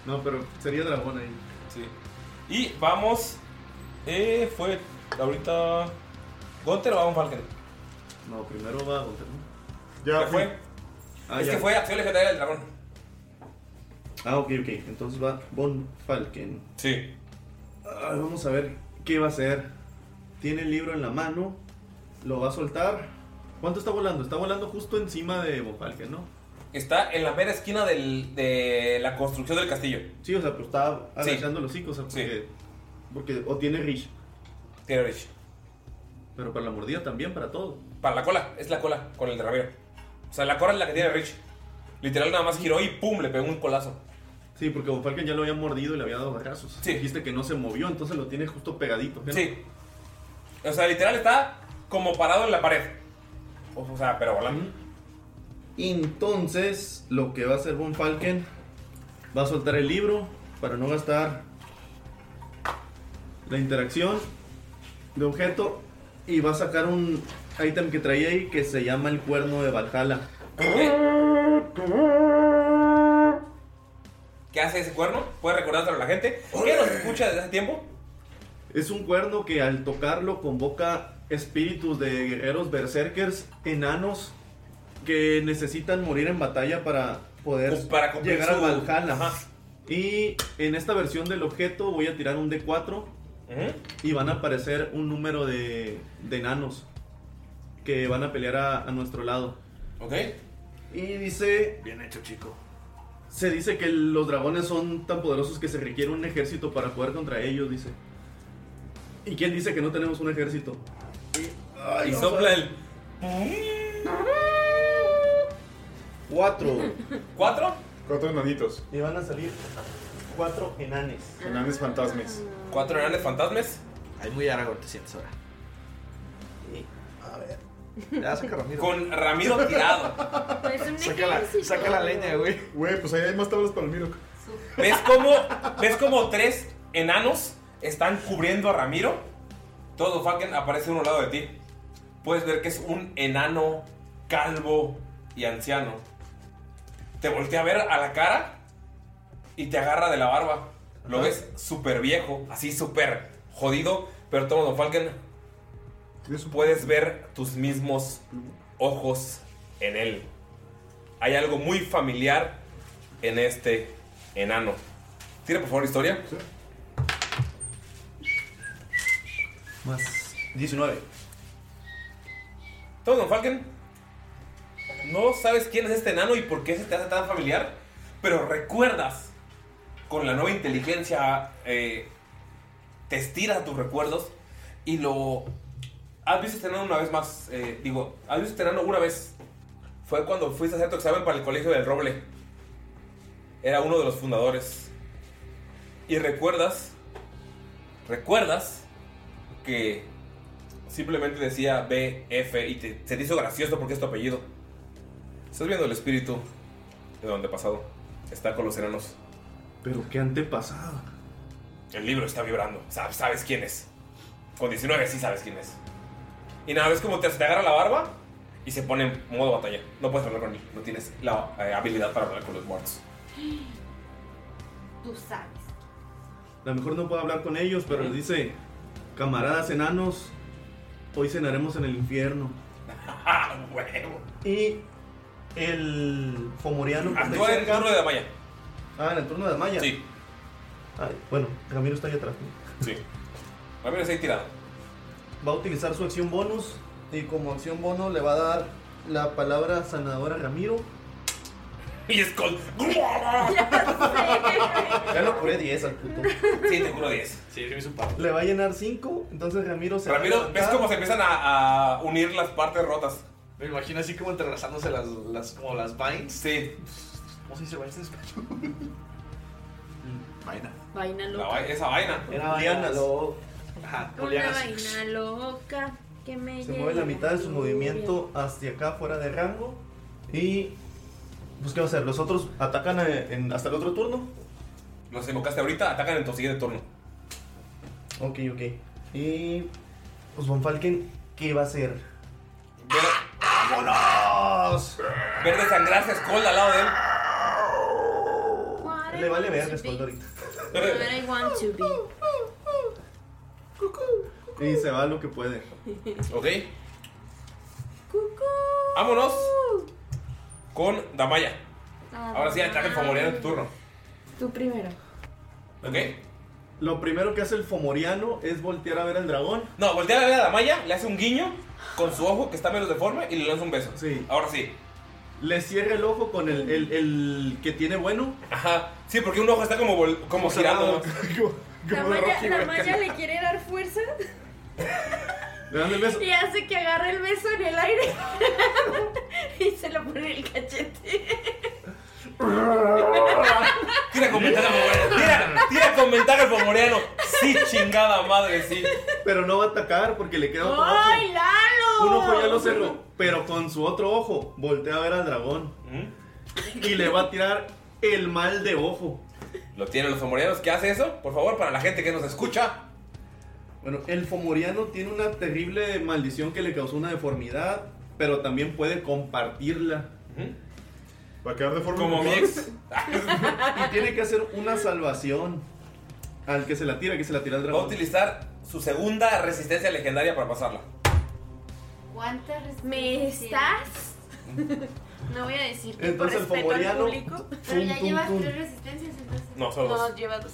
G: No, pero sería dragón ahí.
A: Sí. Y vamos. Eh, fue ahorita. ¿Gunter o vamos Falcon?
G: No, primero va Gunter.
A: Ya fue.
G: Ah,
A: es
G: ya.
A: que fue acción legendaria del dragón.
G: Ah, ok, ok. Entonces va Von Falken.
A: Sí.
G: vamos a ver qué va a hacer. Tiene el libro en la mano. Lo va a soltar. ¿Cuánto está volando? Está volando justo encima de Von Falken, ¿no?
A: Está en la mera esquina del- de la construcción del castillo.
G: Sí, o sea, pero está
A: Sí.
G: agachando los hijos, o sea, porque, porque- O tiene Rich.
A: Tiene Rich.
G: Pero para la mordida también, para todo.
A: Para la cola, es la cola con el de Ramiro. O sea, la cola es la que tiene Rich. Literal, nada más giró y pum, le pegó un colazo.
G: Sí, porque Von Falken ya lo había mordido y le había dado brazos. Sí. Dijiste que no se movió, entonces lo tiene justo pegadito. ¿no?
A: Sí. O sea, literal está como parado en la pared. O o sea, pero volando.
G: Entonces, lo que va a hacer Von Falken va a soltar el libro para no gastar la interacción de objeto y va a sacar un ítem que traía ahí que se llama el cuerno de Valhalla.
A: ¿Qué hace ese cuerno? Puede recordárselo a la gente. ¿Qué nos escucha desde hace tiempo?
G: Es un cuerno que al tocarlo convoca espíritus de guerreros berserkers, enanos que necesitan morir en batalla para poder
A: para cumplir
G: llegar a
A: su-
G: Valhalla. Y en esta versión del objeto voy a tirar un D4 y van a aparecer un número de, de enanos que van a pelear a, a nuestro lado.
A: Ok.
G: Y dice...
C: Bien hecho, chico.
G: Se dice que los dragones son tan poderosos que se requiere un ejército para jugar contra ellos, dice. ¿Y quién dice que no tenemos un ejército?
A: y sopla el.
G: 4.
A: ¿Cuatro?
F: Cuatro enanitos.
G: Y van a salir cuatro enanes.
F: Enanes fantasmes.
A: ¿Cuatro enanes fantasmes?
C: Hay muy Aragorn, te sientes ahora. A ver. Ya saca Ramiro.
A: Con Ramiro tirado.
C: <laughs>
B: Pues un
C: Saca la,
B: ejército.
C: saca la leña, güey.
F: Güey, pues ahí hay más tablas para el Miro.
A: ¿Ves cómo, ¿Ves cómo tres enanos están cubriendo a Ramiro? Todo fucking aparece uno al lado de ti. Puedes ver que es un enano calvo y anciano. Te voltea a ver a la cara y te agarra de la barba. Lo ves súper viejo, así súper jodido. Pero todo Don Falken, puedes ver tus mismos ojos en él. Hay algo muy familiar en este enano. Tira por favor historia.
G: Más 19.
A: Todo Don Falken. No sabes quién es este enano y por qué se te hace tan familiar, pero recuerdas con la nueva inteligencia, eh, te estira tus recuerdos y lo... Has visto este enano una vez más, eh, digo, has visto este enano una vez. Fue cuando fuiste a hacer tu examen para el colegio del Roble. Era uno de los fundadores. Y recuerdas, recuerdas que simplemente decía BF y te, se te hizo gracioso porque es tu apellido. Estás viendo el espíritu de donde pasado. Está con los enanos.
G: Pero qué antepasado.
A: El libro está vibrando. Sab- Sabes quién es. Con 19 sí sabes quién es. Y nada, ves como te, se te agarra la barba y se pone en modo batalla. No puedes hablar con él. No tienes la <laughs> eh, habilidad para hablar con los muertos.
B: Tú sabes.
G: A lo mejor no puedo hablar con ellos, pero les dice, camaradas enanos, hoy cenaremos en el infierno.
A: Ah,
G: Y el fomoriano... que está ahí
A: Actúa en el
G: cerca-
A: turno de Damaya.
G: Ah, en el turno de Amaya.
A: Sí.
G: Ay, bueno, Ramiro está ahí atrás.
A: Sí. Ramiro está ahí tirado.
G: Va a utilizar su acción bonus y como acción bonus le va a dar la palabra sanadora a Ramiro.
A: Y es con...
G: <laughs> Ya lo curé 10 al puto.
A: Sí, te juro 10. Sí, me hizo un par.
G: Le va a llenar 5, entonces Ramiro se va a
A: Ramiro, ¿ves
G: levantar.
A: cómo se empiezan a, a unir las partes rotas?
C: Me imagino así como entrelazándose las, las, como las vines.
A: Sí.
C: ¿Cómo se dice vines en
A: <laughs>
C: español?
A: Vaina.
B: Vaina
A: La
B: loca.
A: vai- esa vaina.
G: Era Liana, lo-
C: Ajá,
B: Una
G: lianas.
B: vaina loca que me
G: Se mueve la mitad de su movimiento hacia acá, fuera de rango. Y. Pues, ¿qué va a hacer? ¿Los otros atacan eh, en- hasta el otro turno?
A: Los invocaste ahorita, atacan en tu siguiente turno.
G: Ok, ok. Y. Pues, Von Falken, ¿qué va
A: <laughs>
G: a hacer?
A: ¡Vámonos! Ver desangrarse a Skull al lado de él.
G: Le vale ver respaldo ahorita.
B: What I want to be.
G: Y se va lo que puede.
A: Ok. Vámonos con Damaya. <laughs> Ahora sí, ataca el fomoriano en tu turno.
B: Tú primero.
A: ¿Ok?
G: Lo primero que hace el Fomoriano es voltear a ver al dragón.
A: No, voltea a ver a Damaya, le hace un guiño con su ojo que está menos deforme y le lanza un beso. Sí. Ahora sí.
G: Le cierra el ojo con el, el- el que tiene bueno.
A: Ajá. Sí, porque un ojo está como, vol- como girando.
B: La
A: Como
B: malla,
A: Rocky,
B: la
A: güey.
B: malla le quiere dar fuerza
G: Le dan el beso.
B: y hace que agarre el beso en el aire <laughs> y se lo pone en el cachete.
A: <laughs> Tira con ventaja, Fomoriano. Tira, tira con ventaja el Fomoriano. Sí, chingada madre, sí.
G: <laughs> Pero no va a atacar porque le queda otro ojo.
B: ¡Ay, Lalo!
G: Un ojo ya lo cerró, pero con su otro ojo voltea a ver al dragón.
F: Mm.
G: Y le va a tirar el mal de ojo.
A: Lo tienen los fomorianos. ¿Qué hace eso? Por favor, para la gente que nos escucha.
G: Bueno, el fomoriano tiene una terrible maldición que le causó una deformidad, pero también puede compartirla.
F: Va a quedar deforme.
A: Como mi
G: <laughs>
A: ex.
G: y tiene que hacer una salvación al que se la tira, que se la tira al
A: Va a
G: dragón.
A: utilizar su segunda resistencia legendaria para pasarla.
B: ¿Cuántas ¿Me estás? <laughs> No voy a decir
G: Entonces,
B: por
G: el
B: respeto al
G: fomoriano-
B: público.
G: Pero ya Tum, tum, llevas tum. tres
B: resistencias entonces.
G: No, solo dos.
B: lleva dos.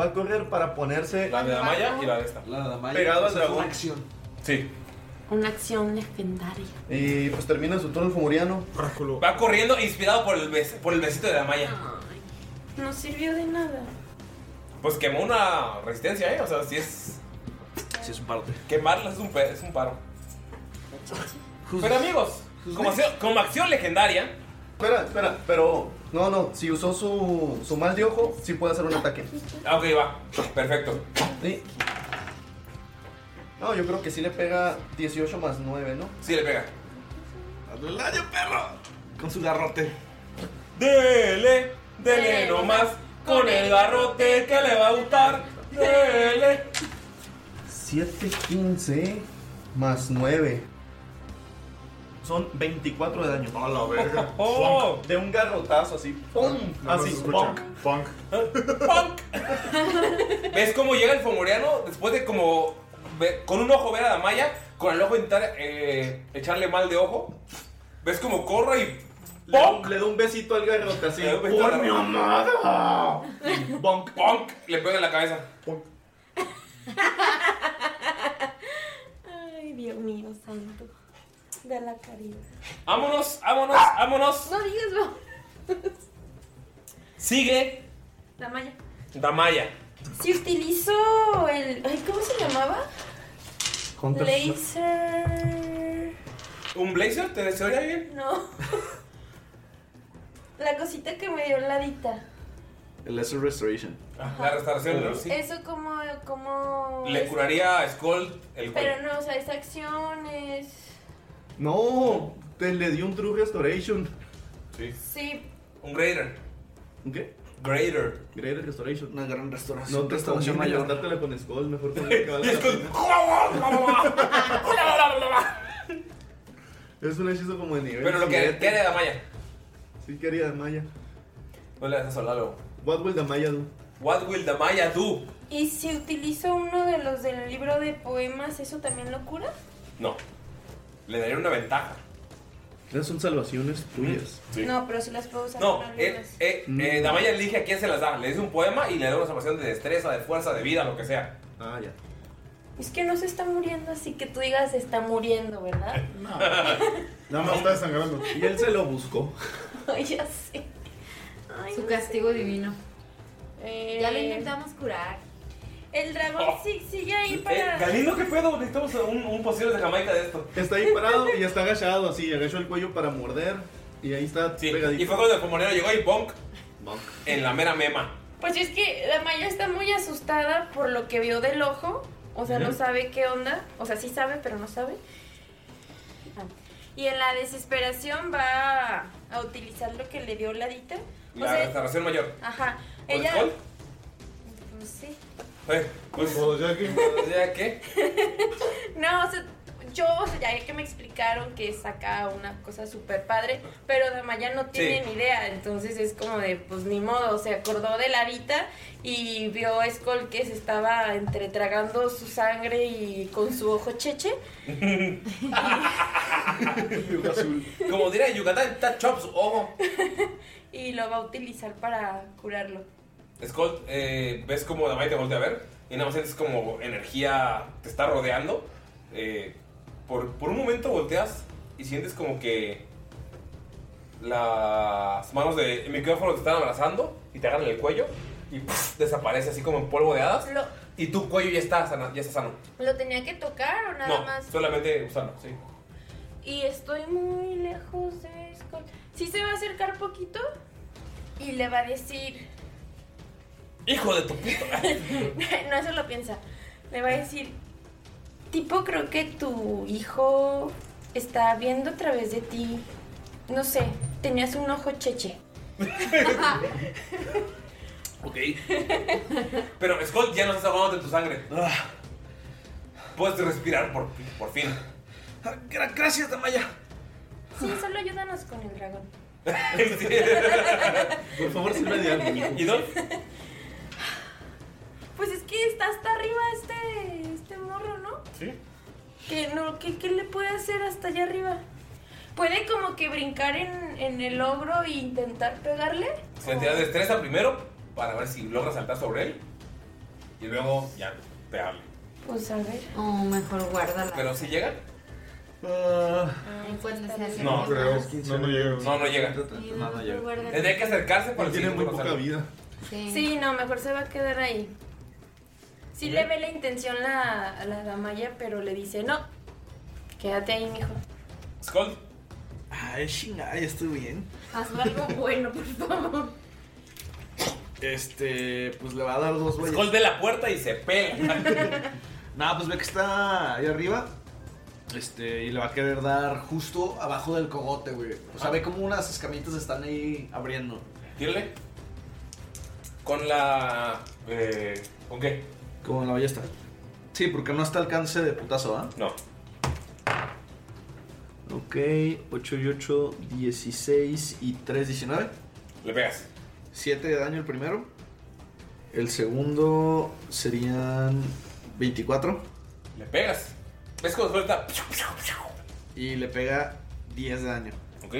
G: Va a correr para ponerse
A: La de Damaya y la de esta.
C: La de Damaya.
G: pegado al
C: Esa es
G: dragón.
C: una acción.
A: Sí.
B: Una acción legendaria.
G: Y pues termina su turno el fomoriano.
A: Va corriendo inspirado por el, bes- por el besito de Damaya.
B: No sirvió de nada.
A: Pues quemó una resistencia, ¿eh? O sea, si es.
C: Sí, es un parote.
A: Quemarla es un, pe- es un paro. Pero amigos, como acción, como acción legendaria.
G: Espera, espera, pero no, no, si usó su, su mal de ojo, sí puede hacer un ataque.
A: Ah, ok, va. Perfecto.
G: Sí. No, yo creo que sí le pega 18 más 9, ¿no?
A: Sí le pega.
C: ¡Hazle el daño, perro! Con su garrote.
A: Dele, dele nomás. Con el garrote que le va a gustar. Dele.
G: 7, 15 más 9. Son 24 de daño.
F: A la verga.
A: <laughs> Oh.
G: De un garrotazo así. ¡Pum!
A: Ah,
F: Nada más
G: Así.
F: se escucha.
G: ¡pum!
F: Punk.
A: <laughs> ¿Ves cómo llega el fomoriano después de como ve- con un ojo ver a Damaya, con el ojo intentar eh, echarle mal de ojo? ¿Ves cómo corre y
G: Le, da un- le da un besito al garrote así.
A: Le da un besito al
G: ¡Por mi
A: garrote.
G: amada! Bonk.
A: ¡Ponk! le pega en la cabeza?
B: Ay, Dios mío, santo. De la caridad.
A: ¡Vámonos, vámonos,
G: Ah.
A: vámonos!
B: No digas, no.
A: Sigue
B: La malla.
A: Damaya.
B: Si utilizo el. Ay, ¿cómo se llamaba? Laser.
A: ¿Un blazer? ¿Te desearía bien?
B: No. <laughs> La cosita que me dio ladita.
C: El Lesser Restoration.
A: La restauración, ¿no? Sí.
B: Eso como. como...
A: Le curaría a Skull el cuello.
B: Pero no, o sea, esa acción es.
G: No, te le di un True Restoration.
A: Sí.
B: Sí.
A: Un greater.
G: ¿Un qué?
A: Greater.
G: Greater Restoration.
C: Una gran restauración.
G: No te
C: restauración
G: conviene
C: mayor.
G: gastártela con Skull,
A: <laughs>
G: mejor con el que
A: Y
G: vale la
A: Skull.
G: pena.
A: <laughs>
G: Es un hechizo como de nivel.
A: Pero lo que
G: siete.
A: quiere Damaya.
G: Sí, quería Damaya.
A: No le haces a Lalo.
G: What will Damaya do?
A: What will the Maya do?
B: ¿Y si utilizo uno de los del libro de poemas, eso también lo cura?
A: No. Le daría una ventaja.
G: Esas son salvaciones
A: <laughs>
G: tuyas.
B: No, pero si las puedo usar
A: No,
B: para
A: eh, eh,
G: Mm.
A: eh, Damaya elige a quién se las da. Le dice un poema y le da una salvación de destreza, de fuerza, de vida, lo que sea.
G: Ah, ya.
B: Es que no se está muriendo, así que tú digas se está muriendo, ¿verdad?
G: Nada más está desangrando. Y él se
A: <laughs>
G: lo buscó.
B: <laughs> Ay, ya sé. Ay,
E: Su
B: no
E: castigo
B: sé.
E: divino.
B: Eh,
E: Ya lo intentamos curar.
B: El dragón sí, sigue ahí para.
A: Eh,
G: Eh,
A: Galindo, ¿qué pedo? Necesitamos un, un posible de Jamaica de esto.
G: Está ahí parado y está agachado así, agachó el cuello para morder. Y ahí está pegadito.
A: Y fue cuando el pulmonero llegó y bonk. En la mera mema.
B: Pues es que la Maya está muy asustada por lo que vio del ojo. O sea, no
A: Ujú.
B: sabe qué onda. O sea, sí sabe, pero no sabe. Ah. Y en la desesperación va a utilizar lo que le dio ladita. O
A: La
B: sea,
A: restauración mayor.
B: Ajá.
A: ¿Por
B: Ella.
A: alcohol?
B: Pues sí.
A: Eh, pues,
F: ya que.
A: ¿Ya <laughs> qué?
B: No, o sea, yo, o sea, ya que me explicaron que saca una cosa súper padre, pero Damaya no tiene
A: Sí.
B: ni idea, entonces es como de, pues ni modo, se acordó de la Vita y vio a Skull que se estaba entretragando su sangre y con su ojo cheche.
A: Como diría en Yucatán, está chop su ojo.
B: Y lo va a utilizar para curarlo.
A: Scott, eh, ves como Damaya te voltea a ver y nada más sientes como energía te está rodeando. Eh, por, por un momento volteas y sientes como que las manos del micrófono te están abrazando y te agarran el cuello y ¡puf! desaparece así como en polvo de hadas.
B: Lo,
A: Y tu cuello ya está, sana- ya está sano.
B: lo tenía que tocar o nada
A: no,
B: más.
A: solamente usarlo, sí.
B: Y estoy muy lejos de Skull. Sí se va a acercar poquito y le va a decir.
A: ¡Hijo de tu puta!
B: <laughs> no, eso lo piensa. Le va a decir, tipo, creo que tu hijo está viendo a través de ti. No sé, tenías un ojo cheche.
A: Ok. Pero Scott ya no estás ahogando de tu sangre. Puedes respirar por, por fin. Gra- Gracias, Damaya.
B: Sí, solo ayúdanos con el dragón.
G: Por favor, sirve de algo. mijo.
A: ¿Y no?
B: Pues es que está hasta arriba este, este morro, ¿no?
F: Sí.
B: Que no, ¿qué, qué le puede hacer hasta allá arriba? ¿Puede como que brincar en, en el ogro e intentar pegarle?
A: Se te da destreza primero para ver si logras saltar sobre él. Y luego ya pegarle.
B: Pues a ver.
E: Oh, mejor guárdala.
A: Pero si llega.
E: En cuanto se hace.
A: No, creo. No, no llega. No, no llega.
E: No, no llega. guárdala.
A: Tendría que acercarse para el
G: Tiene muy
A: siguiente
G: poca
A: pasar.
G: vida.
E: Sí.
B: Sí, no, mejor se va a quedar ahí. Sí le ve la intención la, la Damaya, pero le dice, no, quédate ahí, mijo.
A: Scott,
C: Ay, Ah, chingada, ya estoy bien.
E: Hazme algo bueno, por favor.
C: Este, pues le va a dar dos
A: Scott
C: güeyes.
A: ve la puerta y se pega.
C: <laughs> Nada, pues ve que está ahí arriba. Este, y le va a querer dar justo abajo del cogote, güey. O
A: Ah.
C: sea, ve como unas escamitas están ahí abriendo.
A: Tírale. Con la. eh, ¿Con qué?
C: Como la ballesta. Sí, porque no está al alcance de putazo, ¿ah?
A: No.
C: Ok, 8 y 8, 16 y 3, 19.
A: Le pegas.
C: 7 de daño el primero. El segundo serían 24.
A: Le pegas. ¿Ves cómo suelta?
C: Y le pega 10 de daño.
A: Ok.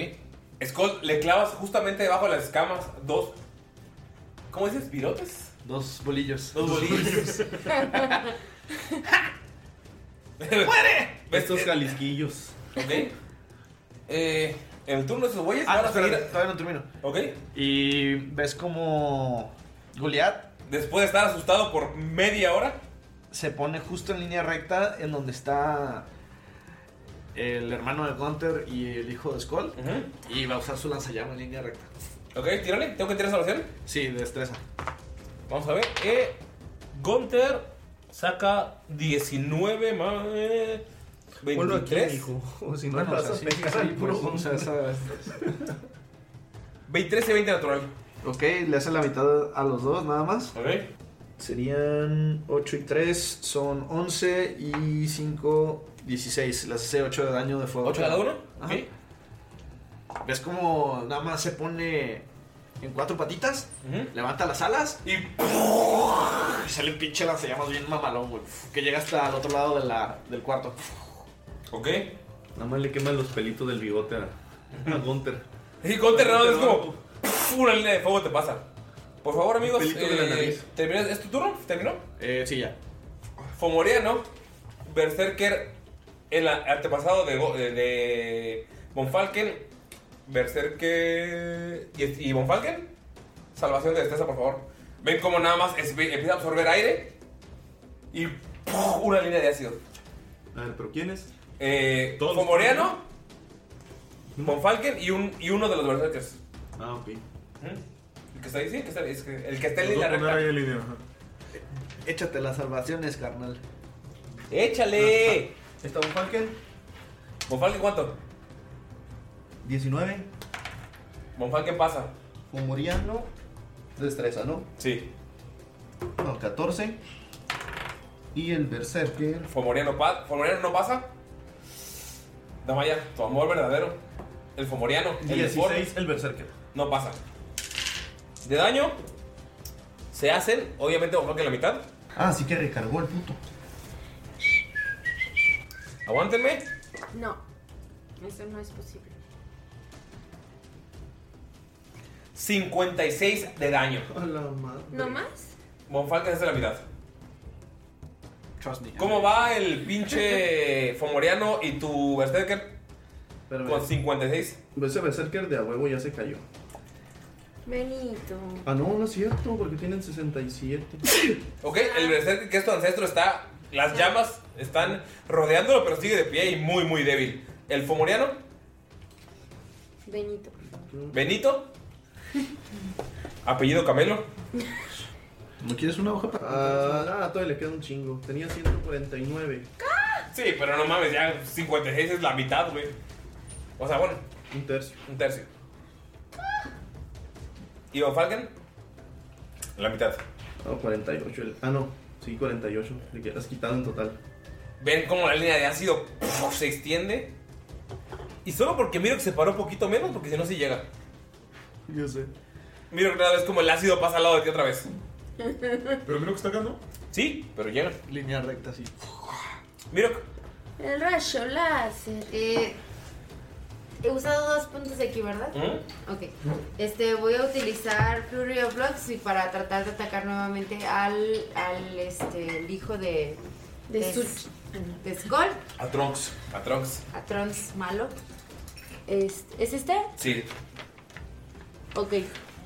A: Scott, le clavas justamente debajo de las escamas dos. ¿Cómo dices? ¿Virotes?
C: Dos bolillos.
A: Dos bolillos. <laughs>
G: Estos jalisquillos.
A: Ok. Eh, en el turno de esos güeyes
C: Ah,
A: van a
C: no, espérate,
A: seguir.
C: todavía no termino.
A: Ok.
C: Y ves como Goliath
A: Después de estar asustado por media hora.
C: se pone justo en línea recta en donde está el hermano de Gunter y el hijo de Skull. Y va a usar su lanzallamas en línea recta.
A: Ok, tírale. Tengo que tirar salvación.
C: Sí, destreza.
A: Vamos a ver. Eh, Gunter saca 19 más. eh, 23.
G: <laughs>
C: Si
G: no, no, o sea, sí, <laughs> sí, pues, o sea,
C: esa...
A: 23 y 20 natural.
C: Ok, le hace la mitad a los dos nada más.
A: Ok.
C: Serían 8 y 3, son 11 y 5, 16. Las hace 8 de daño de fuego.
A: 8 cada uno.
C: Ajá.
A: Ok.
C: Ves como nada más se pone en cuatro patitas, levanta las alas y y sale un pinche lanzallamas bien mamalón, güey. Que llega hasta el otro lado de la- del cuarto.
A: Ok.
G: Nada más le queman los pelitos del bigote a, a Gunter.
A: Y Gunter nada más es como pf, una línea de fuego te pasa. Por favor, amigos,
G: Pelito de la
A: eh,
G: nariz.
A: ¿terminas- ¿es tu turno? ¿Terminó?
C: Eh, sí, ya.
A: Fomoriano, Berserker, el a- antepasado de, Go- de, de Von Falken, Berserker y, y Von Falken. Salvación de destreza, por favor. Ven como nada más es- empieza a absorber aire y ¡puf! una línea de ácido.
G: A ver, ¿pero quién es?
A: Eh, Fomoriano, Von Falken y, un, y uno de los Berserkers.
G: Ah, ok.
A: El que está ahí, sí, el que está, es que- el que está en
C: Los
A: línea
C: voy a poner
A: recta.
C: ahí en línea, ajá. Échate las salvaciones, carnal.
A: ¡Échale!
G: <laughs> ¿Está Von Falken?
A: ¿Von Falken cuánto?
G: 19.
A: ¿Von Falken pasa?
G: Fomoriano. Destreza, ¿no?
A: Sí.
G: No, 14. Y el Berserker.
A: Fomoriano, pa- Fomoriano no pasa. Damaya, tu amor verdadero. El Fomoriano. El de Ford,
G: 16, el Berserker.
A: no pasa. De daño, se hacen, obviamente, Von Falken la mitad.
G: Ah, sí que recargó el puto.
A: Aguántenme.
B: No, eso no es posible.
A: 56 de daño.
B: ¿No más?
A: Von Falken hace la mitad.
C: Trust me.
A: ¿Cómo va el pinche Fomoriano y tu Berserker? Con 56.
G: Pues Ese Berserker de a huevo ya se cayó.
B: Benito.
G: Ah, no, no es cierto, porque tienen 67.
A: <laughs> Ok, el berserker que es tu ancestro está. Las llamas están rodeándolo, pero sigue de pie y muy, muy débil. El fomoriano,
B: Benito.
A: Benito, apellido Camelo.
C: ¿No quieres una hoja para.?
G: Ah, ah, todavía le queda un chingo. Tenía 149.
A: Sí, pero no mames, ya 56 es la mitad, güey. O sea, bueno,
G: Un tercio.
A: un tercio. ¿Y Von Falken? La mitad.
G: Ah, 48. el- ah, no. Sí, 48. Le quedas quitado en total.
A: Ven cómo la línea de ácido puf, se extiende. Y solo porque miro que se paró poquito menos, porque si no, sí llega.
G: Yo sé.
A: Miro que cada vez como el ácido pasa al lado de ti otra vez.
D: Pero mira que está acá, ¿no?
A: Sí, pero llega.
C: Línea recta, sí.
A: Miro,
B: El rayo láser.
E: Eh, he usado dos puntos de aquí, ¿verdad?
A: ¿Mm?
E: Ok. Este, voy a utilizar Flurry of Blocks y para tratar de atacar nuevamente al, al este, el hijo de...
B: De
E: de-
B: Such.
E: De Skull,
A: A Trunks. A Trunks.
E: a Trons malo. Este, ¿Es este?
A: Sí.
E: Ok.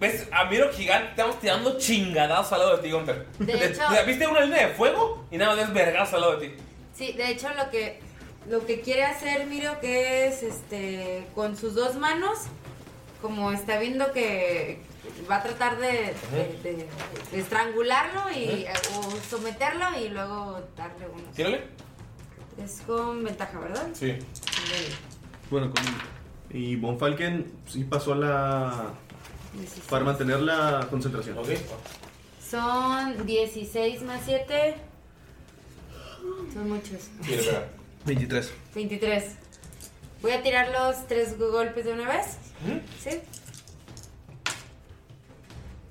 A: ¿Ves? A Miro Gigante estamos tirando chingadazos al lado de ti, Gunter.
E: De
A: Te-
E: hecho-
A: te- ¿Viste una línea de fuego? Y nada más es vergazo al lado de ti.
E: Sí, de hecho lo que lo que quiere hacer Miro que es este con sus dos manos como está viendo que va a tratar de, de- de- de estrangularlo y o someterlo y luego darle uno.
A: ¿Tírale?
E: Es con ventaja, ¿verdad?
A: Sí.
G: Bueno, con. Y Von Falken sí pasó la.
E: Dieciséis.
G: Para mantener la concentración.
A: Ok.
E: Son 16 más 7. Son muchos.
A: Sí, le
E: <laughs>
A: pega.
C: 23.
E: 23. Voy a tirar los tres golpes de una vez.
A: ¿Mm?
E: ¿Sí?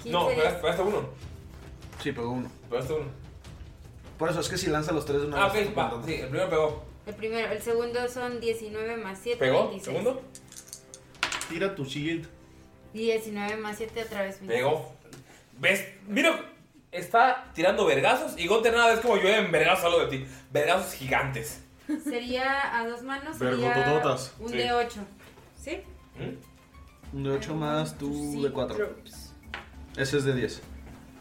A: No,
E: 15,
A: pegaste pegaste uno.
C: Sí, pegó uno.
A: Pegaste uno.
C: Por eso es que si lanza los tres de una
A: Ah,
C: vez.
A: ok, va. Sí, el primero pegó.
E: El primero, el segundo son 19 más 7.
A: ¿Pegó?
E: 26.
A: ¿Segundo?
G: Tira tu shield.
E: 19 más 7 otra vez. 26.
A: Pegó. ¿Ves? Miro está tirando vergazos y Gunter nada es como yo en vergazos al lado de ti. Vergazos gigantes.
E: <laughs> Sería a dos manos. Sería
F: Vergotototas.
E: un
A: Sí.
E: de 8. ¿Sí?
A: ¿Mm?
C: Un de 8 más tú de 4. Ese es de 10.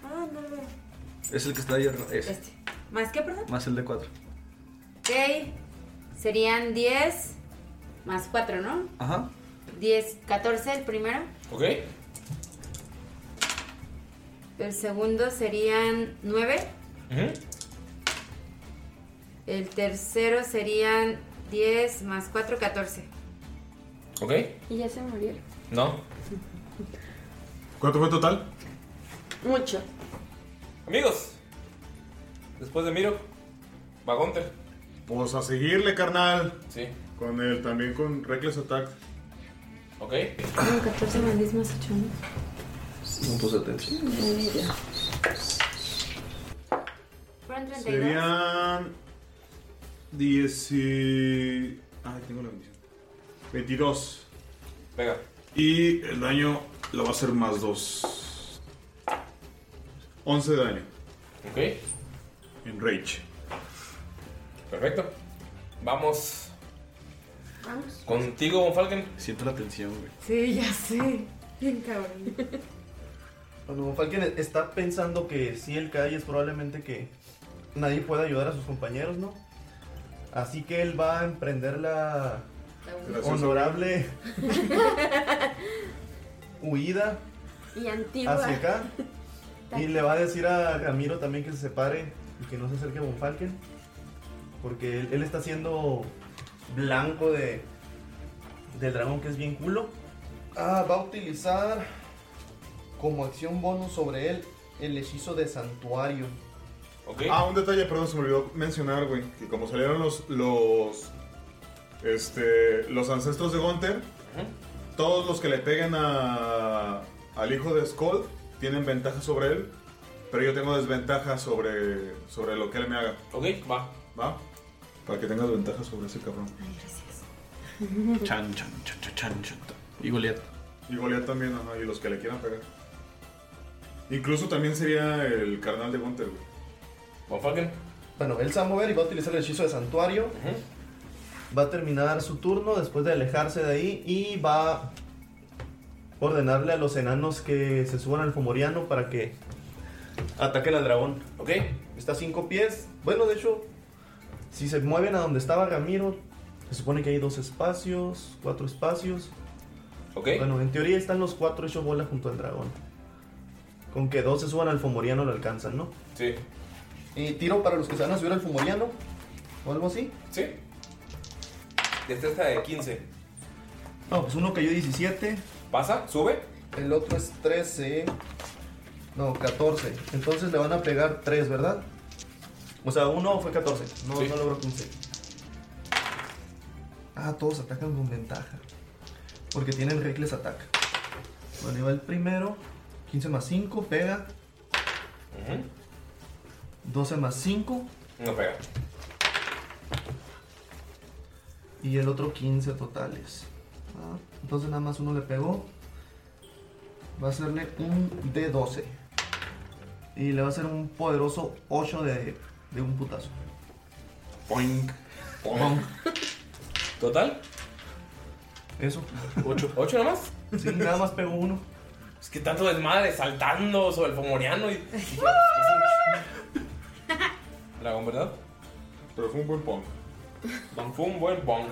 E: Ah, no lo veo.
C: Es el que está hierro. Ese.
E: Este. ¿Más qué, perdón?
C: Más el de 4.
E: Ok. Serían 10 más 4, ¿no?
C: Ajá.
E: 10, 14 el primero.
A: ¿Ok?
E: El segundo serían 9.
A: Ujú.
E: El tercero serían 10 más 4, 14.
A: ¿Ok?
B: <laughs> Y ya se murieron.
A: No.
F: ¿Cuánto fue total?
B: Mucho.
A: Amigos, después de Miro, va Gunter.
F: Pues a seguirle, carnal.
A: Sí.
F: Con él, también con Reckless Attack.
A: ¿Ok?
B: 14 más 10 más 8, ¿no?
G: No puse atención.
E: Fueron 32.
F: Serían. 10. y- Ay, tengo la bendición. 22.
A: Pega.
F: Y el daño lo va a hacer más 2. 11 de daño.
A: Ok.
F: En Rage.
A: Perfecto. Vamos
E: Vamos.
A: contigo, Von Falken. Siento la tensión, güey.
E: Sí, ya sé. Bien <laughs> cabrón.
G: Cuando Von Falken está pensando que si él cae es probablemente que nadie pueda ayudar a sus compañeros, ¿no? Así que él va a emprender la Oh,
E: Gracioso.
G: honorable <laughs> huida
B: Y antigua.
G: hacia acá. Y le va a decir a Ramiro también que se separe y que no se acerque a Von Falken. Porque él, él está siendo blanco de del dragón que es bien culo. Ah, va a utilizar como acción bonus sobre él el hechizo de santuario.
F: Ah, un detalle, perdón, se me olvidó mencionar, güey. Que como salieron los. los este. Los ancestros de Gunther, todos los que le peguen a. al hijo de Skull tienen ventaja sobre él. Pero yo tengo desventaja sobre. sobre lo que él me haga.
A: Ok, va.
F: ¿Va? Para que tengas ventaja sobre ese cabrón.
G: Ah,
C: Chan, chan, chan, chan, chan, chan. Y Goliat.
F: Y Goliat también, ajá, y los que le quieran pegar. Incluso también sería el carnal de Gunther, güey.
G: Bueno, él se va a mover y va a utilizar el hechizo de santuario. Va a terminar su turno después de alejarse de ahí y va a ordenarle a los enanos que se suban al fomoriano para que ataquen al dragón.
A: Ok.
G: Está a cinco pies. Bueno, de hecho, si se mueven a donde estaba Ramiro, se supone que hay dos espacios, cuatro espacios.
A: Ok.
G: Bueno, en teoría están los cuatro hechos bola junto al dragón. Con que dos se suban al fomoriano lo alcanzan, ¿no?
A: Sí.
G: Y tiro para los que se van a subir al fumoriano. ¿O algo así?
A: Sí. Destreza de 15.
G: No, pues uno cayó 17.
A: ¿Pasa? ¿Sube?
G: El otro es 13. No, 14. Entonces le van a pegar 3, ¿verdad? O sea, uno fue 14. No,
A: Sí.
G: no logró 15. Ah, todos atacan con ventaja. Porque tienen Reckless Attack. Bueno, ahí va el primero. 15 más 5, pega. 12 más 5.
A: No pega.
G: Y el otro 15 totales. Ah, Entonces nada más uno le pegó. Va a hacerle un D12. Y le va a hacer un poderoso 8 de, de un putazo.
F: Poink.
G: Poink.
A: ¿Total?
G: Eso. <laughs>
A: 8. ¿8 nomás?
G: Sí, nada más pegó uno.
A: Es que tanto desmadre saltando sobre el fomoriano y.
F: <laughs>
A: Dragón, ¿verdad?
F: Pero fue un buen pong.
A: Fue un buen pong.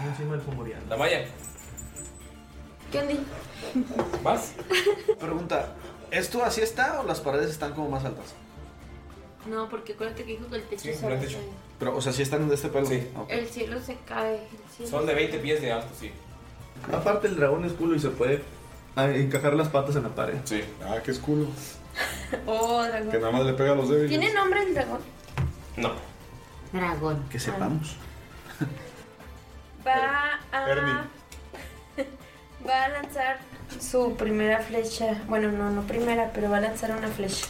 G: Uno encima del fomoriano.
A: La malla.
B: ¿Qué Andy?
A: ¿Vas?
C: <laughs> Pregunta: ¿esto así está o las paredes están como más altas?
B: No, porque acuérdate que dijo que el techo
A: Sí,
B: se
A: no hay
B: abre.
A: techo.
C: Pero, o sea, sí están de este pelo. Sí.
B: El cielo se cae. el cielo
A: Son de
B: se
A: 20 pies de alto, sí.
G: Aparte el dragón es culo y se puede ah, encajar las patas en la pared.
A: Sí.
F: Ah, qué es culo.
B: cae. Oh, dragón.
F: Que nada más le pega a los débiles.
B: ¿Tiene nombre el dragón?
A: No.
E: Dragón.
C: Que sepamos.
B: Va a. Va a lanzar su primera flecha. Bueno, no, no primera, pero va a lanzar una flecha.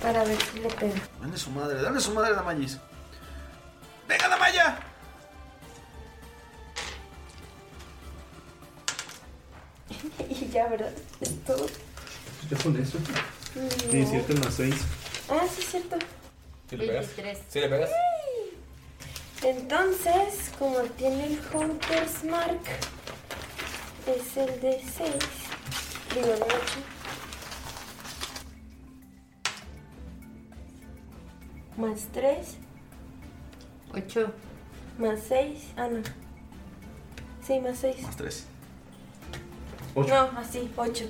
B: Para ver si le pega. <laughs>
C: Dale su madre, dale su madre a Damayis. ¡Venga, Damaya!
B: y ya, ¿verdad? Es todo.
G: Ya con eso.
B: No.
G: 17 más 6.
B: Ah, sí, es cierto.
A: ¿Sí le pegas?
B: 23.
A: ¿Sí le pegas?
B: Entonces, como tiene el Hunter's Mark, es el de 6. Digo, de 8. Más 3.
E: 8.
B: Más 6. Ah, no. Sí, más 6.
C: Más tres.
B: No, así, 8.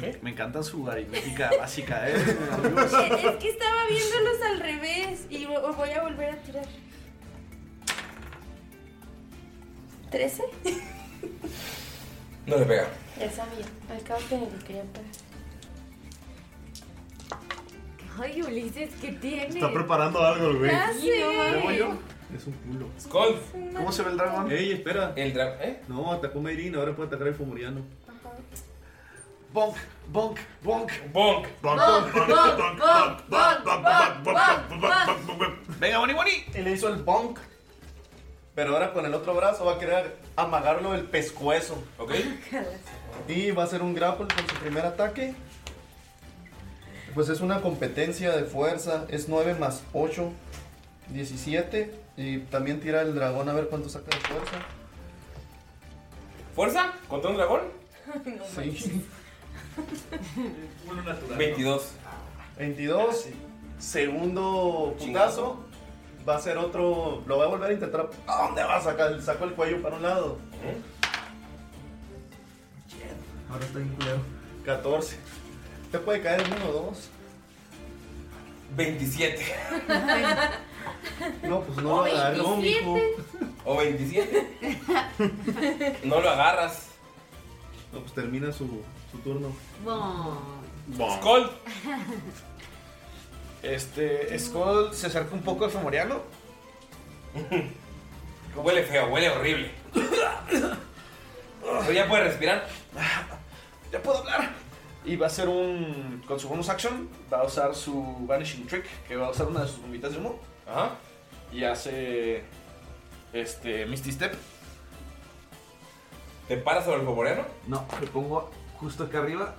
C: Me, me encanta su aritmética <laughs> básica, eh. amigos.
B: es que estaba viéndolos al revés y vo- voy a volver a tirar. ¿13?
A: No le
F: <laughs>
A: pega.
B: Ya sabía. Al cabo que ni lo quería pagar.
E: Ay, Ulises, ¿qué tiene?
F: Está preparando algo el güey.
E: Ya sé.
G: ¿Luego yo? Es un culo.
A: Skolf.
G: ¿Cómo se ve el dragón? Ey, espera.
A: El dragón, ¿eh?
G: No, atacó Meirin, ahora puede atacar el Fomuriano.
C: Bonk, bonk, bonk.
A: Bonk.
E: Bonk, bonk, bonk, bonk, bonk, bonk, bonk.
C: Venga, Boni Boni.
I: Y le hizo el bonk. Pero ahora con el otro brazo va a querer amagarlo el pescuezo.
A: Ok.
I: Y va a hacer un grapple con su primer ataque. Pues es una competencia de fuerza. Es 9 más 8, 17. Y también tira el dragón a ver cuánto saca de fuerza.
A: ¿Fuerza? ¿Contra un dragón?
I: Sí.
C: Uno natural.
A: 22.
I: 22. Segundo putazo. Va a ser otro. Lo va a volver a intentar. ¿A dónde va a sacar? Sacó el cuello para un lado.
G: Ahora está bien culero.
I: 14. Te puede caer uno o dos.
A: 27.
I: No, pues no lo agarró, mijo.
A: O 27. No lo agarras.
G: No, pues termina su, su turno.
A: Skolf.
E: <laughs>
C: Este, Skull se acerca un poco al Fomoriano.
A: Huele feo, huele horrible. Pero ya puede respirar.
C: Ah, Ya puedo hablar. Y va a hacer un. Con su bonus action, va a usar su Vanishing Trick, que va a usar una de sus bombitas de humo.
A: Ajá.
C: Y hace. Este. Misty Step.
A: Te paras sobre el fomoriano.
C: No, le pongo justo acá arriba.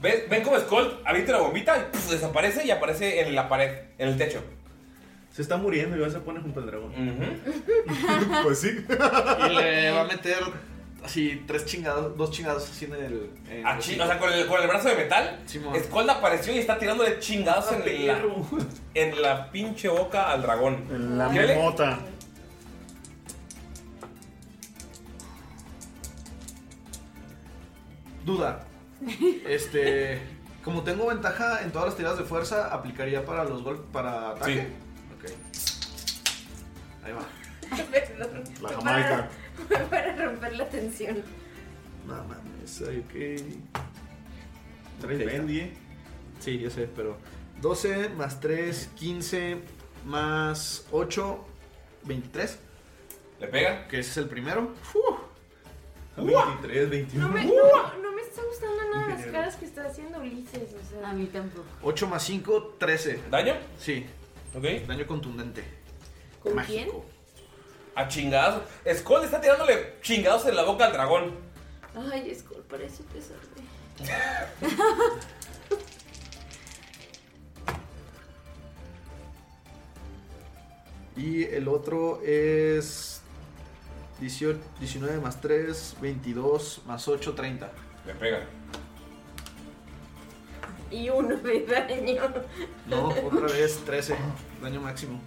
A: ¿Ves? ¿Ven cómo Skolf avienta la bombita y pf, desaparece y aparece en la pared, en el techo?
G: Se está muriendo y ahora se pone junto al dragón.
A: Ujú. <laughs>
F: Pues sí.
C: Y le va a meter así tres chingados, dos chingados así en el. en
A: Ah,
C: el-
A: chi- o sea, con el, con el brazo de metal,
C: Simón.
A: Skolf apareció y está tirándole chingados en la, en la pinche boca al dragón.
F: En La
A: ¿Qué le-
F: mota.
C: Duda. Este. Como tengo ventaja en todas las tiradas de fuerza, aplicaría para los golpes. para ataque. Sí. Ok. Ahí va.
E: Perdón.
F: La Jamaica.
E: Para, para romper la tensión.
C: No mames, ay, ok.
G: Trae
C: Ok,
G: Bendy, eh.
C: Sí, yo sé, pero. 12 más 3, 15 más 8, 23.
A: ¿Le pega?
C: Que ese es el primero.
G: 23, 21.
B: No me, no, no me está gustando nada las caras que está haciendo Ulises, o
E: A
B: sea.
E: mí tampoco.
C: 8 más 5, 13.
A: ¿Daño?
C: Sí,
A: Ok.
C: daño contundente.
B: ¿Con quién?
C: Mágico.
A: A chingados. Skull está tirándole chingados en la boca al dragón.
B: Ay, es culpa de su tesoro.
C: Y el otro es 18, 19 más 3, 22 más 8, 30.
A: Le pega.
B: Y uno de daño.
C: No, otra vez 13. Daño máximo.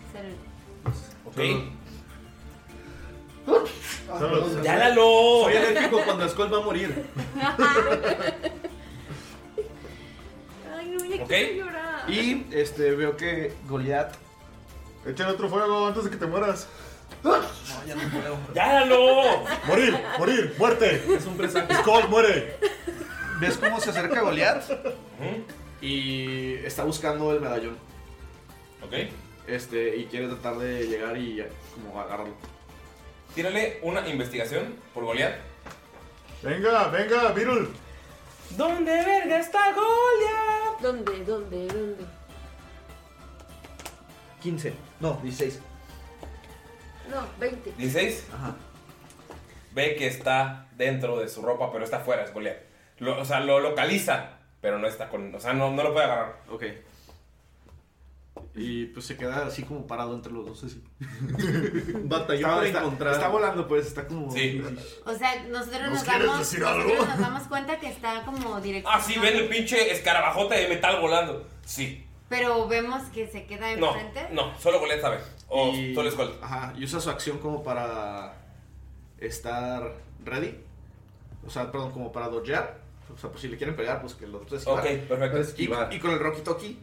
A: Ok.
F: Salud.
A: ¡Ya la lo!
G: Soy alérgico cuando Skull va
E: <laughs>
G: a morir.
B: Ay, no, ya
A: Ok.
B: quiero llorar.
C: Y este veo que Goliath.
F: Échale otro fuego antes de que te mueras.
C: No, ya no puedo.
A: ¡Ya la lo!
F: Morir, morir, muerte.
G: Es un presagio.
F: Skull, muere.
C: ¿Ves cómo se acerca Goliath? Y está buscando el medallón.
A: Ok.
C: Este, y quiere tratar de llegar y como agarrarlo.
A: Tírale una investigación por Goliath.
F: Venga, venga, Virul.
A: ¿Dónde verga está Goliath?
B: ¿Dónde? ¿Dónde? ¿Dónde?
C: 15. No, 16.
B: No, 20.
A: 16.
C: Ajá.
A: Ve que está dentro de su ropa, pero está fuera, es Goliath. Lo- o sea, lo localiza, pero no está con. O sea, no, no lo puede agarrar.
C: Ok. Y pues se queda así como parado entre los dos. <laughs> Así.
G: Batallón para encontrar.
C: está volando, pues, está como.
A: Sí.
E: O sea, nosotros
F: ¿Nos
E: nos
F: quieres
E: damos,
F: decir
E: nosotros
F: algo?
E: nos damos cuenta que está como directo.
A: Ah, sí, ven el pinche escarabajota de metal volando. Sí.
E: Pero vemos que se queda
A: No,
E: enfrente.
A: no, solo Goliath sabe. O
C: Y-
A: solo Skull.
C: Ajá, y usa su acción como para estar ready. O sea, perdón, como para dodgear. O sea, pues si le quieren pegar, pues que los otros
A: Ok,
C: esquivar.
A: perfecto.
C: Y, y con el Rocky Toki.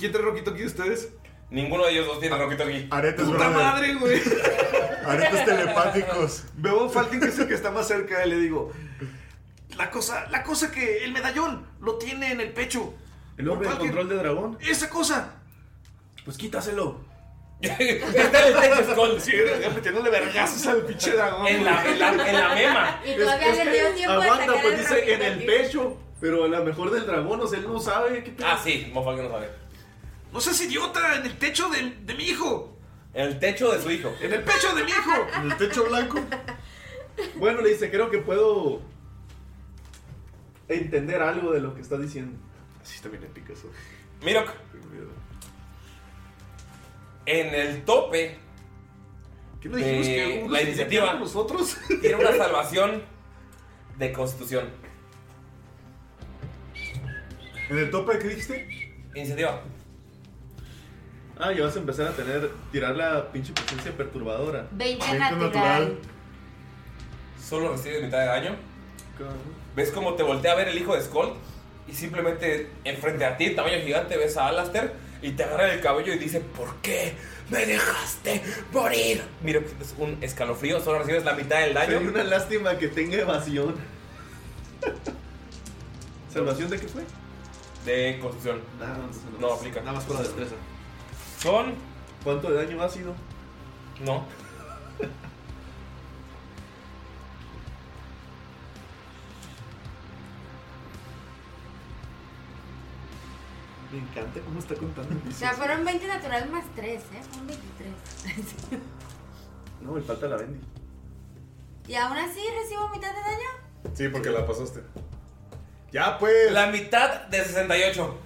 C: ¿Quién trae Rocky Toki de ustedes?
A: Ninguno de ellos dos tiene roquito aquí.
F: Aretes,
C: ¡Puta
F: brother.
C: madre, güey!
F: <laughs> Aretes telepáticos.
C: Veo a Falken que es el que está más cerca y le digo: La cosa, la cosa que el medallón lo tiene en el pecho.
G: El orbe de
C: Ataque.
G: control de dragón.
C: ¡Esa cosa! Este
G: Pues quítaselo.
A: Está en el techo, Skull.
C: Sí, metiéndole vergazos al pinche dragón.
A: En la- en la- en la mema.
E: Y todavía le dio tiempo de
G: Aguanta,
E: sacar
G: pues
E: el
G: dice en
E: rabito
G: el
E: aquí.
G: pecho. Pero a lo mejor del dragón, o sea, él no sabe. ¿qué
A: Ah, sí, mofa que no sabe.
C: ¡No seas idiota! ¡En el techo de, de mi hijo!
A: En el techo de su hijo.
C: ¡En el pecho de mi hijo!
G: <laughs> En el techo blanco. Bueno, le dice, creo que puedo entender algo de lo que está diciendo.
C: Así está bien épico eso.
A: Mirok. En el tope.
C: ¿Qué
A: no
C: no dijimos que unos
A: la
C: se
A: iniciativa
C: iniciaron nosotros?
A: <laughs> tiene una salvación de constitución.
F: ¿En el tope qué dijiste?
A: Iniciativa.
G: Ah, ya vas a empezar a tener, tirar la pinche presencia perturbadora.
E: 20 20 natural. natural.
A: Solo recibes mitad de daño. ¿Ves cómo te voltea a ver el hijo de Skull? Y simplemente enfrente a ti, tamaño gigante, ves a Alastair y te agarra el cabello y dice, ¿por qué me dejaste morir? Mira, es un escalofrío, solo recibes la mitad del daño.
G: Sería una lástima que tenga evasión. <laughs> ¿Salvación de qué fue?
A: De construcción.
G: Ah, No,
A: No aplica.
G: Nada más por la destreza.
A: Son.
G: ¿Cuánto de daño ácido?
A: No.
G: Me encanta cómo
A: <laughs>
G: está contando.
E: O sea, fueron 20 natural más 3, ¿eh? Fueron 23.
G: No, me falta la Bendy.
E: <laughs> y aún así recibo mitad de daño.
F: Sí, porque la pasaste. Ya pues.
A: La mitad de 68.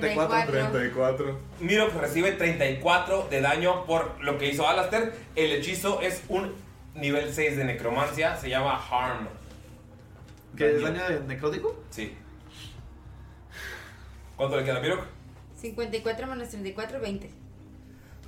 E: 34.
F: 34.
A: Miro que recibe 34 de daño por lo que hizo Alastair. El hechizo es un nivel 6 de necromancia, se llama Harm.
C: ¿Qué es daño necrótico?
A: Sí. ¿Cuánto le queda a Mirok?
E: 54 menos 34, 20.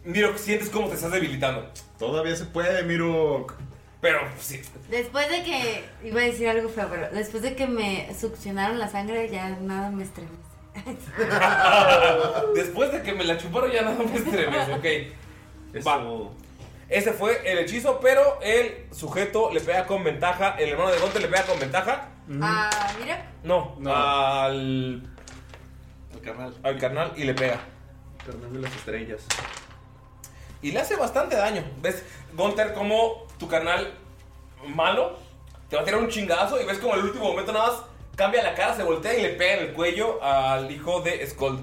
A: Mirok, sientes cómo te estás debilitando.
F: Todavía se puede, Mirok.
A: Pero, sí.
E: Después de que. Iba a decir algo feo, pero después de que me succionaron la sangre, ya nada me estremece.
A: <laughs> Después de que me la chuparon ya nada me estremece, ok. Va. Ese fue el hechizo, pero el sujeto le pega con ventaja. El hermano de Gonte le pega con ventaja.
E: Ah, mira.
A: No, al. Al carnal. Al carnal y le pega.
G: Carnal de las estrellas.
A: Y le hace bastante daño. ¿Ves, Gunter, como tu carnal malo te va a tirar un chingazo y ves como en el último momento nada más cambia la cara, se voltea y le pega en el cuello al hijo de Skull.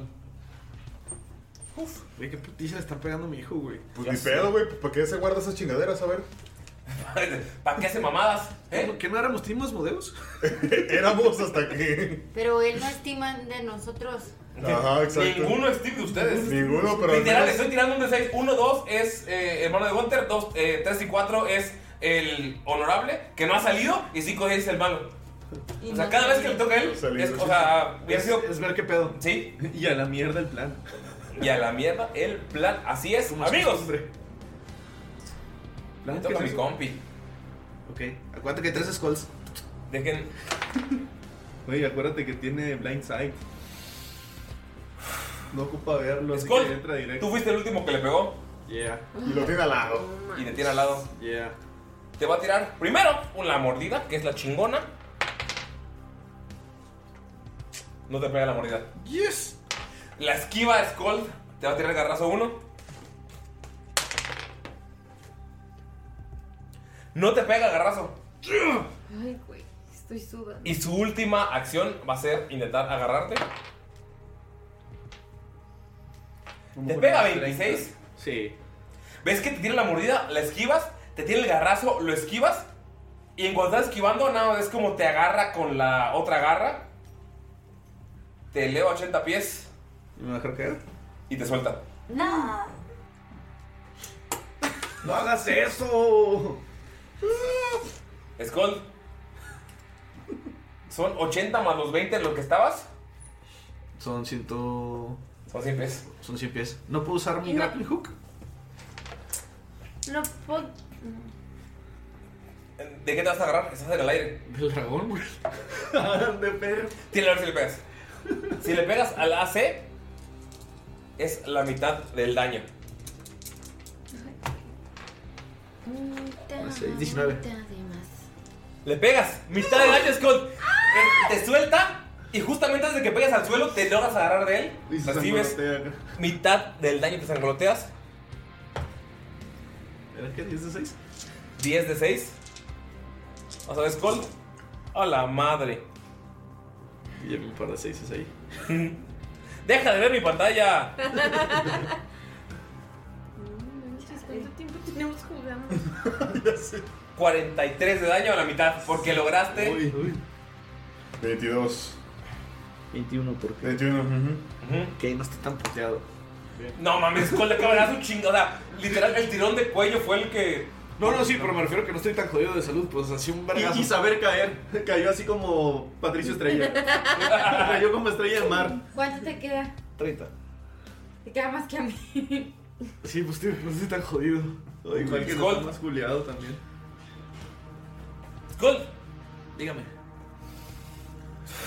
A: Uf.
C: Güey, qué putiza le están pegando a mi hijo, güey.
F: Pues ni pedo, güey. ¿Para qué se guarda esas chingaderas? A ver.
A: <laughs> ¿Para qué hace mamadas?
C: ¿Eh? ¿Que no éramos timos modeus?
F: <laughs> Éramos hasta
A: <laughs>
F: que.
E: Pero él no estima de nosotros.
F: Ajá, exacto.
A: Ninguno es tip de ustedes.
F: Ninguno, pero al
A: Literal,
F: menos-
A: estoy tirando un de 6. 1, 2 es eh, hermano de Gunter, 3 y 4 es el honorable, que no ha salido, y 5 es el malo. O sea, cada vez que le toca a él, es, o sea, hubiera sido
G: Es ver qué pedo.
A: Sí.
G: Y a la mierda el plan.
A: Y a la mierda el plan. Así es,
G: es
A: amigos.
G: costumbre.
A: Le
G: ¿Plan?
A: toca a
G: ¿Qué
A: mi
G: es eso?
A: compi.
C: Ok, acuérdate que hay tres skulls.
A: Dejen.
G: <laughs> Oye, acuérdate que tiene blind sight. No ocupa verlo, así
A: Skull,
G: que entra directo.
A: Tú fuiste el último que le pegó.
C: Yeah.
F: Y lo tiene al lado.
A: Y te tiene al lado.
C: Yeah.
A: Te va a tirar primero la mordida, que es la chingona. No te pega la mordida.
C: Yes.
A: La esquiva Skull. Te va a tirar el garrazo 1. No te pega el garrazo.
J: Ay, güey, estoy sudando.
A: Y su última acción va a ser intentar agarrarte. Te pega 26.
C: Sí.
A: ¿Ves que te tiene la mordida? La esquivas, te tiene el garrazo, lo esquivas. Y en cuanto estás esquivando, nada más es como te agarra con la otra garra. Te eleva 80 pies
C: ¿Y me va a dejar caer?
A: y te suelta.
E: No.
C: ¡No hagas eso!
A: Skull. Son 80 más los 20 en lo que estabas.
C: Son ciento...
A: Son 100 pies.
C: Son 100 pies. ¿No puedo usar mi grappling hook?
E: No puedo.
A: ¿De qué te vas a agarrar? Estás en el aire.
C: Del dragón, <laughs> güey.
G: De perro.
A: Tira a ver si le pegas. Si le pegas al AC, es la mitad del daño.
C: 19.
A: Le pegas, mitad del daño, Skull. Te- Te suelta Y justamente antes de que pegues al suelo, te logras agarrar de él. Recibes mitad del daño que sangoloteas.
C: ¿Era qué? ¿10 de 6?
A: 10 de 6. Vamos a ver, Skull. A la madre.
C: Y ya vi un par de 6 ahí.
A: <laughs> Deja de ver mi
G: <laughs>
A: pantalla.
J: ¿Cuánto tiempo tenemos jugando?
A: 43 de daño a la mitad. Porque lograste.
D: 22.
C: 21, ¿por qué?
D: 21,
C: Ok, no está tan puteado.
A: No mames, Skull le acaba de dar su chingada. Literal, el tirón de cuello fue el que.
C: No, no, sí, pero me refiero que no estoy tan jodido de salud, pues así un vergazo.
G: Y, y saber caer. Cayó así como Patricio Estrella. Cayó como Estrella de Mar.
E: ¿Cuánto te queda?
C: 30.
E: Te queda más que a mí.
C: Sí, pues tío, no estoy tan jodido.
G: O
A: Pues,
G: igual que
C: Skull.
G: está más culiado también.
A: Skull,
C: dígame.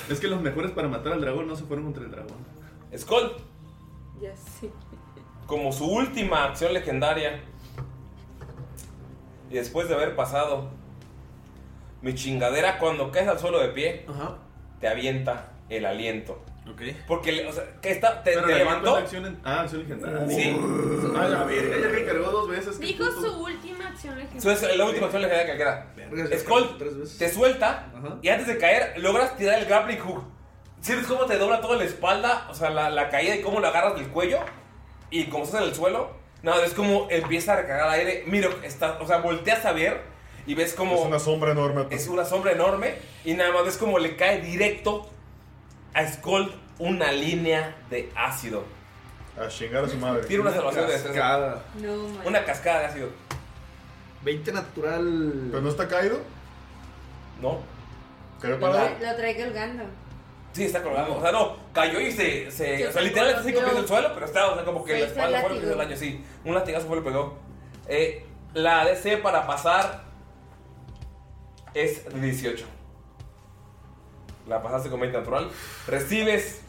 G: Es que los mejores para matar al dragón no se fueron contra el dragón.
A: Skull,
J: Ya sé.
A: como su última acción legendaria. Y después de haber pasado mi chingadera, cuando caes al suelo de pie, te avienta el aliento.
C: Ok.
A: Porque, o sea, que está, te,
G: Pero
A: te
G: la
A: levantó.
G: cuenta de acción en- Ah, acción legendaria.
A: Sí.
G: A la verga, ya recargó dos veces.
J: Dijo su última acción legendaria.
A: Eso es la última acción legendaria que queda. Skull te suelta y antes de caer logras tirar el grappling hook. ¿Sientes cómo te dobla toda la espalda? O sea, la, la caída y cómo lo agarras del cuello. Y como estás en el suelo, nada, es como empieza a recargar aire. Mira, está, o sea, volteas a ver y ves como. Es una
D: sombra enorme. pues.
A: Es una sombra enorme y nada más ves como le cae directo a Skull una línea de ácido.
D: A chingar a su madre.
A: Tiene una salvación de destreza.
C: Cascada.
J: No, man.
A: Una cascada de ácido.
C: 20 natural.
D: ¿Pero no está caído?
A: No.
D: ¿Quedó
E: Lo,
A: parado?
E: tra- lo trae colgando.
A: Sí, está colgado. O sea, no, cayó y se. se
E: Se
A: o sea, literal está así
E: colgó.
A: con pies en el suelo, pero está, o sea, como que
E: Se
A: la
E: hizo
A: espalda fue lo que hizo el daño,
E: látigo.
A: sí. Un latigazo fue lo que pegó. Eh, la DC para pasar es de 18. La pasaste con 20 natural. Recibes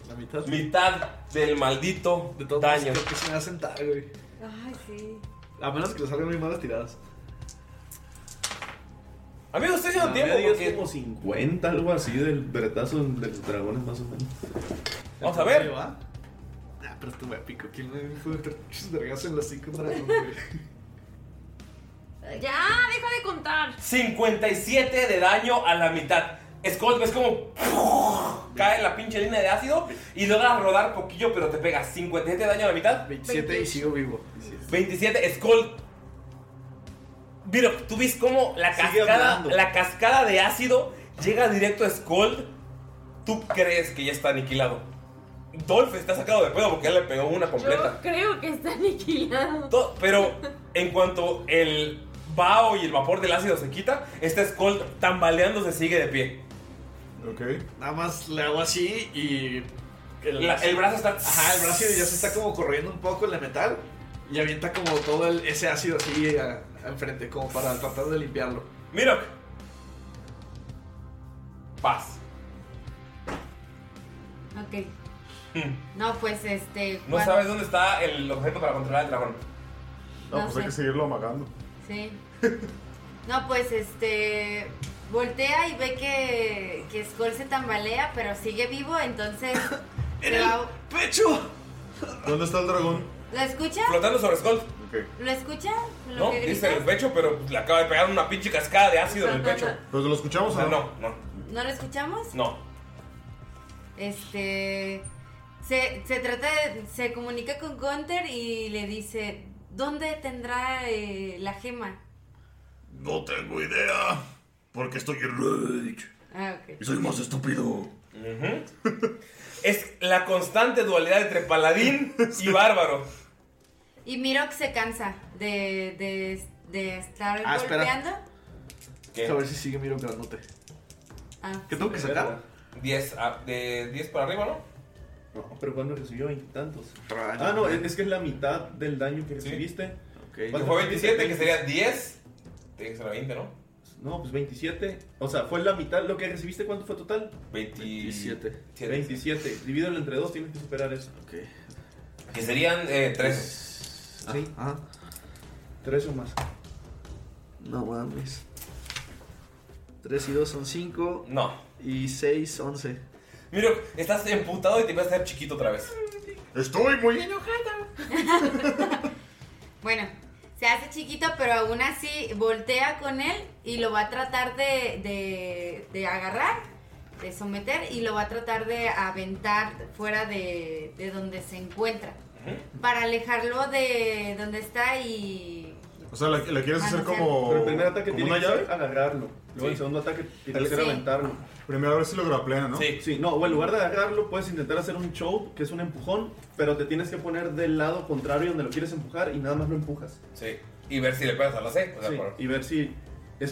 C: mitad.
A: del maldito daño.
C: Creo que se me va a sentar, güey.
A: <laughs>
E: Ay, sí.
C: A menos que le salgan muy malas tiradas.
A: Amigo, estoy
G: haciendo
A: tiempo porque-
G: como 50, algo así del vertazo de los dragones más o menos.
A: Vamos a ver.
C: Ah, pero estuvo épico. ¿Quién me dijo de vergas en las 5 dragones, güey?
J: Ya, deja de contar.
A: 57 de daño a la mitad. Scott, ves como cae la pinche línea de ácido y logras rodar poquillo, pero te pegas 57 de daño a la mitad.
C: 27 y sigo vivo.
A: 27, Skull. Mira, tú ves cómo la
C: Sigue
A: cascada,
C: hablando.
A: la cascada de ácido llega directo a Skull. Tú crees que ya está aniquilado. Dolph está sacado de pedo porque él le pegó una completa.
J: Yo creo que está aniquilado.
A: To- Pero en cuanto el vaho y el vapor del ácido se quita, este Skull tambaleándose sigue de pie.
D: Ok.
C: Nada más le hago así y.
A: La- el brazo está-
C: Ajá, el brazo ya se está como corriendo un poco en la metal. Y avienta como todo el- ese ácido así a- a enfrente, como para tratar de limpiarlo.
A: Mira. Paz.
E: Ok. No, pues este.
A: Mm. No
E: Juan-
A: sabes dónde está el objeto para controlar el dragón.
E: No, No pues hay sé. que
D: seguirlo amagando.
E: Sí. No, pues este. Voltea y ve que, que Skull se tambalea, pero sigue vivo,
A: <laughs>
E: entonces. se va-
C: ¡Pecho!
D: ¿Dónde está el dragón?
E: ¿Lo escucha?
A: Flotando sobre Skull.
E: ¿Lo escucha? Lo
A: No,
E: que
A: dice
E: grita.
A: en el pecho, pero le acaba de pegar una pinche cascada de ácido en el pecho.
D: ¿Pero lo escuchamos
A: o no? No, no,
E: ¿No lo escuchamos?
A: no.
E: Este. Se, se trata de- Se comunica con Gunther y le dice: ¿Dónde tendrá eh, la gema?
D: No tengo idea. Porque estoy en Rage.
E: Ah, ok.
D: Y soy más estúpido.
A: Es la constante dualidad
D: <laughs>
A: entre paladín y bárbaro.
E: Y Mirok se cansa de, de, de estar
C: Ah, espera.
E: golpeando.
C: A ver si sigue miro grandote.
E: Ah.
C: ¿Qué tengo que sacar?
A: 10 ah, de 10 para arriba, ¿no?
G: No, pero cuando recibió veintitantos. Ah, no, es, es que es la mitad del daño que recibiste.
A: Que
G: ¿Cuánto
A: fue
G: recibiste?
A: 27, que sería 10. Tiene que ser 20, ¿no?
G: No, pues 27. O sea, fue la mitad. ¿Lo que recibiste cuánto fue total?
A: 27.
G: 27. Divídelo entre dos, tienes que superar eso.
C: Ok.
A: Que serían eh, 13.
G: Sí.
C: Ah,
G: Tres o más.
C: No mames. 3 y 2 son 5.
A: No.
C: Y 6, 11.
A: Miro, estás emputado y te vas a hacer chiquito otra vez.
D: Estoy muy
E: Bueno, se hace chiquito, pero aún así voltea con él y lo va a tratar de, de, de agarrar, de someter y lo va a tratar de aventar fuera de, de donde se encuentra. Para alejarlo de donde está y...
F: O sea, ¿la, la
A: Ah,
F: quieres hacer
E: Manosear.
F: como.
E: Pero el
G: primer ataque
F: como
G: tiene
F: una
G: que
F: llave?
G: ser agarrarlo. Luego el
F: Sí.
G: segundo Pues, ataque tiene
F: El-
G: que ser
F: Sí.
G: aventarlo.
F: Primero a ver si lo graplea, Ah, ¿no?
G: Sí. no, o en lugar de agarrarlo, puedes intentar hacer un show, que es un empujón, pero te tienes que poner del lado contrario donde lo quieres empujar y nada más lo empujas.
A: Sí. Y ver si le pegas a la C. O sea,
G: Sí,
A: por-
G: y ver si es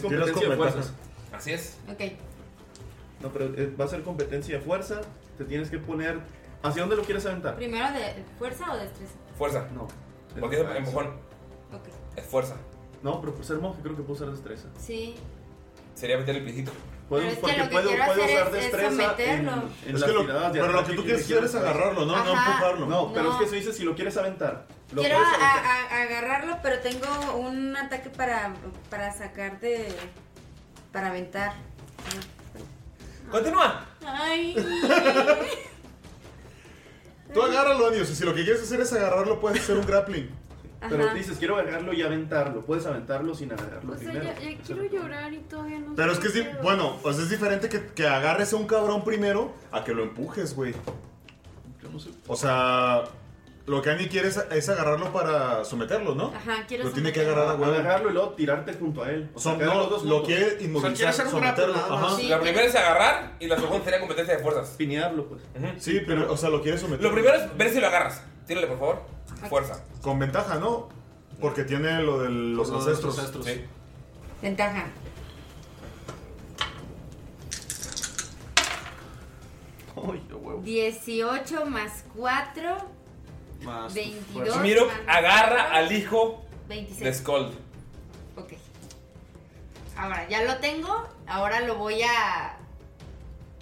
A: Tienes
G: competencia de
A: competencia.
G: fuerzas.
A: Así es.
E: Ok.
G: No, pero eh, va a ser competencia de fuerza, te tienes que poner... ¿Hacia dónde lo quieres aventar?
E: Primero de fuerza o destreza.
A: Fuerza.
G: No. Ah,
A: Porque es empujón.
E: Ok.
A: Es fuerza.
G: No, pero por ser monje creo que puedo usar destreza.
E: Sí.
A: Sería meterle el piecito.
G: Puedo,
E: Pero es que
G: porque
E: lo que
G: puedo,
E: quiero
G: puedo
E: hacer
G: usar
E: es- es
G: destreza en,
E: someterlo.
G: en
F: Es
G: las
F: que lo-
G: tiradas de
F: pero lo
G: ataque
F: que tú
G: le
F: quieres
G: quiero
F: hacer es
G: aventar.
F: agarrarlo, no-
E: no Ajá. empujarlo.
G: No, pero
E: No.
G: es que eso dice si lo quieres aventar. Lo
E: Quiero
G: puedes aventar.
E: a- a- agarrarlo, pero tengo un ataque para, para sacar de... para aventar.
A: ¡Continúa!
E: Ay.
F: Tú agárralo, Ani. O sea, si lo que quieres hacer es agarrarlo, puedes hacer un grappling.
G: Pero dices, quiero agarrarlo y aventarlo. Puedes aventarlo sin agarrarlo
J: O
E: Pues,
J: sea,
G: primero.
J: ya, ya quiero llorar y todavía no sé
F: Pero es que es.
J: qué
F: di-
J: hacer.
F: Bueno, o sea, es diferente que, que agarres a un cabrón primero a que lo empujes, güey. O sea, lo que Ani quiere es, es agarrarlo para someterlo, ¿no?
E: <laughs> Ajá, quiero
F: Lo tiene que
E: someterlo.
F: agarrar a huevo.
G: Agarrarlo y luego tirarte junto a él.
F: O sea,
G: Sacar
F: no,
G: los dos
F: lo
G: juntos.
F: quiere inmovilizar, someterlo. Ajá.
A: La primera es agarrar y la segunda sería competencia de fuerzas.
G: Pinearlo, pues.
F: Sí, pero, o sea, lo quieres someter.
A: Lo primero es ver si lo agarras. Tírale, por favor. Fuerza.
F: Con ventaja, ¿no? Porque tiene lo de los
A: Por lo de los
F: ancestros.
A: ancestros. Sí.
E: Ventaja.
G: Ay, qué huevo.
E: 18 más 4,
A: Más.
E: 22.
A: Miro
E: más
A: agarra al hijo de
E: 26.
A: Scold.
E: Ok. Ahora, ya lo tengo. Ahora lo voy a.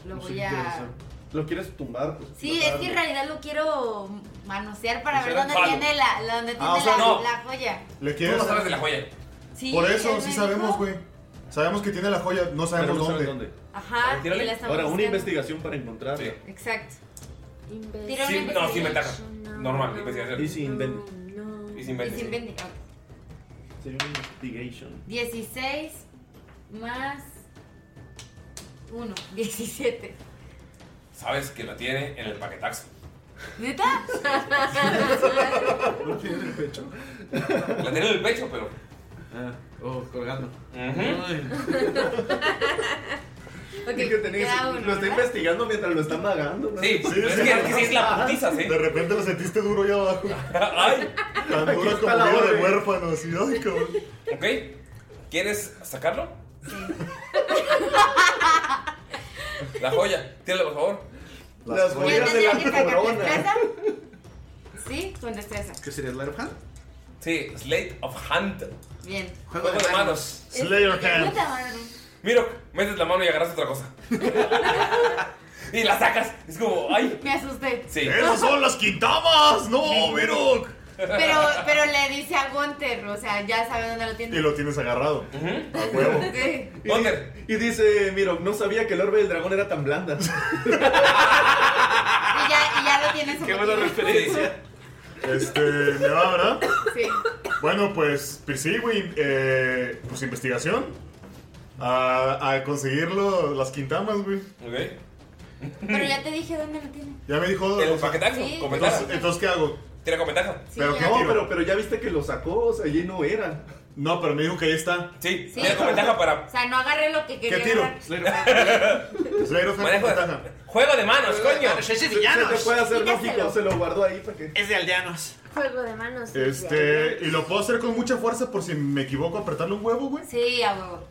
E: Lo
G: No sé
E: voy
G: qué quieres hacer.
E: a.
G: Lo quieres tumbar, pues.
E: Sí, es
G: matarlo.
E: que en realidad lo quiero manosear para
G: Manosear
E: ver
G: al
E: dónde
G: palo.
E: tiene la, la- dónde
F: Ah,
E: tiene
F: o
E: la,
F: sea, no.
E: la joya.
F: Le quieres.
A: Tú no sabes de la joya.
E: Sí,
F: Por
E: él
F: eso,
E: me
F: sí
E: dijo.
F: sabemos, güey. Sabemos que tiene la joya, no sabemos
G: Pero no
F: dónde.
G: sabes dónde.
E: Ajá. y la estamos
G: Ahora, una
E: buscando.
G: investigación para encontrarlo.
E: Exacto. Tira
A: Sí,
E: una
A: no, sin
E: investigación.
A: ventaja. Normal, investigación.
G: Y sin vendi.
A: Y sin
E: Mm. Y
A: vendi.
E: sin vendi- ok.
G: Sería una investigation.
E: 16 más 1, 17.
A: Sabes que la tiene en el paquetaxo.
E: ¿Neta?
A: La tiene en el pecho. La tiene en el pecho, pero.
C: Oh, colgando.
E: <laughs> Ok,
G: Es que tenés-
E: queda uno,
G: lo está
E: ¿verdad?
G: investigando mientras lo está magando. ¿no?
A: Sí, pero es que- es que sí es la putiza, sí.
F: De repente lo sentiste duro allá abajo.
A: <laughs> ¡Ay!
F: Tan
A: Aquí
F: duro
A: está
F: como
A: la
F: vida de
A: orden.
F: huérfano. Así,
A: <laughs>
F: ay, cabrón.
A: ¿Ok? ¿Quieres sacarlo? La joya, tírale por favor.
G: Las
E: joyas de la Yo tendría que sacar corona. destreza.
A: corona.
E: Sí, con destreza.
A: ¿Qué sería Slate of Hand? Sí, Slate of Hand.
E: Bien.
A: Juego de manos.
E: Es- puta madre.
A: Miro, metes la mano y agarras otra
E: <laughs>
A: cosa. y la sacas. Es como, ay.
E: Me asusté.
A: Sí.
F: ¡Esas son las quintamas! ¡No, Mirok!
E: <laughs> Pero, pero le dice a Gunter, o sea, ya sabe dónde lo tiene.
F: Y lo tienes agarrado.
E: A
F: huevo.
E: Sí.
G: <laughs> Y, y dice, Miro, no sabía que el orbe del dragón era tan blanda. <laughs>
E: Y ya, y ya lo tiene su
G: referencia.
F: Este, me va, ¿verdad?
E: Sí.
F: <laughs> Bueno, pues, pues sí, güey. eh, pues investigación. A, a conseguirlo las quintamas, güey.
A: Ok.
E: Pero ya te dije dónde lo tiene.
F: Ya me dijo.
A: El paquetazo,
E: Sí.
A: con ventaja.
F: Entonces, entonces, ¿qué hago?
A: Tira con ventaja.
F: ¿Pero
G: no,
F: qué tiro?
G: pero, pero ya viste que lo sacó, o sea, allí no era.
F: No, pero me dijo que ahí está.
A: Sí,
E: Sí. tira con
A: ventaja para.
E: O sea, no agarré lo que quería. agarrar.
A: Manejo de- Juego de manos, coño.
G: Se- Se te puede hacer lógico,
J: Quítaselo.
G: se lo guardó ahí para que. Es de aldeanos.
J: Juego de manos.
F: Este, y lo puedo hacer con mucha fuerza por si me equivoco, apretarle un huevo, güey.
E: Sí, a huevo.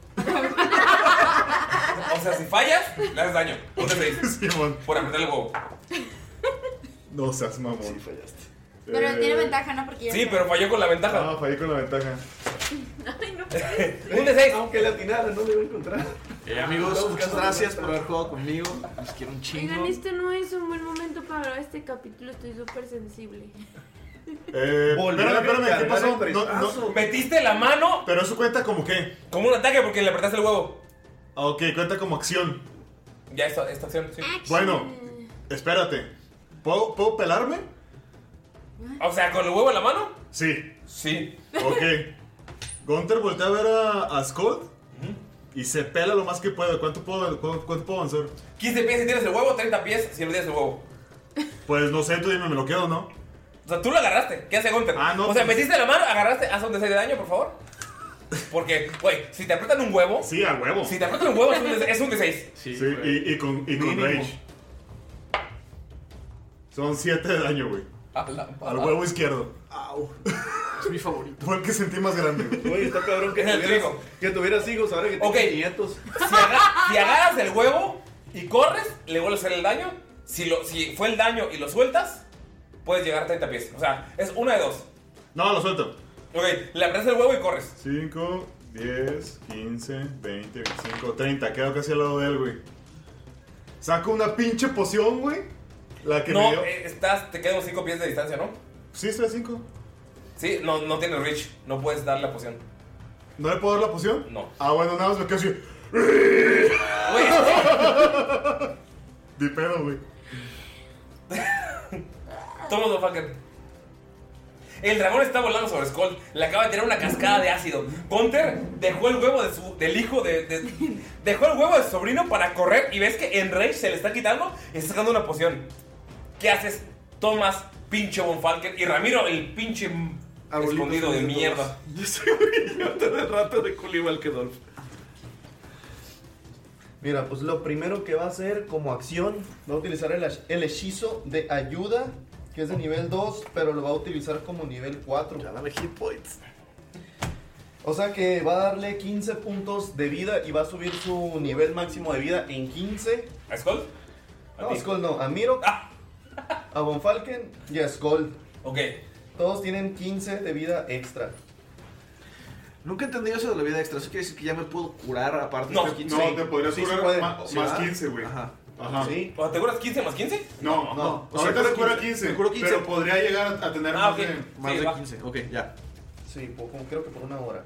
A: O sea, si fallas, le haces daño. Un de
F: <laughs>
A: seis. Por apretarle el huevo.
F: No seas mamón. Sí, fallaste.
E: Pero
F: Eh.
E: tiene ventaja, ¿no? Porque ya
A: Sí,
E: está.
A: pero falló con la ventaja.
F: No, Ah, fallé con la ventaja.
A: Un de seis.
G: Aunque la atinara, no le iba a encontrar.
C: Eh, amigos, muchas
G: Estamos buscando
C: gracias por haber jugado conmigo. Les quiero un chingo.
J: Oigan, este no es un buen momento para grabar este capítulo, estoy súper sensible.
F: Eh,
G: Volvió
F: espérame,
G: a
F: espérame, ¿qué
G: recargar
F: pasó?
G: el
F: No, no.
A: Metiste la mano.
F: Pero eso cuenta como qué.
A: Como un ataque porque le apretaste el huevo.
F: Ah, Ok, cuenta como acción.
A: Ya, esta, esta acción, sí.
F: Bueno, Espérate. ¿Puedo, ¿Puedo pelarme?
A: O sea, ¿con el huevo en la mano?
F: Sí.
A: Sí.
F: Ok. Gunther voltea a ver a, a Scott y se pela lo más que puede. ¿Cuánto puedo, cuánto, cuánto puedo avanzar?
A: 15 pies si tienes el huevo, 30 pies si no tienes el huevo.
F: Pues no sé, tú dime, ¿me lo quedo o no?
A: O sea, tú lo agarraste. ¿Qué hace Gunter? Ah, no. O sea,
F: pues.
A: metiste la mano, agarraste, haz un D6 de daño, por favor. Porque, güey, si te aprietan un huevo.
F: Sí, al huevo.
A: Si te aprietan un huevo, es un D6. es un D6.
F: Sí, y, y con, y con
A: Mínimo.
F: Rage. Son 7 de daño, güey. Al huevo izquierdo. Au.
C: Es mi favorito.
F: Fue el que sentí más grande. güey.
G: Oye, está cabrón que
F: Es el
G: tuvieras, que tuvieras hijos ahora que
A: Ok.
G: tienes nietos.
A: Si, aga- si agarras el huevo y corres, le vuelves a hacer el daño. Si, lo, si fue el daño y lo sueltas, puedes llegar a 30 pies. O sea, es una de dos.
F: No, lo suelto.
A: Ok, le aprietas el huevo y corres.
F: 5, 10, 15, 20, 25, 30. Quedo casi al lado de él, güey. Saco una pinche poción, güey. La que me
A: No,
F: dio.
A: eh, estás, te quedan 5 pies de distancia, ¿no?
F: Sí, estoy a 5.
A: Sí, no, no tienes reach. No puedes dar la poción.
F: ¿No le puedo dar la poción?
A: No.
F: Ah, bueno, nada más me quedo así. Di pedo, güey.
A: Toma, motherfucker. El dragón está volando sobre Skull. Le acaba de tirar una cascada de ácido. Gunter dejó el huevo de su, del hijo de, de- Dejó el huevo de su sobrino para correr. Y ves que en Rage se le está quitando y está sacando una poción. ¿Qué haces? Tomas, pinche Bonfalken. Y Ramiro, el pinche m- escondido de mierda.
C: <laughs> Yo soy un idiota de rato de Culival que Dolph.
G: Mira, pues lo primero que va a hacer como acción, va a utilizar el, hech- el hechizo de ayuda, que es de nivel 2, pero lo va a utilizar como nivel 4. Ya dame hit points. O sea que va a darle 15 puntos de vida y va a subir su nivel máximo de vida en 15.
A: ¿A Ah. Skull?
G: No, a Skull no, a Miro, a Bonfalken y a Skull.
A: Ok.
G: Todos tienen 15 de vida extra.
C: Nunca he entendido eso de la vida extra. Eso quiere decir que ya me puedo curar aparte
G: No,
C: de
G: no, te podrías curar ma- más
F: 15, güey.
C: Ajá.
F: Ajá.
C: Sí.
A: O sea, ¿te curas 15 más 15?
F: No, no.
C: O sea,
F: Ahorita
C: cura
F: se cura
C: 15,
F: 15.
C: me curo 15.
F: Pero podría llegar a, a tener
A: Ah,
F: más
A: ok.
F: de.
C: Más
A: Sí,
C: de
A: va.
C: 15, ok, ya.
G: Sí, por- como creo que por una hora.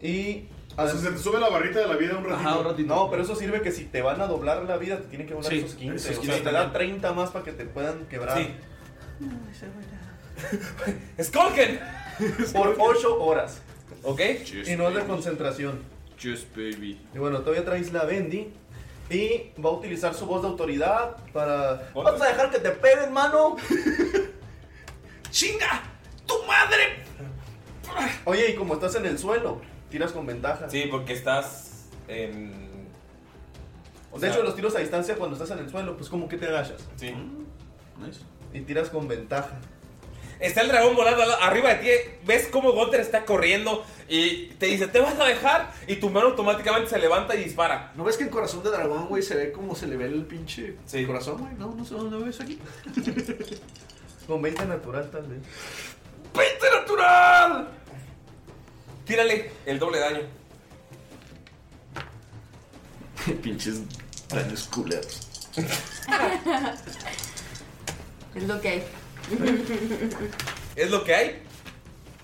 G: Y.
F: O sea, se te sube la barrita de la vida un ratito.
G: Ajá, un ratito. No, pero eso sirve que si te van a doblar la vida, te tienen que doblar
F: Sí,
G: esos 15.
F: esos
G: o
F: 15
G: sea, te
F: también.
G: da 30 más para que te puedan quebrar.
A: Sí. ¡Skolken!
G: Por 8 horas.
A: ¿Ok?
G: y no es de concentración.
C: Just baby.
G: Y bueno, todavía traes la Bendy. Y va a utilizar su voz de autoridad para. ¡Vas a dejar que te peguen, mano!
A: <laughs> ¡Chinga! ¡Tu madre!
G: Oye, y como estás en el suelo, tiras con ventaja.
A: Sí, porque estás en. o
G: de
A: sea-
G: hecho, los tiros a distancia cuando estás en el suelo, pues como que te agachas. Mm.
A: Sí.
G: Y tiras con ventaja.
A: Está el dragón volando al- arriba de ti. Ves cómo Gunter está corriendo y te dice, ¿te vas a dejar? Y tu mano automáticamente se levanta y dispara.
C: ¿No ves que el corazón de dragón, güey, se ve como se le ve el pinche corazón, güey? No, no sé dónde ves aquí.
G: Con 20 natural, tal vez.
A: ¡Pente natural! Tírale el doble daño.
C: Pinches daños culeros.
E: <laughs> Es lo que hay.
A: ¿Es lo que hay?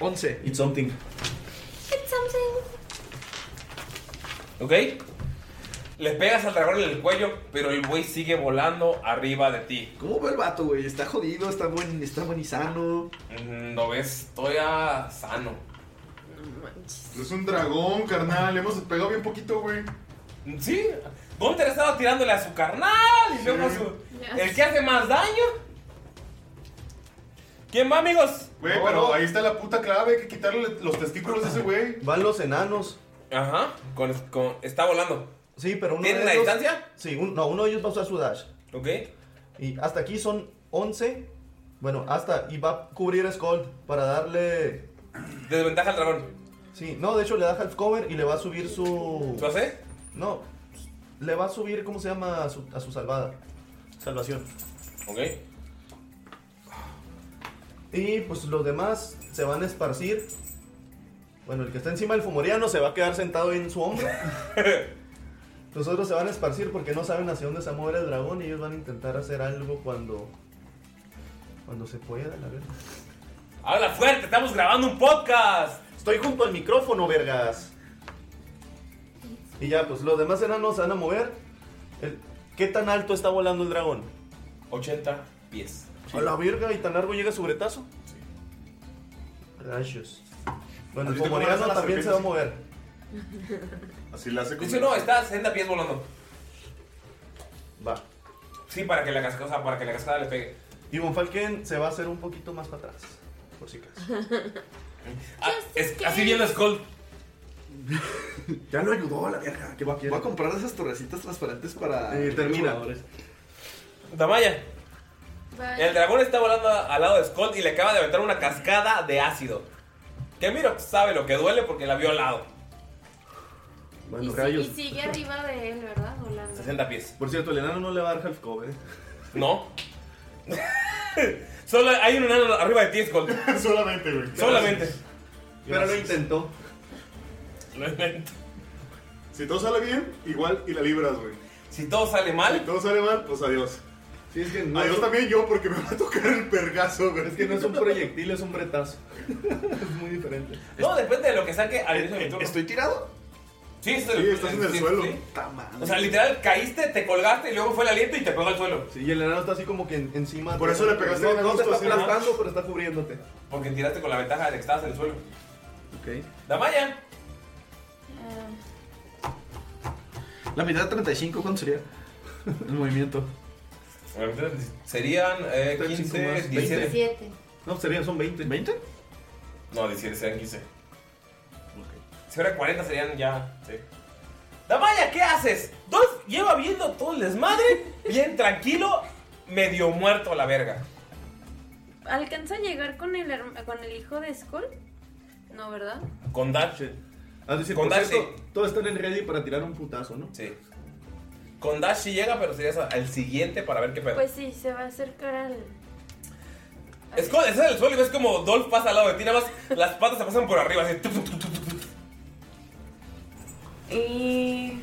C: 11.
G: It's something.
B: It's something.
A: ¿Ok? Le pegas al dragón en el cuello, pero el güey sigue volando arriba de ti.
C: ¿Cómo ve el vato, güey? Está jodido, está buen, está buen y sano.
A: No ves, todavía sano.
F: Es un dragón, carnal. Le hemos pegado bien poquito, güey.
A: Sí. Gunter estaba tirándole a su carnal y luego a su. El que hace más daño. ¿Quién va, amigos?
F: Güey,
A: No,
F: pero
A: no.
F: ahí está la puta clave. Hay que quitarle los testículos a ese güey.
G: Van los enanos.
A: Ajá. Con, con- está volando.
G: Sí, pero uno
A: ¿Tienen
G: de
A: la
G: ellos-
A: distancia?
G: Sí, un- no, uno de ellos va a usar su dash.
A: Ok.
G: Y hasta aquí son 11. Bueno, hasta. Y va a cubrir a Skull para darle.
A: Desventaja al dragón.
G: Sí, no, de hecho le da half cover y le va a subir su.
A: ¿Lo hace?
G: No, le va a subir, ¿cómo se llama? A su, a su salvada. Salvación.
A: Ok.
G: Y pues los demás se van a esparcir. Bueno, el que está encima del fumoriano se va a quedar sentado en su hombro. Los otros se van a esparcir porque no saben hacia dónde se va a mover el dragón y ellos van a intentar hacer algo cuando. cuando se pueda, la verdad.
A: Habla fuerte, estamos grabando un podcast.
G: Estoy junto al micrófono, vergas. Y ya, pues los demás enanos se van a mover. El- ¿Qué tan alto está volando el dragón?
K: 80 pies.
G: A la verga, y tan largo llega su bretazo. Rayos. Bueno,
K: ¿Viste
G: como
K: cómo le hacen
G: Ariana
K: las
G: también se va a mover.
F: Así la hace
A: Dice, no, está 60 pies volando.
G: Va.
A: Sí, para que la cascada, o sea, para que la cascada le pegue.
G: Y Von Falken se va a hacer un poquito más para atrás. Por si acaso.
A: Ah, es- así viene
C: <laughs>
A: Skull.
G: Ya lo ayudó la verga. Que va,
C: Voy a comprar esas torrecitas transparentes para.
G: Eh, termina.
A: Damaya. El dragón está volando a- al lado de Skull y le acaba de aventar una cascada de ácido. Que mira, sabe lo que duele porque la vio al lado.
G: Bueno,
B: Y
G: rayos.
B: sigue arriba de él, ¿verdad? Volando.
A: 60 pies.
G: Por cierto, el enano no le va a dar half cover. ¿eh?
A: No. <laughs> Solo hay un enano arriba de ti, Skull.
G: <laughs>
F: Solamente,
A: <laughs>
F: güey.
A: Solamente.
G: Pero lo intentó.
A: Lo intentó.
F: Si todo sale bien, igual y la libras, güey.
A: Si todo sale mal.
F: Si todo sale mal, pues adiós.
G: Sí, es que
F: adiós también yo porque me va a tocar el pergazo, güey.
G: Es que no es un proyectil, es un bretazo. <laughs> es muy diferente.
A: No, depende de lo que saque al inicio de mi turno.
G: ¿Estoy tirado?
A: Sí, estoy-
G: Sí, estás en el
A: sí,
G: suelo.
A: sí. O sea, literal, caíste, te colgaste y luego fue el aliento y te pegó al suelo.
G: Sí, y el enano está así como que en- encima.
A: Por
G: de-
A: eso le pegaste
G: no,
A: bien
G: no te
A: justo,
G: está
A: así, ¿no?
G: aplastando, pero está cubriéndote.
A: Porque tiraste con la ventaja de que estabas en el suelo.
G: Ok.
A: Damaya.
C: La mitad de 35, ¿cuánto sería? El movimiento.
A: Serían eh,
C: 35
A: 15,
C: más,
A: 17.
L: 17.
G: No, serían, son 20. ¿20?
A: No, 17 serían 15. Si fuera 40 serían ya. Sí. Damaya, ¿qué haces? Dolph lleva viendo todo el desmadre,
G: <laughs>
A: bien tranquilo, medio muerto a la verga.
B: Ah, ¿Alcanza a llegar con el, herma- con el hijo de Skull? No, ¿verdad?
A: Con Dash.
G: Ah, sí,
A: Con
G: por
A: Dash,
G: cierto, todos están en ready para tirar un putazo, ¿no?
A: Sí. Con Dash sí llega, pero serías al siguiente para ver qué pedo.
B: Pues sí, se va a acercar al.
A: Skull, estás en el suelo y ves como Dolph pasa al lado de ti, nada más las patas se pasan por arriba, así. tup, tup, tup, tup, tup.
B: Y.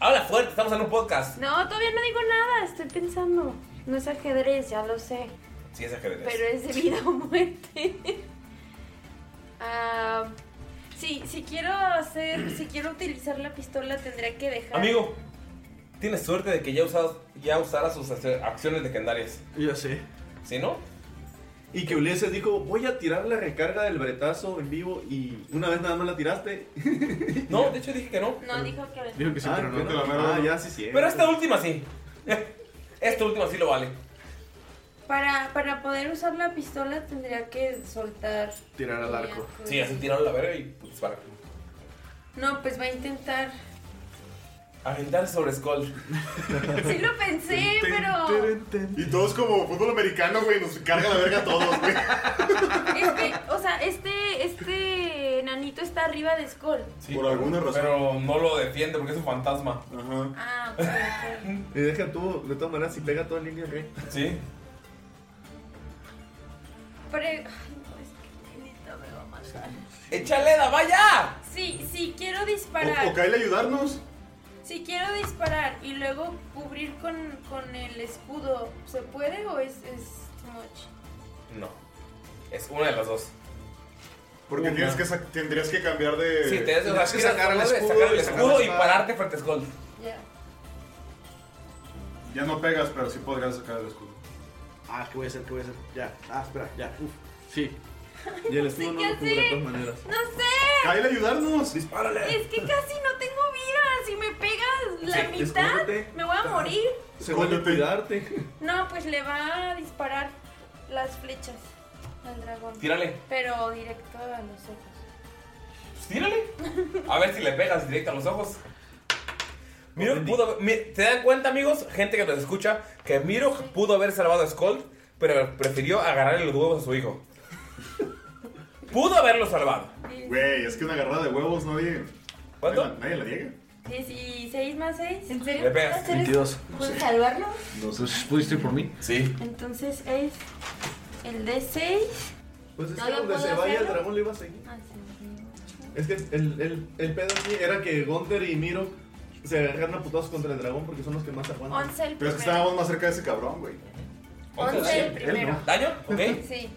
A: Habla fuerte, estamos en un podcast.
B: No, todavía no digo nada, estoy pensando. No es ajedrez, ya lo sé.
A: Sí, es ajedrez.
B: Pero es de vida o muerte. <laughs> Ah, sí, si quiero hacer. Si quiero utilizar la pistola, tendría que dejar.
A: Amigo, tienes suerte de que ya, usas, ya usara sus ac- acciones legendarias.
G: Ya sé.
A: ¿Sí, no?
G: Y que Ulises dijo, voy a tirar la recarga del bretazo en vivo y una vez nada más la tiraste. <laughs>
A: No, de hecho dije que no.
B: No, dijo que.
G: ah,
A: pero
G: bueno, Ah, ya sí, sí.
A: Pero esta última sí. <laughs> Esta última sí lo vale.
B: Para, para poder usar la pistola, tendría que soltar.
G: Tirar al arco.
A: Sí, así tiraron la verga y pues para.
B: No, pues va a intentar.
A: Aventar sobre
G: <laughs>
A: Skull.
B: Sí lo pensé, pero.
F: Y todos como fútbol americano, güey, nos carga la verga a todos, güey.
B: Este, o sea, este, este nanito está arriba de Skull.
F: Por alguna razón.
A: Pero no lo defiende porque es un fantasma.
F: Ajá.
B: Ah, ok, ok.
G: Y deja tú, de todas maneras, si pega toda línea recta.
A: Sí.
B: Pero. Ay, no, es que nanito me va a matar.
A: ¡Échale, da, vaya!
B: Sí, sí, quiero disparar.
F: O, o Kyle ayudarnos.
B: Si quiero disparar y luego cubrir con, con el escudo, ¿se puede o es, es too much?
A: No. Es una de las dos.
F: Porque
A: Una.
F: tienes que sa- tendrías que cambiar de.
A: Sí, te
F: tendrías
A: das sacar el escudo y pararte frente a Skull.
B: Ya.
F: Ya no pegas, pero sí podrías sacar el escudo.
C: Ah, ¿qué voy a hacer? ¿Qué voy a hacer? Ya. Ah, espera, ya. Uf. Sí.
G: Y el escudo
B: no ¿qué lo cubre de hacer? todas
G: maneras.
B: ¡No sé!
F: Kyle, ayudarnos.
B: Es que casi no tengo vida. Si me pegas la
G: Sí,
B: mitad,
G: escóndete.
B: me voy a morir.
G: Se vuelve a cuidarte.
B: No, pues le va a disparar las flechas al dragón.
A: Tírale.
B: Pero directo a los ojos.
A: Pues tírale. A ver si le pegas directo a los ojos. Miro pudo haber- mi- ¿Te dan cuenta, amigos? Gente que nos escucha, que Miro pudo haber salvado a Skull, pero prefirió agarrarle los huevos a su hijo. <laughs> Pudo haberlo salvado.
F: Güey, es que una agarrada de huevos nadie.
A: ¿Cuánto?
F: Nadie, nadie la llega.
B: 16 más 6.
L: ¿En
B: serio?
C: Le pegas.
B: ¿Puedo hacer eso?
C: 22.
B: ¿Puedo salvarlo?
C: Entonces, ¿pudiste ir por mí?
A: Sí.
B: Entonces es el D6.
G: Pues es
B: No,
G: que
B: yo
G: donde
B: puedo
G: se vaya el
B: hacerlo. Ah,
G: dragón le iba a seguir. Es que el, el, el pedo aquí era que Gonder y Miro se agarraron a putazos contra el dragón porque son los que más aguantan.
B: Once el
F: Pero es que estábamos más cerca de ese cabrón, güey.
B: Once el
F: Él no.
B: primero.
A: ¿Daño?
B: Sí.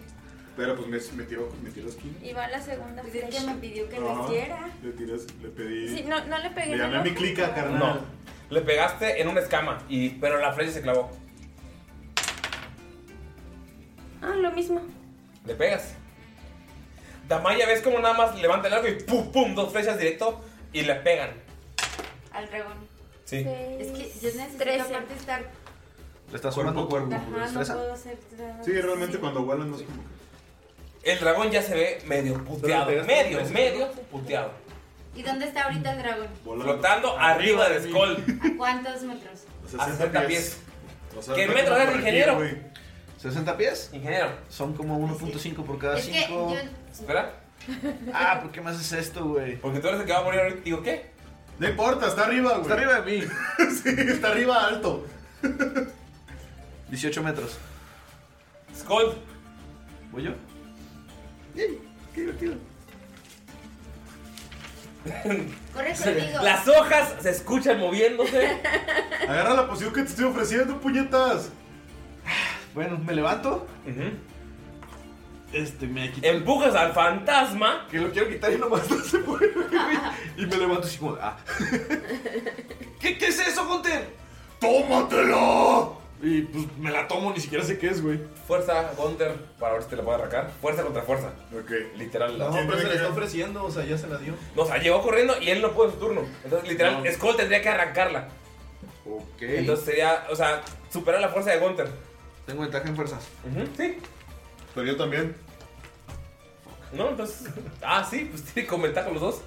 F: Pero pues me, me tiró, me tiró esquina.
B: Y va la segunda
L: Pues es que
B: flecha.
L: me pidió que
F: Ajá.
L: lo hiciera.
F: Le tiras, le pedí.
B: Sí, no, no le pegué.
F: Le
B: en el
F: llamé a mi
B: ojo.
F: clica, carnal.
A: Le pegaste en una escama, y, pero la flecha se clavó.
B: Ah, lo mismo.
A: Le pegas. Damaya ves como nada más levanta el arco y pum, pum, dos flechas directo y le pegan.
E: <laughs> Al dragón.
A: Sí.
E: Es que yo necesito
J: Trece.
E: aparte estar.
C: Le estás
F: cuerpo a cuerpo.
E: Ajá, no
F: destreza.
E: puedo hacer nada.
F: Sí, realmente cuando vuelan no es como
A: El dragón ya se ve medio puteado.
F: Pero le pegaste
A: Medio,
F: tres
A: medio puteado.
E: ¿Y dónde está ahorita el dragón?
A: Flotando arriba de Skull.
E: ¿A
A: <laughs>
E: cuántos metros?
A: A 60 pies.
C: sea,
A: ¿Qué
C: no
A: metro
C: como
A: es,
C: por aquí,
A: ingeniero?
C: güey. ¿60 pies?
A: Ingeniero.
C: Son como 1.5 por cada
E: Es que
C: 5.
E: yo-
A: Espera.
C: Ah, ¿por qué me haces esto, güey?
A: Porque tú eres el que va a morir ahorita. Digo, ¿qué?
F: No importa, está arriba, güey.
C: Está arriba de mí.
F: <laughs> sí, está arriba alto.
C: 18 metros.
A: Skull.
C: ¿Voy yo?
A: Qué divertido. <laughs>
E: Corre conmigo.
A: Las hojas se escuchan moviéndose.
F: Agarra la poción que te estoy ofreciendo, puñetas.
C: Bueno, me levanto. Este me quita.
A: Empujas al fantasma.
C: Que lo quiero quitar y nomás no se puede. güey. Y me levanto así como.
A: <laughs>
C: Ah. ¿Qué, qué es eso, Gunter?
F: ¡Tómatela!
C: Y pues me la tomo, ni siquiera sé qué es, güey.
A: Fuerza, Gunter, para ver si te la puedo arrancar. Fuerza contra fuerza.
F: Ok.
A: Literal.
G: No, pero se le está ofreciendo, o sea, ya se la dio.
A: No, o sea, llegó corriendo y él no pudo en su turno. Entonces, literal,
G: No.
A: Skull tendría que arrancarla.
C: Ok.
A: Entonces sería, o sea, superar la fuerza de Gunter.
C: Tengo ventaja en fuerzas.
A: Sí.
F: Pero yo también.
A: No, entonces. <laughs> Ah, sí, pues tiene con ventaja los dos.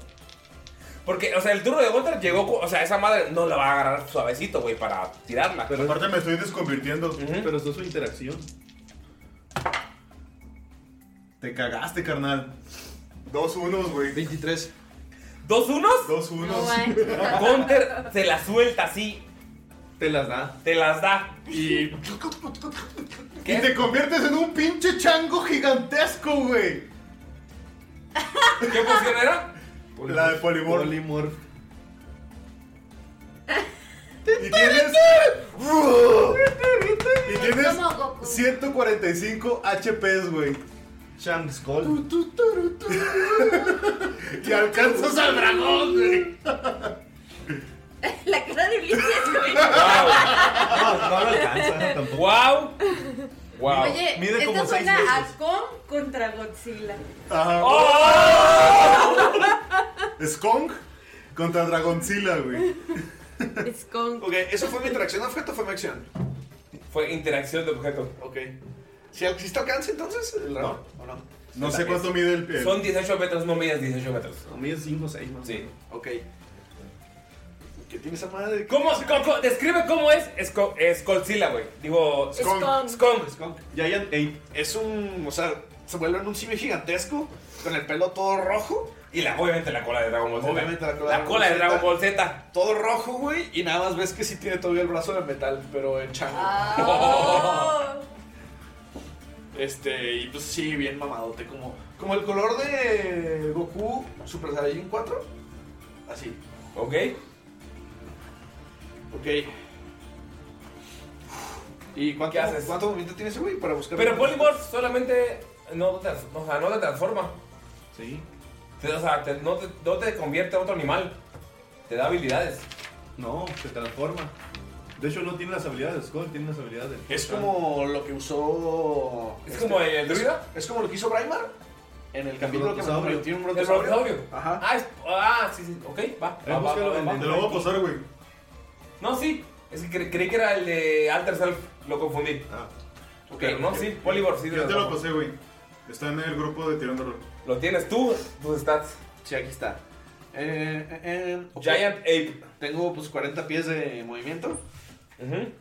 A: Porque, o sea, el turno de Gunter llegó. co- O sea, esa madre no la va a agarrar suavecito, güey, para tirarla.
F: Pero aparte me estoy desconvirtiendo.
G: Pero esto es su interacción.
F: Te cagaste, carnal. Dos unos, güey.
C: 23.
A: ¿Dos unos?
F: Dos unos.
A: Gunter se la suelta así.
G: Te las da.
A: Te las da.
G: Y.
A: ¿Qué?
F: Y te conviertes en un pinche chango gigantesco, güey.
A: ¿Qué poción era?
F: La de Polimor.
G: Polimor.
F: Y tienes. <laughs> y tienes
E: Como Goku.
F: 145 HPs, güey.
G: Sham Skull.
D: <laughs>
F: Y alcanzas al dragón, güey.
B: La cara de Ulises, güey.
G: No, no lo alcanza tampoco.
A: ¡Wow! ¡Wow!
E: Oye,
G: Mide
E: esto
G: como seis
E: suena
G: meses.
E: a Kong contra Godzilla.
F: Ajá.
D: <laughs>
A: ¡Oh!
F: Skunk contra Dragoncilla, güey.
B: Es con.
C: Ok, ¿eso fue mi interacción objeto o fue mi acción?
A: Fue interacción de objeto.
C: Ok. ¿Si al- si está alcance entonces? ¿El dragón? ¿O no?
F: No sé cuánto mide el pie.
A: Son 18 metros, no medias 18 metros.
G: A mí es 5 o 6 más.
A: Sí.
C: Ok. ¿Qué tiene esa madre?
A: ¿Cómo, co- co- describe cómo es Sco- Skullzilla, güey. Digo,
B: Skunk.
A: Skunk.
C: Skunk. Giant Ape. Es un. O sea, se vuelve en un cibe gigantesco. Con el pelo todo rojo.
A: Y la, obviamente la cola de Dragon Ball Z.
C: Obviamente la cola de
A: La
C: Dragon
A: cola de
C: Ball
A: Dragon
C: Z.
A: Ball Z.
C: Todo rojo, güey. Y nada más ves que sí tiene todavía el brazo de metal. Pero en chango. Este. Y pues sí, bien mamadote. Como, como el color de Goku Super Saiyajin 4. Así.
A: ¿Ok?
C: Ok. ¿Y cuánto,
A: ¿Qué haces?
C: cuánto movimiento tiene ese güey para buscar?
A: Pero Polymorph solamente no te, trans- o sea, no te transforma.
G: Sí.
A: Te- O sea, te- no, te, no te convierte en otro animal. Te da habilidades.
G: No, se transforma. De hecho, no tiene las habilidades de Skull, tiene las habilidades de.
C: Es como lo que usó. este,
A: ¿Es como el druida?
C: Es, es como lo que hizo Braimar en el capítulo que
G: brontosaurio.
C: me Tiene un
A: El
C: brontosaurio.
A: brontosaurio.
C: Ajá.
A: Ah, es- ah, sí, sí. Ok, va.
G: Eh,
A: va, va,
G: búscalo
A: va,
G: en-
A: va.
G: en
F: Te lo voy a pasar, güey.
A: No, sí. Es que cre- creí que era el de Alter Self. Lo confundí.
F: Ah,
A: Ok, no, sí. Polymorph, sí.
F: yo te lo
A: transforma.
F: pasé, güey. Está en el grupo de Tirando Rol.
A: Lo tienes tú, tus stats.
C: Sí, aquí está. Eh, eh, eh, ok.
A: Giant Ape.
C: Tengo pues 40 pies de movimiento.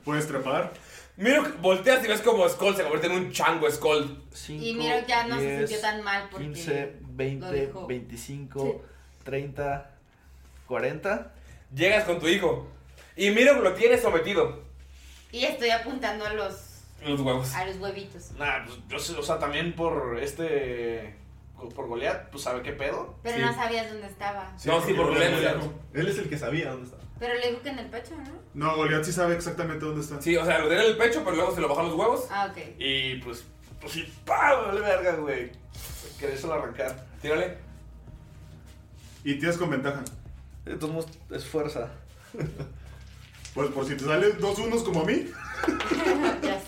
F: Puedes trepar.
A: Mira, volteas y ves como Skull se convierte en un chango Skull.
E: Y mira, ya no se sintió tan mal porque
C: 15, 20,
E: dejó.
C: 25, 30, 40.
A: Llegas con tu hijo. Y mira, lo tienes sometido.
E: Y estoy apuntando a los,
A: Los huevos.
E: a los huevitos.
C: Nah, pues yo sé, o sea, también por este. Por Goliat, pues sabe qué pedo.
E: Pero
A: Sí.
E: no sabías dónde estaba.
A: no, sí, por
F: Goliat
A: violencia.
F: no.
G: Él es el que sabía dónde estaba.
E: Pero le digo que en el pecho,
F: <laughs>
E: ¿no?
F: No, Goliath sí sabe exactamente dónde está.
A: Sí, o sea, lo tiene en el pecho, pero luego se lo bajan los huevos.
E: Ah, ok.
C: Y pues, pues sí, ¡pam! Vale verga, güey. Querés solo arrancar.
A: Tírale.
F: Y tienes con ventaja.
C: De todos modos, es fuerza.
D: Pues por si te salen dos unos como a mí.
J: Ya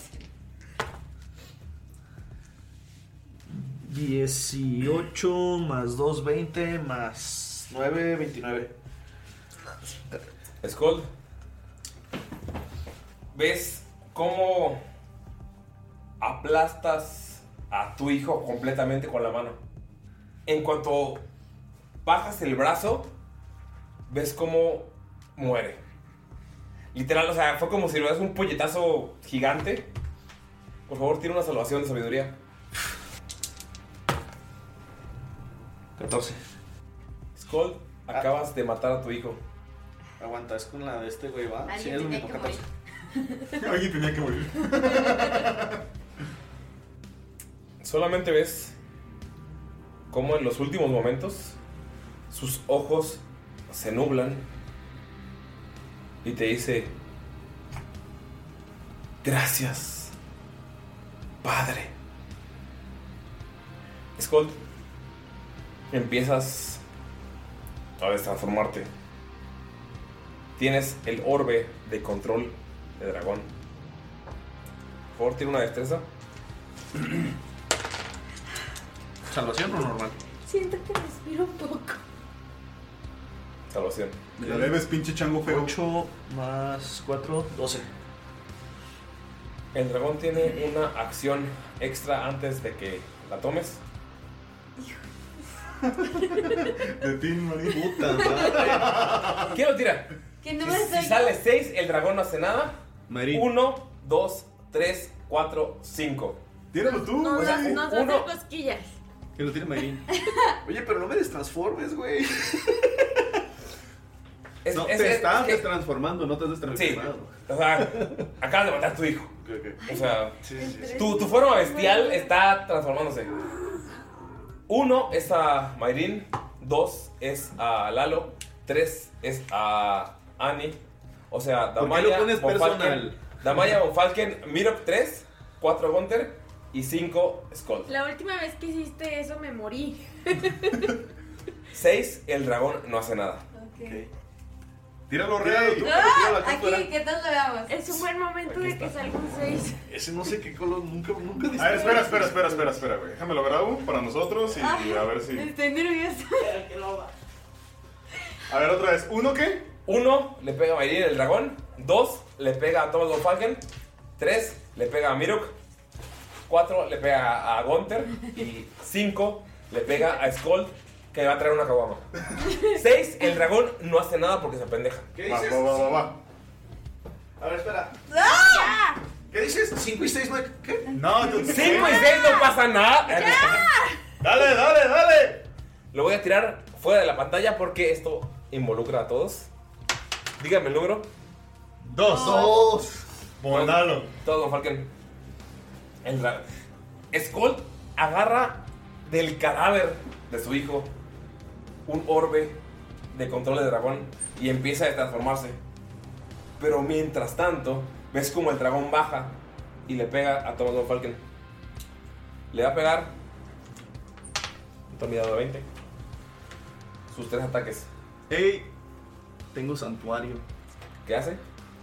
C: 18 más 2, 20 más 9, 29.
A: Skull. ¿Ves cómo aplastas a tu hijo completamente con la mano? En cuanto bajas el brazo, ves cómo muere. Literal, o sea, fue como si le das un puñetazo gigante. Por favor, tiene una salvación de sabiduría.
C: 14.
A: Skull, acabas de matar a tu hijo.
C: Aguanta, es con la de este güey, va. Sí,
A: Alguien
C: es lo
A: tenía
C: mismo,
A: que
C: 14.
D: Alguien tenía que morir.
A: <laughs> Solamente ves cómo en los últimos momentos sus ojos se nublan y te dice, gracias, padre. Skull, empiezas a destransformarte. Tienes el orbe de control de dragón. Por favor, tiene una destreza.
C: <clears throat> ¿Salvación o normal?
J: Siento que respiro un poco.
A: Salvación.
D: La debes, pinche chango feo.
C: 8 más 4, 12.
A: El dragón tiene una acción extra antes de que la tomes.
D: <laughs> De ti,
C: Puta
A: ¿Quién lo tira?
E: ¿Qué número
A: Si,
E: soy
A: si
E: yo?
A: sale 6, el dragón no hace nada. 1, 2, 3, 4, 5.
D: Tíralo
G: Uh,
D: tú,
B: No, no, no, no, no, cosquillas. <laughs>
C: Que lo tiene Mayrin. Oye, pero no me destransformes, güey.
A: <laughs> es-
G: no, te
A: es-
G: estás
A: es que-
G: destransformando, no te has destransformado.
A: O sea, acabas de matar a tu hijo. O sea, tu, tu forma bestial está transformándose. Uno es a Mayrin, dos es a Lalo, tres es a Annie. O sea,
G: ¿Por qué
A: Damaya,
G: lo pones
A: Von Falken-
G: personal?
A: Damaya, Von Falken, Mirok 3, 4 Gunter y 5 Skull.
J: La última vez que hiciste eso me morí.
A: 6, el dragón no hace nada.
C: Tíralo
D: real.
J: ¡Ah!
E: Aquí, ¿qué tal lo veamos?
J: Es un buen momento de que salga un 6.
C: Ese no sé qué color nunca, nunca
D: A ver, espera, espera, espera, espera, espera, güey. Déjamelo grabo para nosotros
E: Ah.
D: y a ver si.
E: <laughs> Estoy nerviosa.
D: A ver, otra vez. ¿Uno qué?
A: Uno le pega a Mayrin el dragón. Dos le pega a Thomas Von Falken. Tres le pega a Mirok. Cuatro le pega a Gunther. Y cinco le pega a Skull, que le va a traer una caguama. Seis, el dragón no hace nada porque se pendeja.
C: ¿Qué dices?
D: Va, va, va, va,
C: A ver, espera.
E: ¡Ah!
C: ¿Qué dices? 5 y 6 no hay. ¿Qué?
D: No,
A: Cinco y seis pues, no pasa nada. <laughs>
C: Dale, dale, dale.
A: Lo voy a tirar fuera de la pantalla porque esto involucra a todos. Díganme el número.
D: Dos.
A: Dos. Bondalo. Todo, Don Falken. El dra- Skull agarra del cadáver de su hijo un orbe de control de dragón y empieza a transformarse. Pero mientras tanto, ves como el dragón baja y le pega a Thomas Von Falken. Le va a pegar. Toma mi dado de 20. Sus tres ataques.
G: Ey, tengo santuario.
A: ¿Qué hace?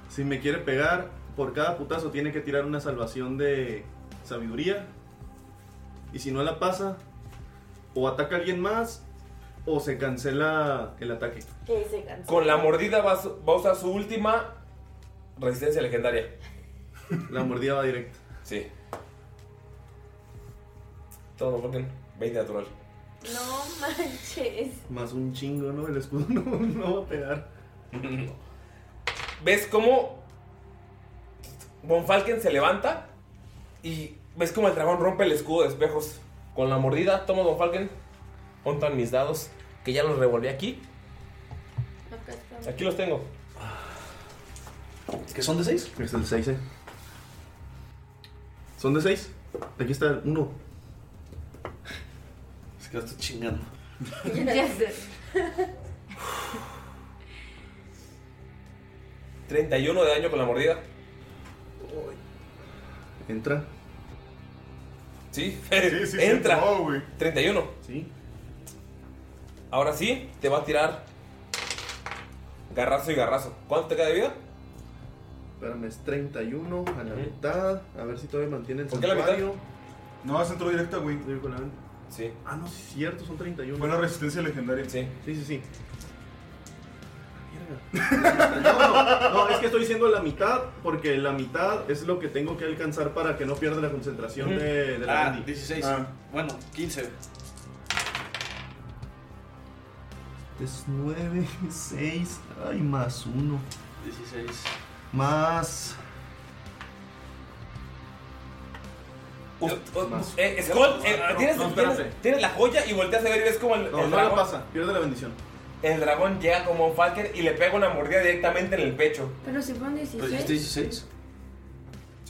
G: Si me quiere pegar, por cada putazo tiene que tirar una salvación de sabiduría. Y si no la pasa, o ataca a alguien más, o se cancela el ataque.
J: Que se cansó.
A: Con la mordida va a su- va a usar su última resistencia legendaria.
G: La mordida va directa.
A: Sí. Todo lo porque 20 natural.
J: No manches.
G: Más un chingo, ¿no? El escudo <laughs> no, no va a pegar.
A: ¿Ves cómo Von Falken se levanta? Y ves cómo el dragón rompe el escudo de espejos. Con la mordida, tomo Von Falken. Pontan mis dados, que ya los revolví aquí.
J: Acá está.
A: Aquí los tengo.
C: ¿Qué son de 6?
G: Es el 6, eh. Son de 6. Aquí está el 1.
C: Es que lo estoy chingando.
E: Ya sé.
A: 31 de daño con la mordida.
G: Entra.
A: Sí, <laughs>
D: sí,
A: entra.
D: sí, entró,
A: 31.
G: Sí.
A: Ahora sí, te va a tirar garrazo y garrazo. ¿Cuánto te queda de vida?
G: Espérame, es 31 a la mitad. A ver si todavía mantiene el
F: ¿Por qué la mitad?
G: santuario.
F: No, es entró directa, güey.
A: Sí.
G: Ah, no, sí es cierto, son 31.
F: Fue la resistencia legendaria.
A: Sí.
G: Sí, sí, sí. No, no, es que estoy diciendo la mitad porque la mitad es lo que tengo que alcanzar para que no pierda la concentración de, de la
C: Ah,
G: Bendy.
C: 16. Bueno, 15.
G: Es <laughs> 9, 6, ay, más 1.
C: 16.
G: Más.
A: Eh, Skull, eh, tienes, tienes- tienes la joya y volteas a ver y ves como el,
G: No,
A: el
G: no la pasa, pierde la bendición.
A: El dragón llega como un Falker y le pega una mordida directamente en el pecho.
J: Pero si fueron 16.
G: 16?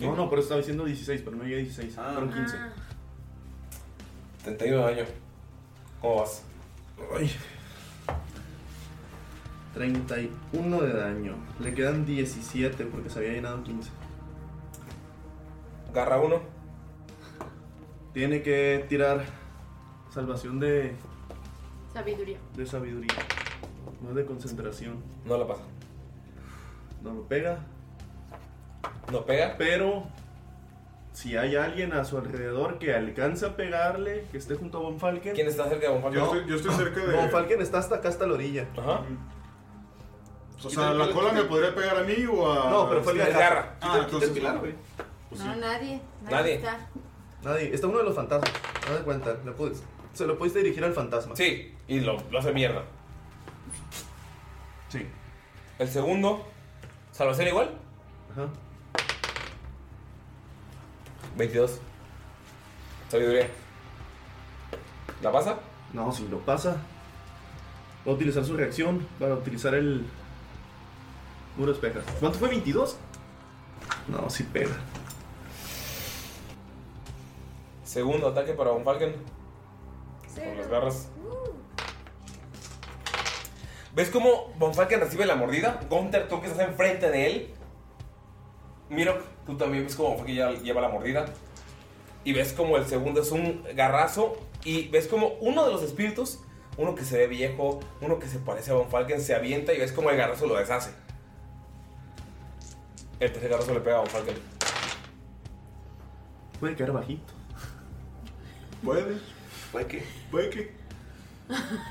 G: No, no, pero estaba diciendo 16, pero no llegué a 16. Fueron 15.
J: Ah.
A: 31 daño. ¿Cómo vas?
G: Ay. 31 de daño. Le quedan 17 porque se había llenado 15.
A: Garra 1.
G: Tiene que tirar salvación de,
B: Sabiduría.
G: de sabiduría. No es de concentración.
A: No la pasa.
G: No lo pega.
A: No pega.
G: Pero si hay alguien a su alrededor que alcance a pegarle, que esté junto a Von Falken.
A: ¿Quién está cerca de Von Falken? Yo estoy- yo estoy cerca de-
G: Von Falken está hasta acá, hasta la orilla.
A: Ajá.
F: O sea, la cola me podría pegar a mí o a.
G: No, pero fue el
F: a
G: garra. Quita-
F: Ah,
G: quita
F: entonces. Pues
G: el pilar, güey.
D: Pues
E: No, nadie. Nadie.
G: Nadie.
E: Está.
G: Nadie. Está uno de los fantasmas. No de cuenta. le puedes- se lo pudiste dirigir al fantasma.
A: Sí, y lo, lo hace mierda.
G: Sí.
A: El segundo, ¿salvación igual?
G: Ajá.
A: 22. Sabiduría. ¿La pasa?
G: No, si lo pasa. Va a utilizar su reacción para utilizar el. Muro de espejas. ¿Cuánto fue? ¿22? No, si pega.
A: Segundo ataque para Von Falken. Con las garras.
E: Uh.
A: ¿Ves cómo Von Falken recibe la mordida? Gunther, tú que estás enfrente de él. Miro, tú también ves cómo Von Falken ya lleva la mordida. Y ves como el segundo es un garrazo. Y ves como uno de los espíritus, uno que se ve viejo, uno que se parece a Von Falken, se avienta y ves como el garrazo lo deshace. El tercer garrazo le pega a Von Falken.
G: Puede caer bajito.
F: Puede.
A: ¿Puede qué?
F: ¿Puede qué?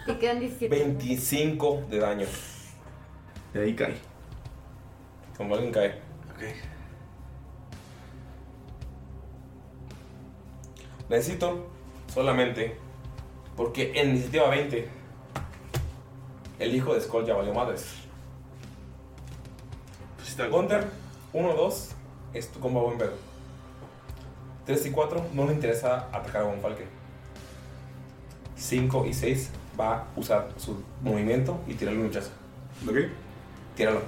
E: Te quedan 17.
A: 25 de daño.
G: De ahí cae.
A: Como alguien cae. Necesito solamente, porque en iniciativa 20, el hijo de Skull ya valió madres.
G: Pues
A: Gunter, 1, 2, es tu combo a buen pedo. 3 y 4, no le interesa atacar a Bonfalque. 5 y 6, va a usar su movimiento y tirarle un rechazo.
F: Ok.
A: Tíralo.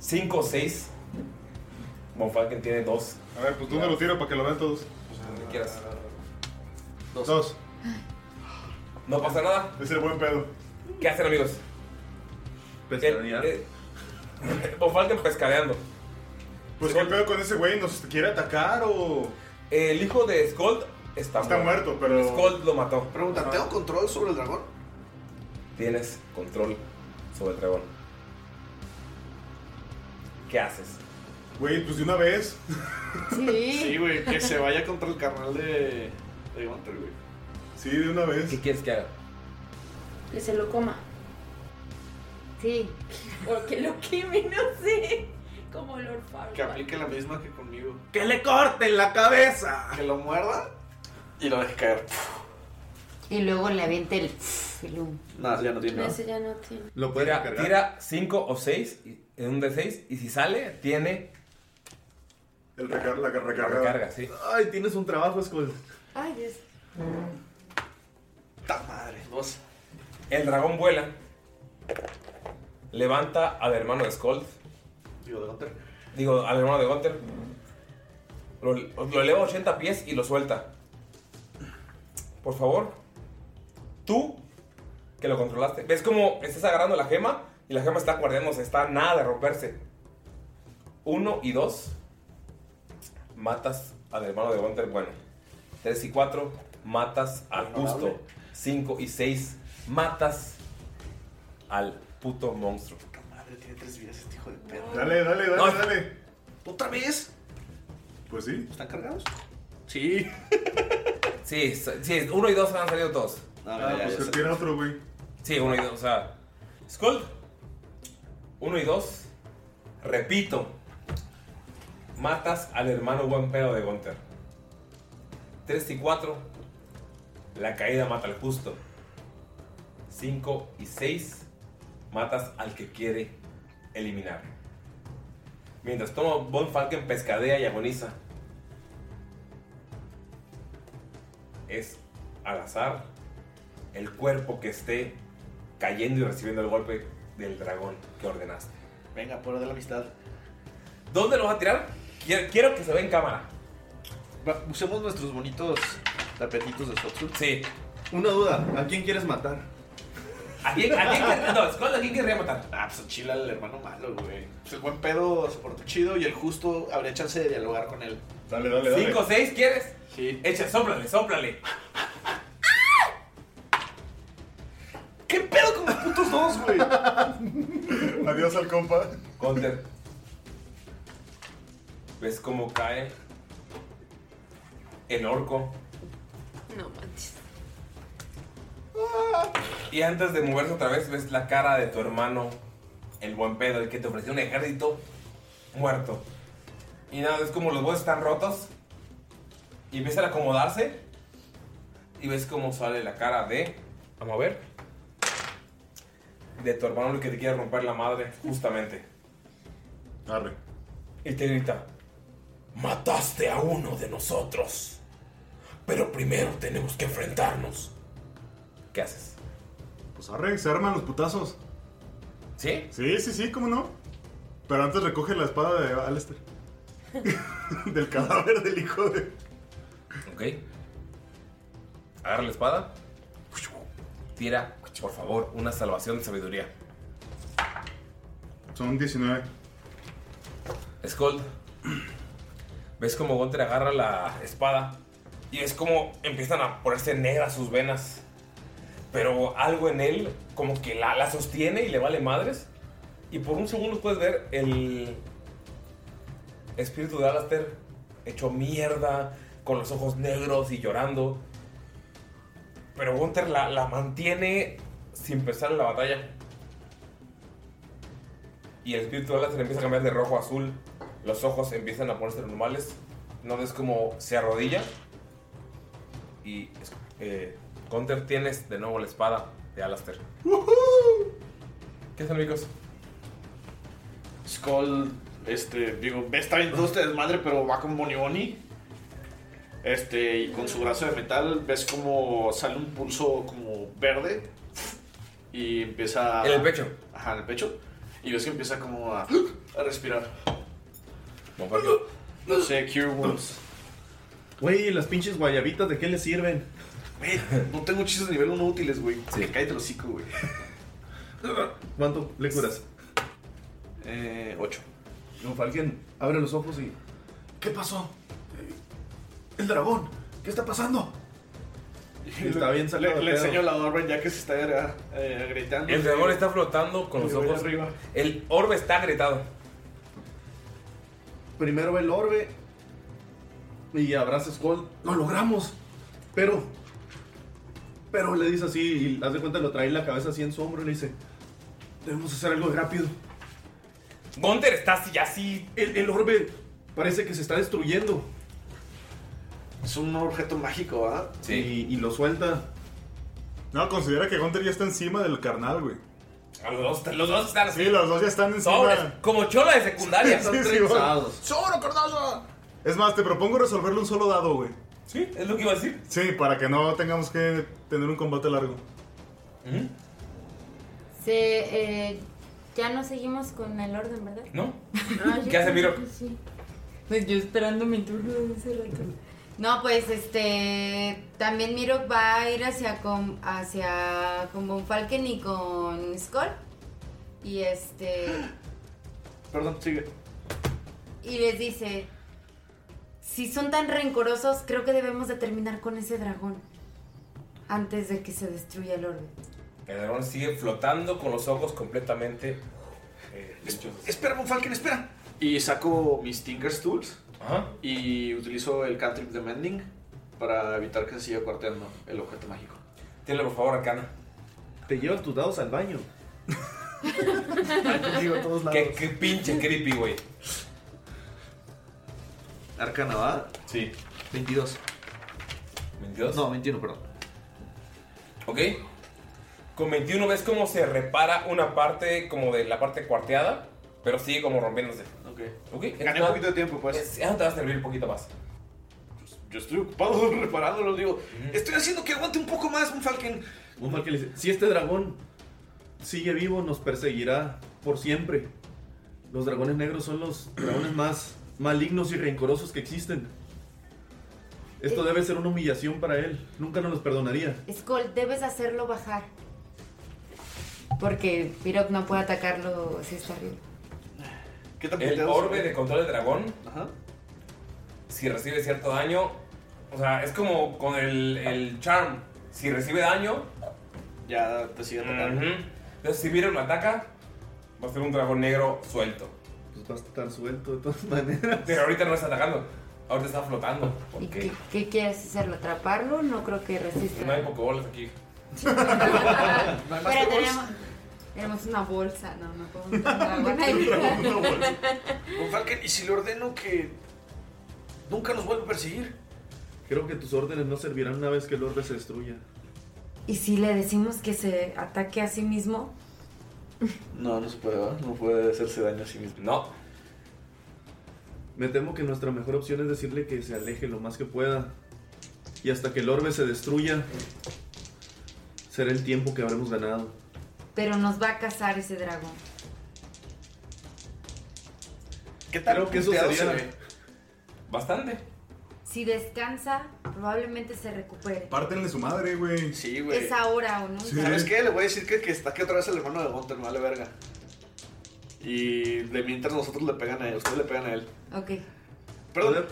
A: 5 o 6. Bonfalken tiene 2.
F: A ver, pues tú me lo tiro para que lo vean todos.
A: Donde quieras.
F: Dos.
A: No pasa nada.
F: Es el buen pedo.
A: ¿Qué hacen, amigos? Eh, Pescadear. Bonfalken eh, pescadeando.
F: Pues qué pedo con ese güey, ¿nos quiere atacar o.?
A: El hijo de Skold está,
F: Está muerto, pero-
A: Skold lo mató. Pregunta,
C: ¿Tengo control sobre el dragón?
A: Tienes control sobre el dragón. ¿Qué haces?
F: Güey, pues de una vez.
E: Sí.
C: Sí, güey, que se vaya contra el carnal de. de Gunter, güey.
F: Sí, de una vez.
A: ¿Qué quieres que haga?
J: Que se lo coma.
E: Sí.
J: O que lo queme, no sé. Como Lord Farquaad.
C: Que aplique la misma que conmigo.
G: ¡Que le corten la cabeza!
C: Que lo muerda y lo deje caer.
E: Y luego le avienta el. el humo.
A: Ah,
C: Nada, ya no tiene
J: No, ese ya no tiene.
G: Lo
A: puede tira, tira 5 o 6 en un D6 y si sale, tiene
F: El recar la
A: la
F: recarga. Ah,
A: recarga, sí.
G: Ay, tienes un trabajo, Skull.
E: Ay, Dios.
A: ¡Ta madre! Dos. El dragón vuela. Levanta al hermano de Skold. Digo, de Gunter. Digo, al hermano de Gunter. Lo, lo eleva 80 pies y lo suelta. Por favor. Tú, que lo controlaste. ¿Ves cómo estás agarrando la gema? Y la gema está guardiándose, está a nada de romperse. Uno y dos. Matas al hermano de Gunter. Bueno. Tres y cuatro. Matas al gusto. 5 y 6 matas al puto monstruo. Puta madre.
C: madre, tiene tres vidas este hijo de perro.
F: Dale, dale, dale,
C: No,
F: dale.
C: ¿Otra vez?
F: Pues sí.
C: ¿Están cargados?
F: <laughs>
C: Sí.
A: Sí, so- sí, uno y dos han salido todos.
F: Ah, no, ya, pues ya que tiene salió. otro, güey.
A: Sí, uno y dos, o sea. Skull. Uno y dos. Repito. Matas al hermano buen pedo de Gunther. Tres y cuatro. La caída mata al justo. Cinco y seis. Matas al que quiere eliminar. Mientras Tomo Von Falken pescadea y agoniza. es al azar el cuerpo que esté cayendo y recibiendo el golpe del dragón que ordenaste.
C: Venga, por de la amistad.
A: ¿Dónde lo vas a tirar? Quiero, quiero que se vea en cámara.
C: usemos nuestros bonitos tapetitos de Sotsu.
A: Sí.
G: Una duda, ¿a quién quieres matar?
A: ¿A quién, a quién quer- no, Skull, ¿a quién querría matar?
C: Ah, pues chila el hermano malo, güey. Pues el buen pedo se portó chido y el justo habría chance de dialogar con él.
F: Dale,
A: ¿Cinco o seis quieres?
C: Sí.
A: Echa, sóplale, sóplale.
C: ¿Qué pedo con los putos dos, güey?
F: <laughs> Adiós al compa.
A: Conter. ¿Ves cómo cae el orco?
B: No manches.
A: Y antes de moverse otra vez, ves la cara de tu hermano, el buen pedo, el que te ofreció un ejército muerto. Y nada, es como los huesos están rotos. Y empiezan a acomodarse. Y ves cómo sale la cara de. Vamos a ver. De tu hermano, el que te quiere romper la madre, justamente.
F: Arre.
A: Y te grita: Mataste a uno de nosotros. Pero primero tenemos que enfrentarnos. ¿Qué haces?
F: Pues arre, se arman los putazos.
A: ¿Sí?
F: Sí, sí, sí, cómo no. Pero antes recoge la espada de Alistair. <laughs> del cadáver del hijo de.
A: Ok. Agarra la espada. Tira, por favor, una salvación de sabiduría.
F: Son 19.
A: Skull. Ves como Gunter agarra la espada. Y ves como empiezan a ponerse negras sus venas. Pero algo en él como que la, la sostiene y le vale madres. Y por un segundo puedes ver el espíritu de Alastair hecho mierda, con los ojos negros y llorando. Pero Gunter la, la mantiene sin pensar en la batalla. Y el espíritu de Alastair empieza a cambiar de rojo a azul. Los ojos empiezan a ponerse normales. No ves cómo se arrodilla. Y eh, Gunter tienes de nuevo la espada de Alastair. ¿Qué hacen, amigos?
C: Skull, este, digo, ve, está bien todo este desmadre, pero va con Boni Boni. Este, y con su brazo de metal, ves como sale un pulso como verde. Y empieza.
A: En el pecho.
C: Ajá, en el pecho. Y ves que empieza como a, a respirar. No sé, Cure Wounds.
G: Güey, las pinches guayabitas, ¿de qué le sirven?
C: Güey, no tengo chistes de nivel 1 útiles, güey. Que Cállate el hocico, güey.
G: ¿Cuánto le curas?
C: Eh, 8.
G: No, Falken, abre los ojos y. ¿Qué pasó? El dragón, ¿qué está pasando? Está bien sacado
C: Le,
G: de
C: le
G: pedo.
C: enseño la orden ya que se está eh, eh, gritando.
A: El dragón está flotando con
C: Y
A: los
C: voy
A: ojos
C: arriba.
A: El orbe está agrietado.
G: Primero el orbe y abraza a Skull. ¡Lo logramos! Pero. Pero le dice así, y haz de cuenta, lo trae la cabeza así en su hombro y le dice: Debemos hacer algo rápido.
A: Gunter está así, así.
G: El, el orbe parece que se está destruyendo.
C: Es un objeto mágico, ¿ah? ¿verdad?
G: Sí. Y, y lo suelta.
F: No, considera que Gunter ya está encima del carnal, güey.
A: Los dos, los dos están
F: Sí, los dos ya están encima.
A: Sobres, como chola de secundaria.
F: Sí, sí,
A: trenzados.
F: ¡Sobro, cordazo! Es más, te propongo resolverle un solo dado, güey.
A: Sí, es lo que iba a decir.
F: Sí, para que no tengamos que tener un combate largo.
E: Se, eh, ya no seguimos con el orden, ¿verdad?
A: No.
E: Ah,
A: ¿Qué
E: yo
A: hace
E: creo
A: Miro?
E: que sí. Pues yo esperando mi turno de hace rato. No, pues este. También Miro va a ir hacia con, hacia con Von Falken y con Skull. Y este.
C: Perdón, sigue.
E: Y les dice: Si son tan rencorosos, creo que debemos de terminar con ese dragón. Antes de que se destruya el orbe.
A: El dragón sigue flotando con los ojos completamente eh,
C: Espera, Von Falken, espera. Y saco mis Tinker's Tools y utilizo el cantrip de Mending para evitar que se siga cuarteando el objeto mágico.
A: Tírale, por favor, Arcana.
G: Te llevas tus dados al baño.
A: Digo, todos lados. Qué, qué pinche creepy, güey.
C: Arcana, ¿va? Sí. 22.
A: ¿22?
C: No, 21, perdón.
A: Ok. Con 21 ves cómo se repara una parte, como de la parte cuarteada, pero sigue como rompiéndose.
C: Ok.
A: Ok.
C: Gané un poquito de tiempo, pues.
A: Ya no te va a servir un poquito más.
C: Yo estoy ocupado <laughs> reparándolo, digo. Estoy haciendo que aguante un poco más, un Falken.
G: Un mal que le dice, si este dragón sigue vivo, nos perseguirá por siempre. Los dragones negros son
C: <clears throat>
G: los dragones más malignos y rencorosos que existen. Esto debe ser una humillación para él. Nunca nos los perdonaría.
E: Skull, debes hacerlo bajar. Porque Pirok no puede atacarlo si está arriba.
A: El orbe de control del dragón. Si recibe cierto daño. O sea, es como con el, el charm. Si recibe daño.
C: Ya te sigue atacando.
A: Entonces, si Miro lo ataca, va a ser un dragón negro suelto.
G: Pues va a estar suelto de todas <laughs> maneras.
A: Pero ahorita no está atacando. Ahorita está flotando.
E: ¿Y
A: ¿Por
E: qué,
A: qué?
E: qué quieres hacerlo? ¿Atraparlo? No creo que resista.
A: No hay pokébolas aquí.
E: Pero tenemos, tenemos una bolsa, no, no <laughs> podemos tener una buena idea.
C: Von Falken, ¿y si le ordeno que nunca nos vuelva a perseguir?
G: Creo que tus órdenes no servirán una vez que el orbe se destruya.
E: ¿Y si le decimos que se ataque a sí mismo?
C: No, no se puede, ¿verdad? No puede hacerse daño a sí mismo.
A: No.
G: Me temo que nuestra mejor opción es decirle que se aleje lo más que pueda. Y hasta que el orbe se destruya, será el tiempo que habremos ganado.
E: Pero nos va a cazar ese dragón.
C: ¿Qué
G: tal? Creo que eso
A: punteado
G: sería-
A: se ve? Bastante.
E: Si descansa, probablemente se recupere.
C: Pártenle su madre, güey. Sí, güey.
E: Es ahora o nunca.
C: ¿Sabes qué? Le voy a decir que, que está aquí otra vez el hermano de Gunter, me vale verga. Y de mientras nosotros le pegan a él, ustedes le pegan a él.
E: Ok.
C: Perdón.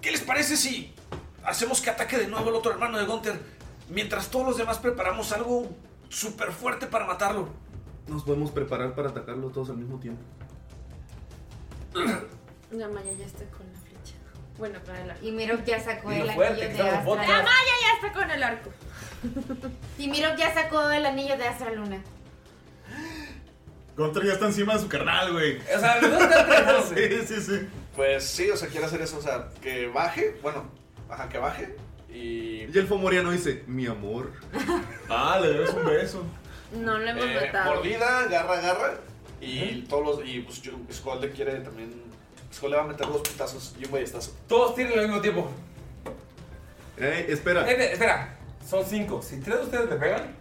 C: ¿Qué les parece si hacemos que ataque de nuevo al otro hermano de Gunter? Mientras todos los demás preparamos algo súper fuerte para matarlo.
G: Nos podemos preparar para atacarlo todos al mismo tiempo.
J: No, Maya, ya estoy con la flecha. Bueno, para el arco.
E: Y Mirok ya sacó
J: Y lo
E: el
J: fuerte que
E: anillo de
J: estamos
E: Astra.
J: botas. ¡La Maya ya está con el arco!
E: <laughs> Y Mirok ya sacó el anillo de Astra Luna.
F: Gunter ya está encima de su carnal, güey.
A: O sea, los dos están
G: <laughs>
F: Sí, sí, sí.
C: Pues sí, o sea, quiero hacer eso, o sea, que baje, bueno, ajá, que baje y...
G: Y el Fomoriano dice,
C: <laughs>
G: mi amor.
F: Ah, le debes un beso.
J: No lo hemos
C: Eh,
J: matado.
C: mordida, garra, garra. Y todos los. Y pues yo, Skull le quiere también. Skull le va a meter dos putazos y un ballestazo.
A: Todos tienen al mismo tiempo. Este,
G: Eh, espera.
A: espera. Son cinco. Si tres de ustedes le pegan.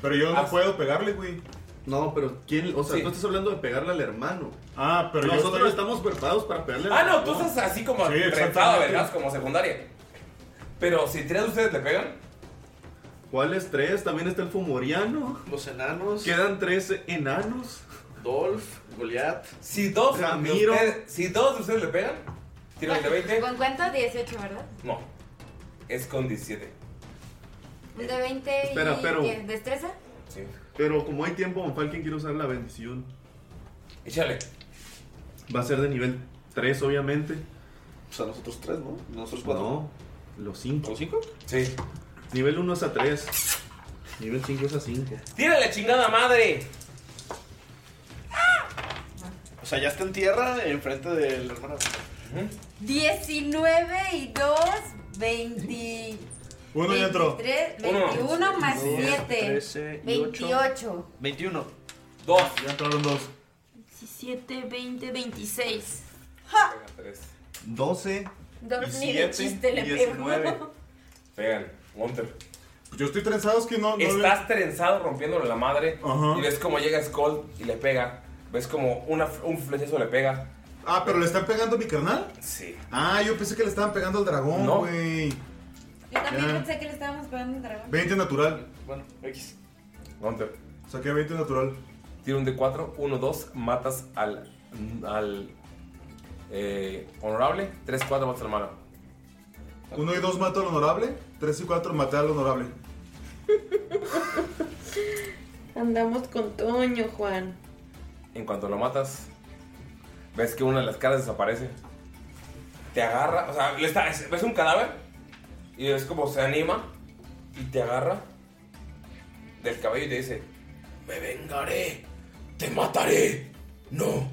F: Pero yo no puedo pegarle, güey.
G: No, pero ¿quién? O sea,
A: Sí.
G: tú estás hablando de pegarle al hermano.
F: Ah, pero yo
G: Nosotros
F: estoy-
G: estamos preparados para pegarle al
A: Ah, no, tú
G: dragón.
A: estás así como
G: Sí,
A: rentado,
G: exactamente.
A: ¿verdad? Como secundaria. Pero si tres de ustedes le pegan.
G: ¿Cuáles tres? También está el Fomoriano.
C: Los enanos.
G: Quedan tres enanos.
C: Dolph, Goliath.
A: Si dos, de
G: Ramiro.
A: ustedes- si dos de ustedes le pegan, tira el de 20.
E: ¿Con cuánto? 18, ¿verdad?
A: No. Es con 17.
E: Un de 20
G: Espera,
E: y
G: pero-
E: ¿qué? ¿Destreza?
A: Sí.
G: Pero como hay tiempo, Von Falken quiere usar la bendición.
A: Échale.
G: Va a ser de nivel 3, obviamente.
C: O sea, nosotros tres, ¿no? Nosotros
G: cuatro. No, los 5.
A: ¿Los 5? Sí.
G: Nivel 1 es a 3. Nivel 5 es a 5.
A: ¡Tira la chingada madre!
C: O sea, ya está en tierra enfrente del hermano.
E: 19 y 2, 20.
C: Uno ya entró.
E: 23,
C: Uno.
E: 21 más
C: Dos,
E: 7.
C: trece y ocho.
E: 28.
C: 21.
A: Dos.
C: Ya entraron dos.
J: 17, 20, 26.
G: 12.
J: Dos ni
F: Y
J: de
F: siete,
J: chiste le
F: diecinueve.
J: pegó.
A: Pegan. Gunter.
F: Yo estoy trenzado, es que no. no
A: Estás trenzado rompiéndole la madre. Y ves cómo llega Skull y le pega. Ves como una, un flechazo le pega.
F: Ah, pero le están pegando a mi carnal.
A: Sí.
F: Ah, yo pensé que le estaban pegando al dragón,
A: No.
F: güey.
E: Yo también
F: Ya.
E: pensé que le estábamos pegando un dragón.
F: 20 natural.
C: Bueno, X.
A: Gunter.
F: Saqué 20 natural.
A: Tira un D4, 1, 2, matas al. al. eh, honorable, 3, 4, matas al malo.
F: 1 y 2 mato al honorable. 3 y 4 maté al honorable.
J: Andamos con Toño, Juan.
A: En cuanto lo matas, ves que una de las caras desaparece. Te agarra, o sea, le está- es- ves un cadáver y ves como se anima y te agarra del cabello y te dice, me vengaré, te mataré. No,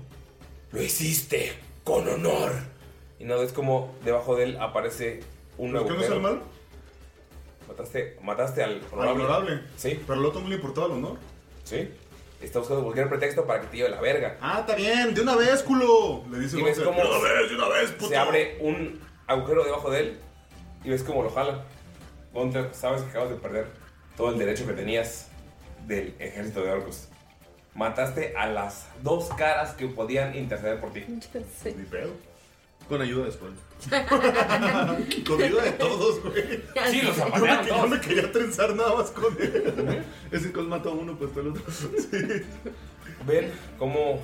A: lo hiciste con honor. Y no ves como debajo de él aparece un
F: ¿Pero
A: nuevo
F: qué no es el malo?
A: Mataste, mataste al
F: Al honorable.
A: Sí.
F: Pero al otro no le importaba el honor.
A: Sí. Está buscando cualquier pretexto para que te lleve la verga.
F: Ah, está bien, de una vez, culo. Le dice
A: Y ves
F: Walter,
A: cómo
F: de una vez, de una vez, puto.
A: se abre un agujero debajo de él y ves cómo lo jala. Gunter, sabes que acabas de perder todo el derecho que tenías del ejército de orcos. Mataste a las dos caras que podían interceder por ti. Ni pedo.
G: Con ayuda después.
F: Con ayuda de todos,
J: <laughs>
F: güey.
A: Sí, los
F: Yo me, yo me quería trenzar nada más con él.
G: Ese con mató a uno, pues todo el otro. <laughs>
A: Ven cómo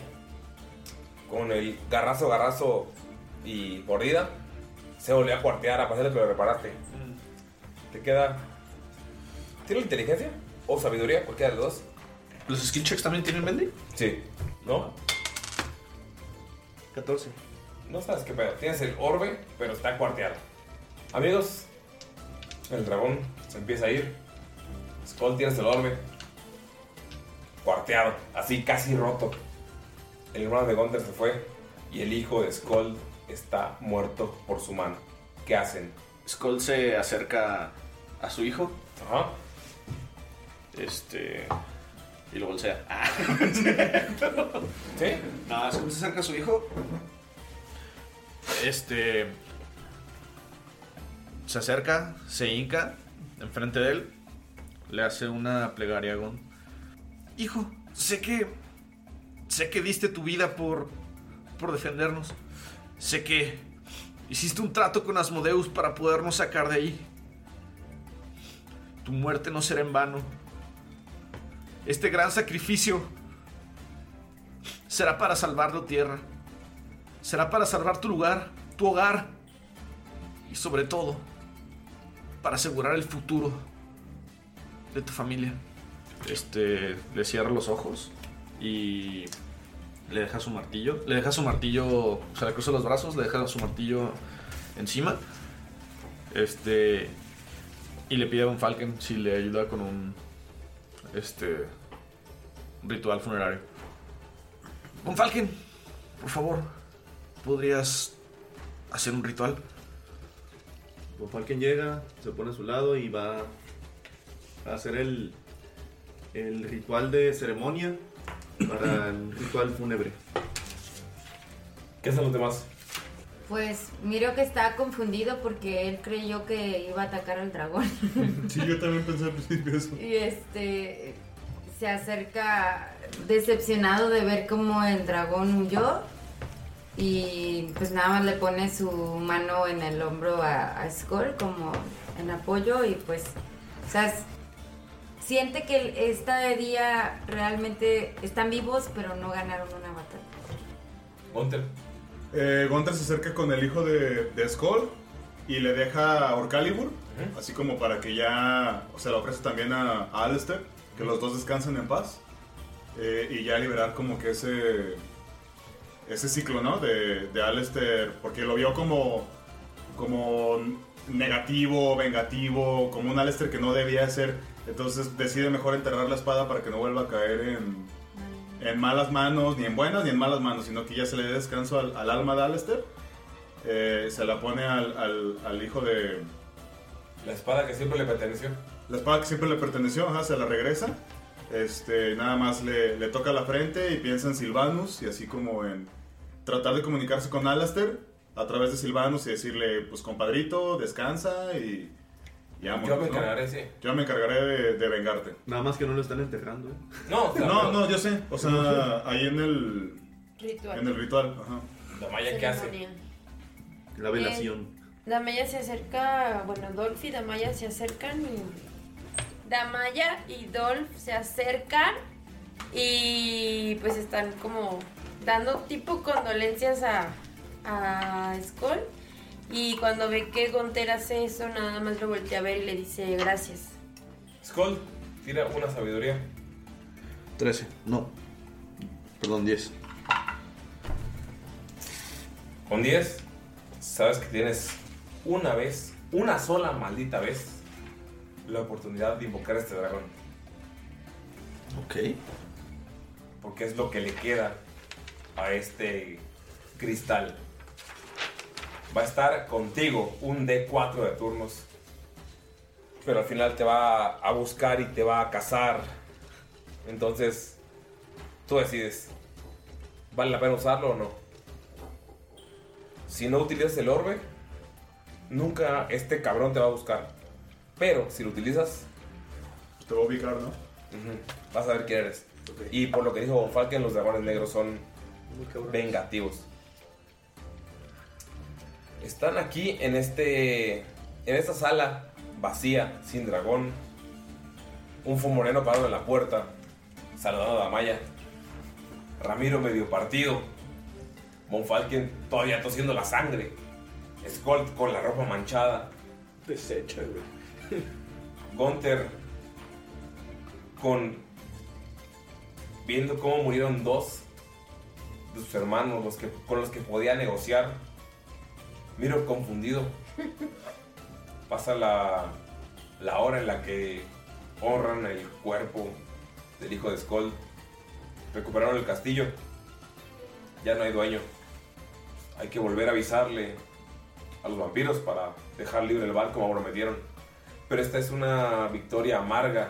A: con el garrazo, garrazo y mordida se volvió a cuartear a pesar de que lo reparaste.
C: Mm.
A: Te queda. ¿Tiene inteligencia o sabiduría? Cualquiera de los dos.
C: ¿Los skill checks también tienen Bendy?
A: Sí. ¿No?
G: 14.
A: No sabes qué pedo. Tienes el orbe, pero está cuarteado. Amigos, el dragón se empieza a ir. Skull tienes el orbe. Cuarteado, así casi roto. El hermano de Gunther se fue y el hijo de Skull está muerto por su mano. ¿Qué hacen?
C: Skull se acerca a su hijo.
A: Ajá.
C: Este. Y lo bolsea. <laughs>
A: ¿Sí?
C: No, Skull se acerca a su hijo. Este. Se acerca, se hinca enfrente de él. Le hace una plegaria a Gon. Hijo, sé que. Sé que diste tu vida por. por defendernos. Sé que. Hiciste un trato con Asmodeus para podernos sacar de ahí. Tu muerte no será en vano. Este gran sacrificio será para salvar la tierra. Será para salvar tu lugar, tu hogar. Y sobre todo, para asegurar el futuro de tu familia. Este, le cierra los ojos y le deja su martillo. Le deja su martillo, o sea, le cruza los brazos, le deja su martillo encima. Este, y le pide a un Falcon si le ayuda con un, este, ritual funerario. Von Falken, por favor, ¿podrías hacer un ritual?
G: Von Falken llega, se pone a su lado y va a hacer el, el ritual de ceremonia para el ritual fúnebre.
A: ¿Qué hacen los demás?
E: Pues miro que está confundido porque él creyó que iba a atacar al dragón.
F: Sí, yo también pensé al principio eso.
E: Y este se acerca decepcionado de ver cómo el dragón huyó. Y pues nada más le pone su mano en el hombro a, a Skull como en apoyo y pues, o sea, s- siente que el- este día realmente están vivos pero no ganaron una batalla.
A: Gunter.
F: Eh, Gunther se acerca con el hijo de, de Skull y le deja a Orcalibur, así como para que ya o sea, le ofrece también a, a Alistair, que los dos descansen en paz eh, y ya liberar como que ese ese ciclo, ¿no? De, de Alistair, porque lo vio como como negativo, vengativo, como un Alistair que no debía ser, entonces decide mejor enterrar la espada para que no vuelva a caer en, en malas manos, ni en buenas ni en malas manos, sino que ya se le dé descanso al, al alma de Alistair. Eh, se la pone al, al- al hijo de.
A: La espada que siempre le perteneció.
F: La espada que siempre le perteneció, ajá, se la regresa. Este, nada más le, le toca la frente y piensa en Silvanus y así como en tratar de comunicarse con Alistair a través de Silvanus y decirle, pues compadrito, descansa y. y vámonos,
A: Yo me
F: ¿no?
A: encargaré, sí.
F: Yo me encargaré de, de vengarte.
G: Nada más que no lo están enterrando.
A: No,
F: no, no, yo sé. O sea, ahí en el,
B: Ritual.
F: en el ritual, ajá.
A: La
B: Ceremonia.
G: La velación.
B: Damaya se acerca, bueno, Dolph y Damaya se acercan y. Damaya y Dolph se acercan y pues están como dando tipo condolencias a, a Skull. Y cuando ve que Gonter hace eso, nada más lo voltea a ver y le dice gracias.
A: Skull, tira una sabiduría.
C: 13. No. Perdón, 10.
A: Con 10, sabes que tienes una vez, una sola maldita vez, la oportunidad de invocar a este dragón.
C: Ok.
A: Porque es lo que le queda a este cristal. Va a estar contigo un D4 de turnos. Pero al final te va a buscar y te va a cazar. Entonces, tú decides. ¿Vale la pena usarlo o no? Si no utilizas el orbe, nunca este cabrón te va a buscar. Pero si lo utilizas,
F: te va a ubicar, ¿no?
A: Vas a ver quién eres. Y por lo que dijo Von Falken, los dragones negros son vengativos. Están aquí en este. En esta sala vacía, sin dragón. Un fumoreno parado en la puerta, saludando a Damaya. Ramiro medio partido. Monfalken todavía tosiendo la sangre. Skolt con la ropa manchada. Desecha, güey. Gunther con. Viendo cómo murieron dos de sus hermanos, los que, con los que podía negociar. Miro confundido. Pasa la, la hora en la que honran el cuerpo del hijo de Skull. Recuperaron el castillo. Ya no hay dueño. Hay que volver a avisarle a los vampiros para dejar libre el barco como prometieron. Pero esta es una victoria amarga.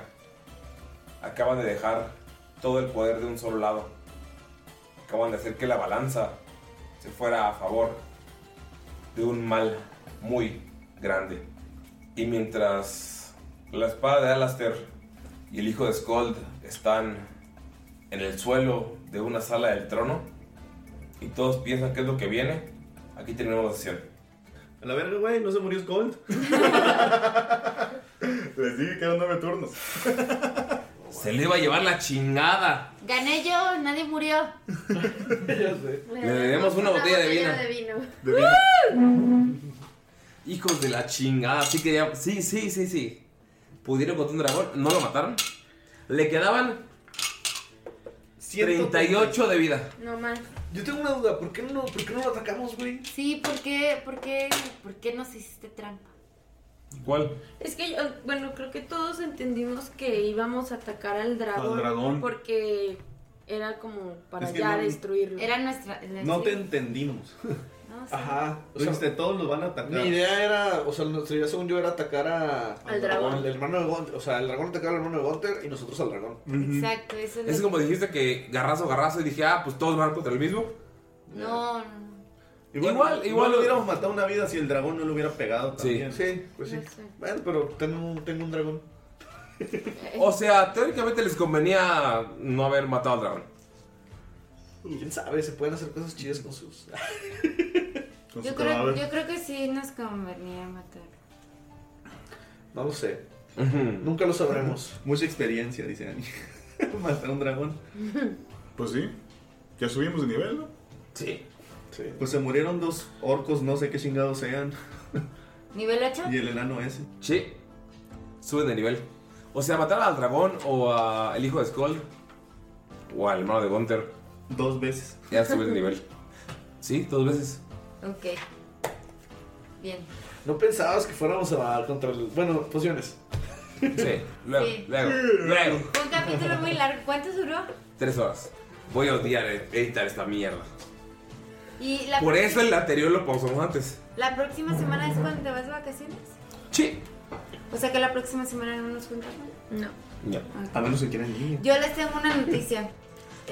A: Acaban de dejar todo el poder de un solo lado acaban de hacer que la balanza se fuera a favor de un mal muy grande. Y mientras la espada de Alastair y el hijo de Skold están en el suelo de una sala del trono y todos piensan qué es lo que viene, aquí tenemos la sesión.
G: A la verga, güey, no se murió Scold.
A: Les dije que eran nueve turnos. Se le iba a llevar la chingada.
E: Gané yo, nadie murió.
A: Le debemos una botella de vino. De vino. Hijos de la chingada, sí querían. Sí, sí, sí, sí. Pudieron contra un dragón, no lo mataron. Le quedaban 38 de vida.
E: No más.
C: Yo tengo una duda, ¿por qué no, por qué no lo atacamos, güey?
E: Sí, ¿por qué, por qué, por qué nos hiciste trampa?
A: ¿Cuál?
J: Es que, yo, bueno, creo que todos entendimos que íbamos a atacar al dragón.
G: Al dragón.
J: Porque era como para
G: Es que
J: ya
G: no-
J: destruirlo.
E: Era nuestra.
G: No te entendimos. <laughs> Ajá. O sea, este, todos los van a atacar.
C: Mi idea era, o sea, nuestra idea según yo era atacar a,
E: Al dragón.
C: El hermano de Gunter, o sea, el dragón atacar al hermano de Gunter y nosotros al dragón.
G: Mm.
E: Exacto, eso es.
A: Es
E: lo-
A: como dijiste que garrazo, garrazo, y dije, ah, pues todos van contra el mismo.
E: No, no.
A: Igual, igual.
G: No le hubiéramos matado una vida si el dragón no lo hubiera pegado también.
C: Sí, pues sí. Bueno, pero tengo, tengo un dragón.
A: O sea, teóricamente les convenía no haber matado al dragón.
C: ¿Quién sabe? Se pueden hacer cosas chidas con sus... <laughs> con
E: Yo creo, yo creo que sí nos convenía matar.
G: No lo sé. Nunca lo sabremos. <laughs> Mucha experiencia, dice Ani. <laughs> Matar un dragón.
F: Pues sí. Ya subimos de nivel, ¿no?
A: Sí.
G: Pues se murieron dos orcos, no sé qué chingados sean.
E: ¿Nivel 8?
G: Y el enano ese.
A: Sí. Suben de nivel. O sea, matar al dragón o al hijo de Skull o al hermano de Gunther.
G: Dos veces.
A: Ya subes de nivel.
G: <laughs>
A: Sí, dos veces.
E: Ok. Bien.
C: No pensabas que fuéramos a contra el... Bueno, pociones.
A: Sí, luego,
E: Sí.
A: luego, luego.
E: Fue un capítulo muy largo. ¿Cuánto duró?
A: Tres horas. Voy a odiar eh, editar esta mierda.
E: Y la
A: Por
E: próxima-
A: eso el anterior lo pausamos antes.
E: ¿La próxima semana es cuando te vas de vacaciones?
A: Sí.
E: O sea que la próxima semana no nos juntamos. No.
C: A menos que quieran ir.
E: Yo eh, les tengo una noticia.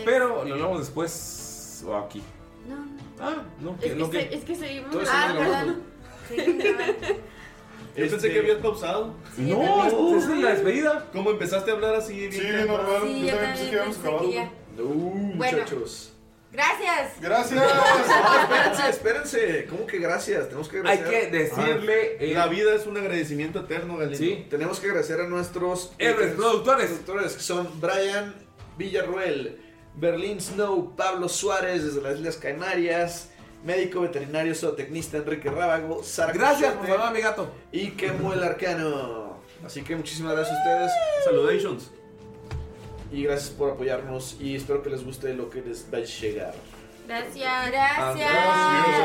A: Pero lo hablamos después o aquí.
E: No, no.
A: Ah, no,
J: Es
A: que,
J: que,
A: no,
J: se-
A: que.
J: es que seguimos.
A: Todo
J: Ah,
A: está
J: perdón.
G: Yo pensé
E: Este,
G: que habías pausado.
A: No, esta es la despedida.
G: ¿Cómo empezaste a hablar así? bien calmado?
E: Sí, yo también pensé que ya.
C: Uh,
E: Bueno.
C: muchachos.
E: Gracias. <laughs>
C: No, espérense, Ah, espérense. ¿Cómo que gracias? Tenemos que agradecer.
A: Hay que decirle,
C: Ah,
A: eh,
C: la vida es un agradecimiento eterno, Galindo.
A: Sí.
C: Tenemos que agradecer a nuestros
A: Héroes productores.
C: productores, que son Brian Villarruel, Berlín Snow, Pablo Suárez desde las Islas Caimarias, médico veterinario zootecnista Enrique Rábago, Sara
A: Gracias por
C: Cochete
A: salvar a mi gato.
C: y Kemuel Arcano. Así que muchísimas gracias a ustedes.
G: Saludations.
C: Y gracias por apoyarnos y espero que les guste lo que les va a llegar.
B: Gracias.
C: Gracias.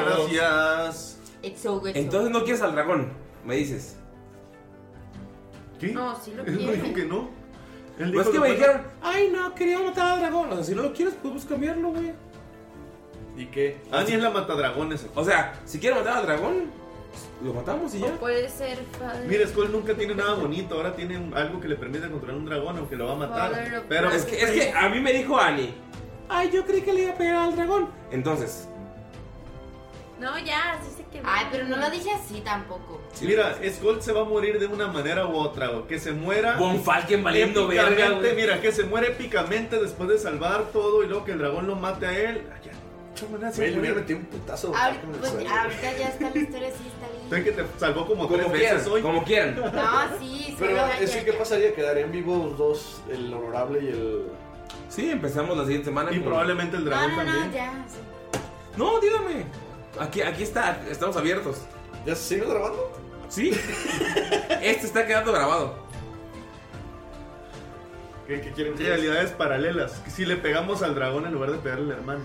G: Gracias.
B: It's so good.
A: Entonces no quieres al dragón, me dices.
G: ¿Qué?
B: No, sí
A: <laughs>
B: lo
G: Él dijo
B: quiere.
G: que no.
A: Pues
G: Él
A: es
G: dijo
A: que
G: lo
A: me
G: bueno.
A: dijeron, ay no, quería matar al dragón. O sea, si no lo quieres, podemos cambiarlo, güey.
G: ¿Y qué? Ani es la matadragones.
A: O sea, si quiere matar al dragón, lo matamos y ya.
J: Puede ser padre.
G: Mira, Skull nunca tiene nada bonito, ahora tiene algo que le permite controlar un dragón aunque lo va a matar.
J: Father,
G: Pero
A: es que, es que a mí me dijo Annie. Ay, yo creí que le iba a pegar al dragón. Entonces,
B: No, ya, así se quedó.
J: Ay, pero no lo
B: dije así tampoco.
G: Mira, Skull se va a morir de una manera u otra, o que se muera.
A: Von Falken valiendo verga,
G: épicamente,
A: güey.
G: Mira, que se muere épicamente después de salvar todo y luego que el dragón lo mate a él. Ay, ya, mucha manera se
C: Güey, le
G: muere.
C: hubiera metido un putazo.
G: Ahorita-
C: con el
G: pues,
C: suelo.
E: Ahorita ya está la historia, sí está bien.
G: Sé que te salvó como,
C: Como
G: tres
C: quieran,
G: veces hoy.
A: como quieran.
E: No, sí, sí.
C: Pero
E: lo-
C: es que, ¿qué pasaría? ¿Quedarían vivos los dos, el honorable y el.
A: sí, empezamos la siguiente semana.
G: Y
A: con-
G: probablemente el
E: No,
G: dragón
E: no,
G: también.
E: no, ya. sí.
A: No, dígame. Aquí, aquí está, estamos abiertos.
C: ¿Ya se sigue grabando?
A: <laughs> Sí. este está quedando grabado.
C: ¿Qué, qué quieren
G: Realidades paralelas. Si le pegamos al dragón en lugar de pegarle al hermano.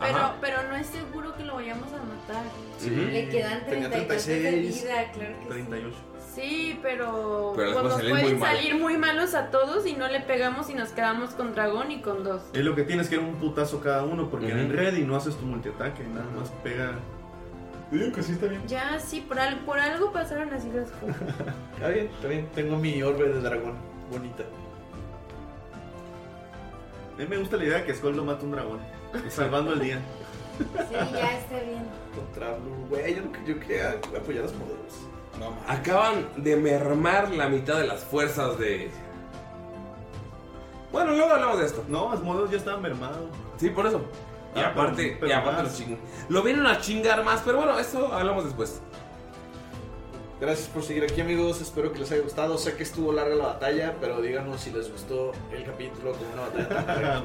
B: Pero, pero no es seguro que lo vayamos a matar.
G: Sí.
E: Le quedan
G: Tenía
E: 32 de
G: 36.
E: vida, claro que sí.
G: 38.
B: Sí, pero,
G: Pero
B: pues,
G: las cosas
B: nos
G: salen
B: pueden
G: muy mal.
B: salir muy malos a todos y no le pegamos y nos quedamos con dragón y con dos.
G: Es lo que tienes que era un putazo cada uno, porque en red y no haces tu multiataque, nada más pega.
F: Digo que sí está bien.
B: Ya, sí, por, al- por algo pasaron así las cosas.
C: Está bien, está bien. Tengo mi orbe de dragón. Bonita.
G: A mí me gusta la idea de que Skull lo mata
C: <laughs>
G: un dragón, salvando el día.
E: Sí, ya está bien.
C: Contra Blue, güey. Yo, yo quería apoyar a los modelos. No, mames.
A: Acaban de mermar la mitad de las fuerzas de. Bueno, luego hablamos de esto.
G: No, Asmodeus ya estaba mermado.
A: Sí, por eso. Y
G: Ah,
A: aparte,
G: pero- pero
A: y aparte
G: más.
A: lo ching- Lo vienen a chingar más, pero bueno, eso hablamos después.
C: Gracias por seguir aquí amigos, espero que les haya gustado. Sé que estuvo larga la batalla, pero díganos si les gustó el capítulo con una batalla tan
G: <laughs>
C: larga.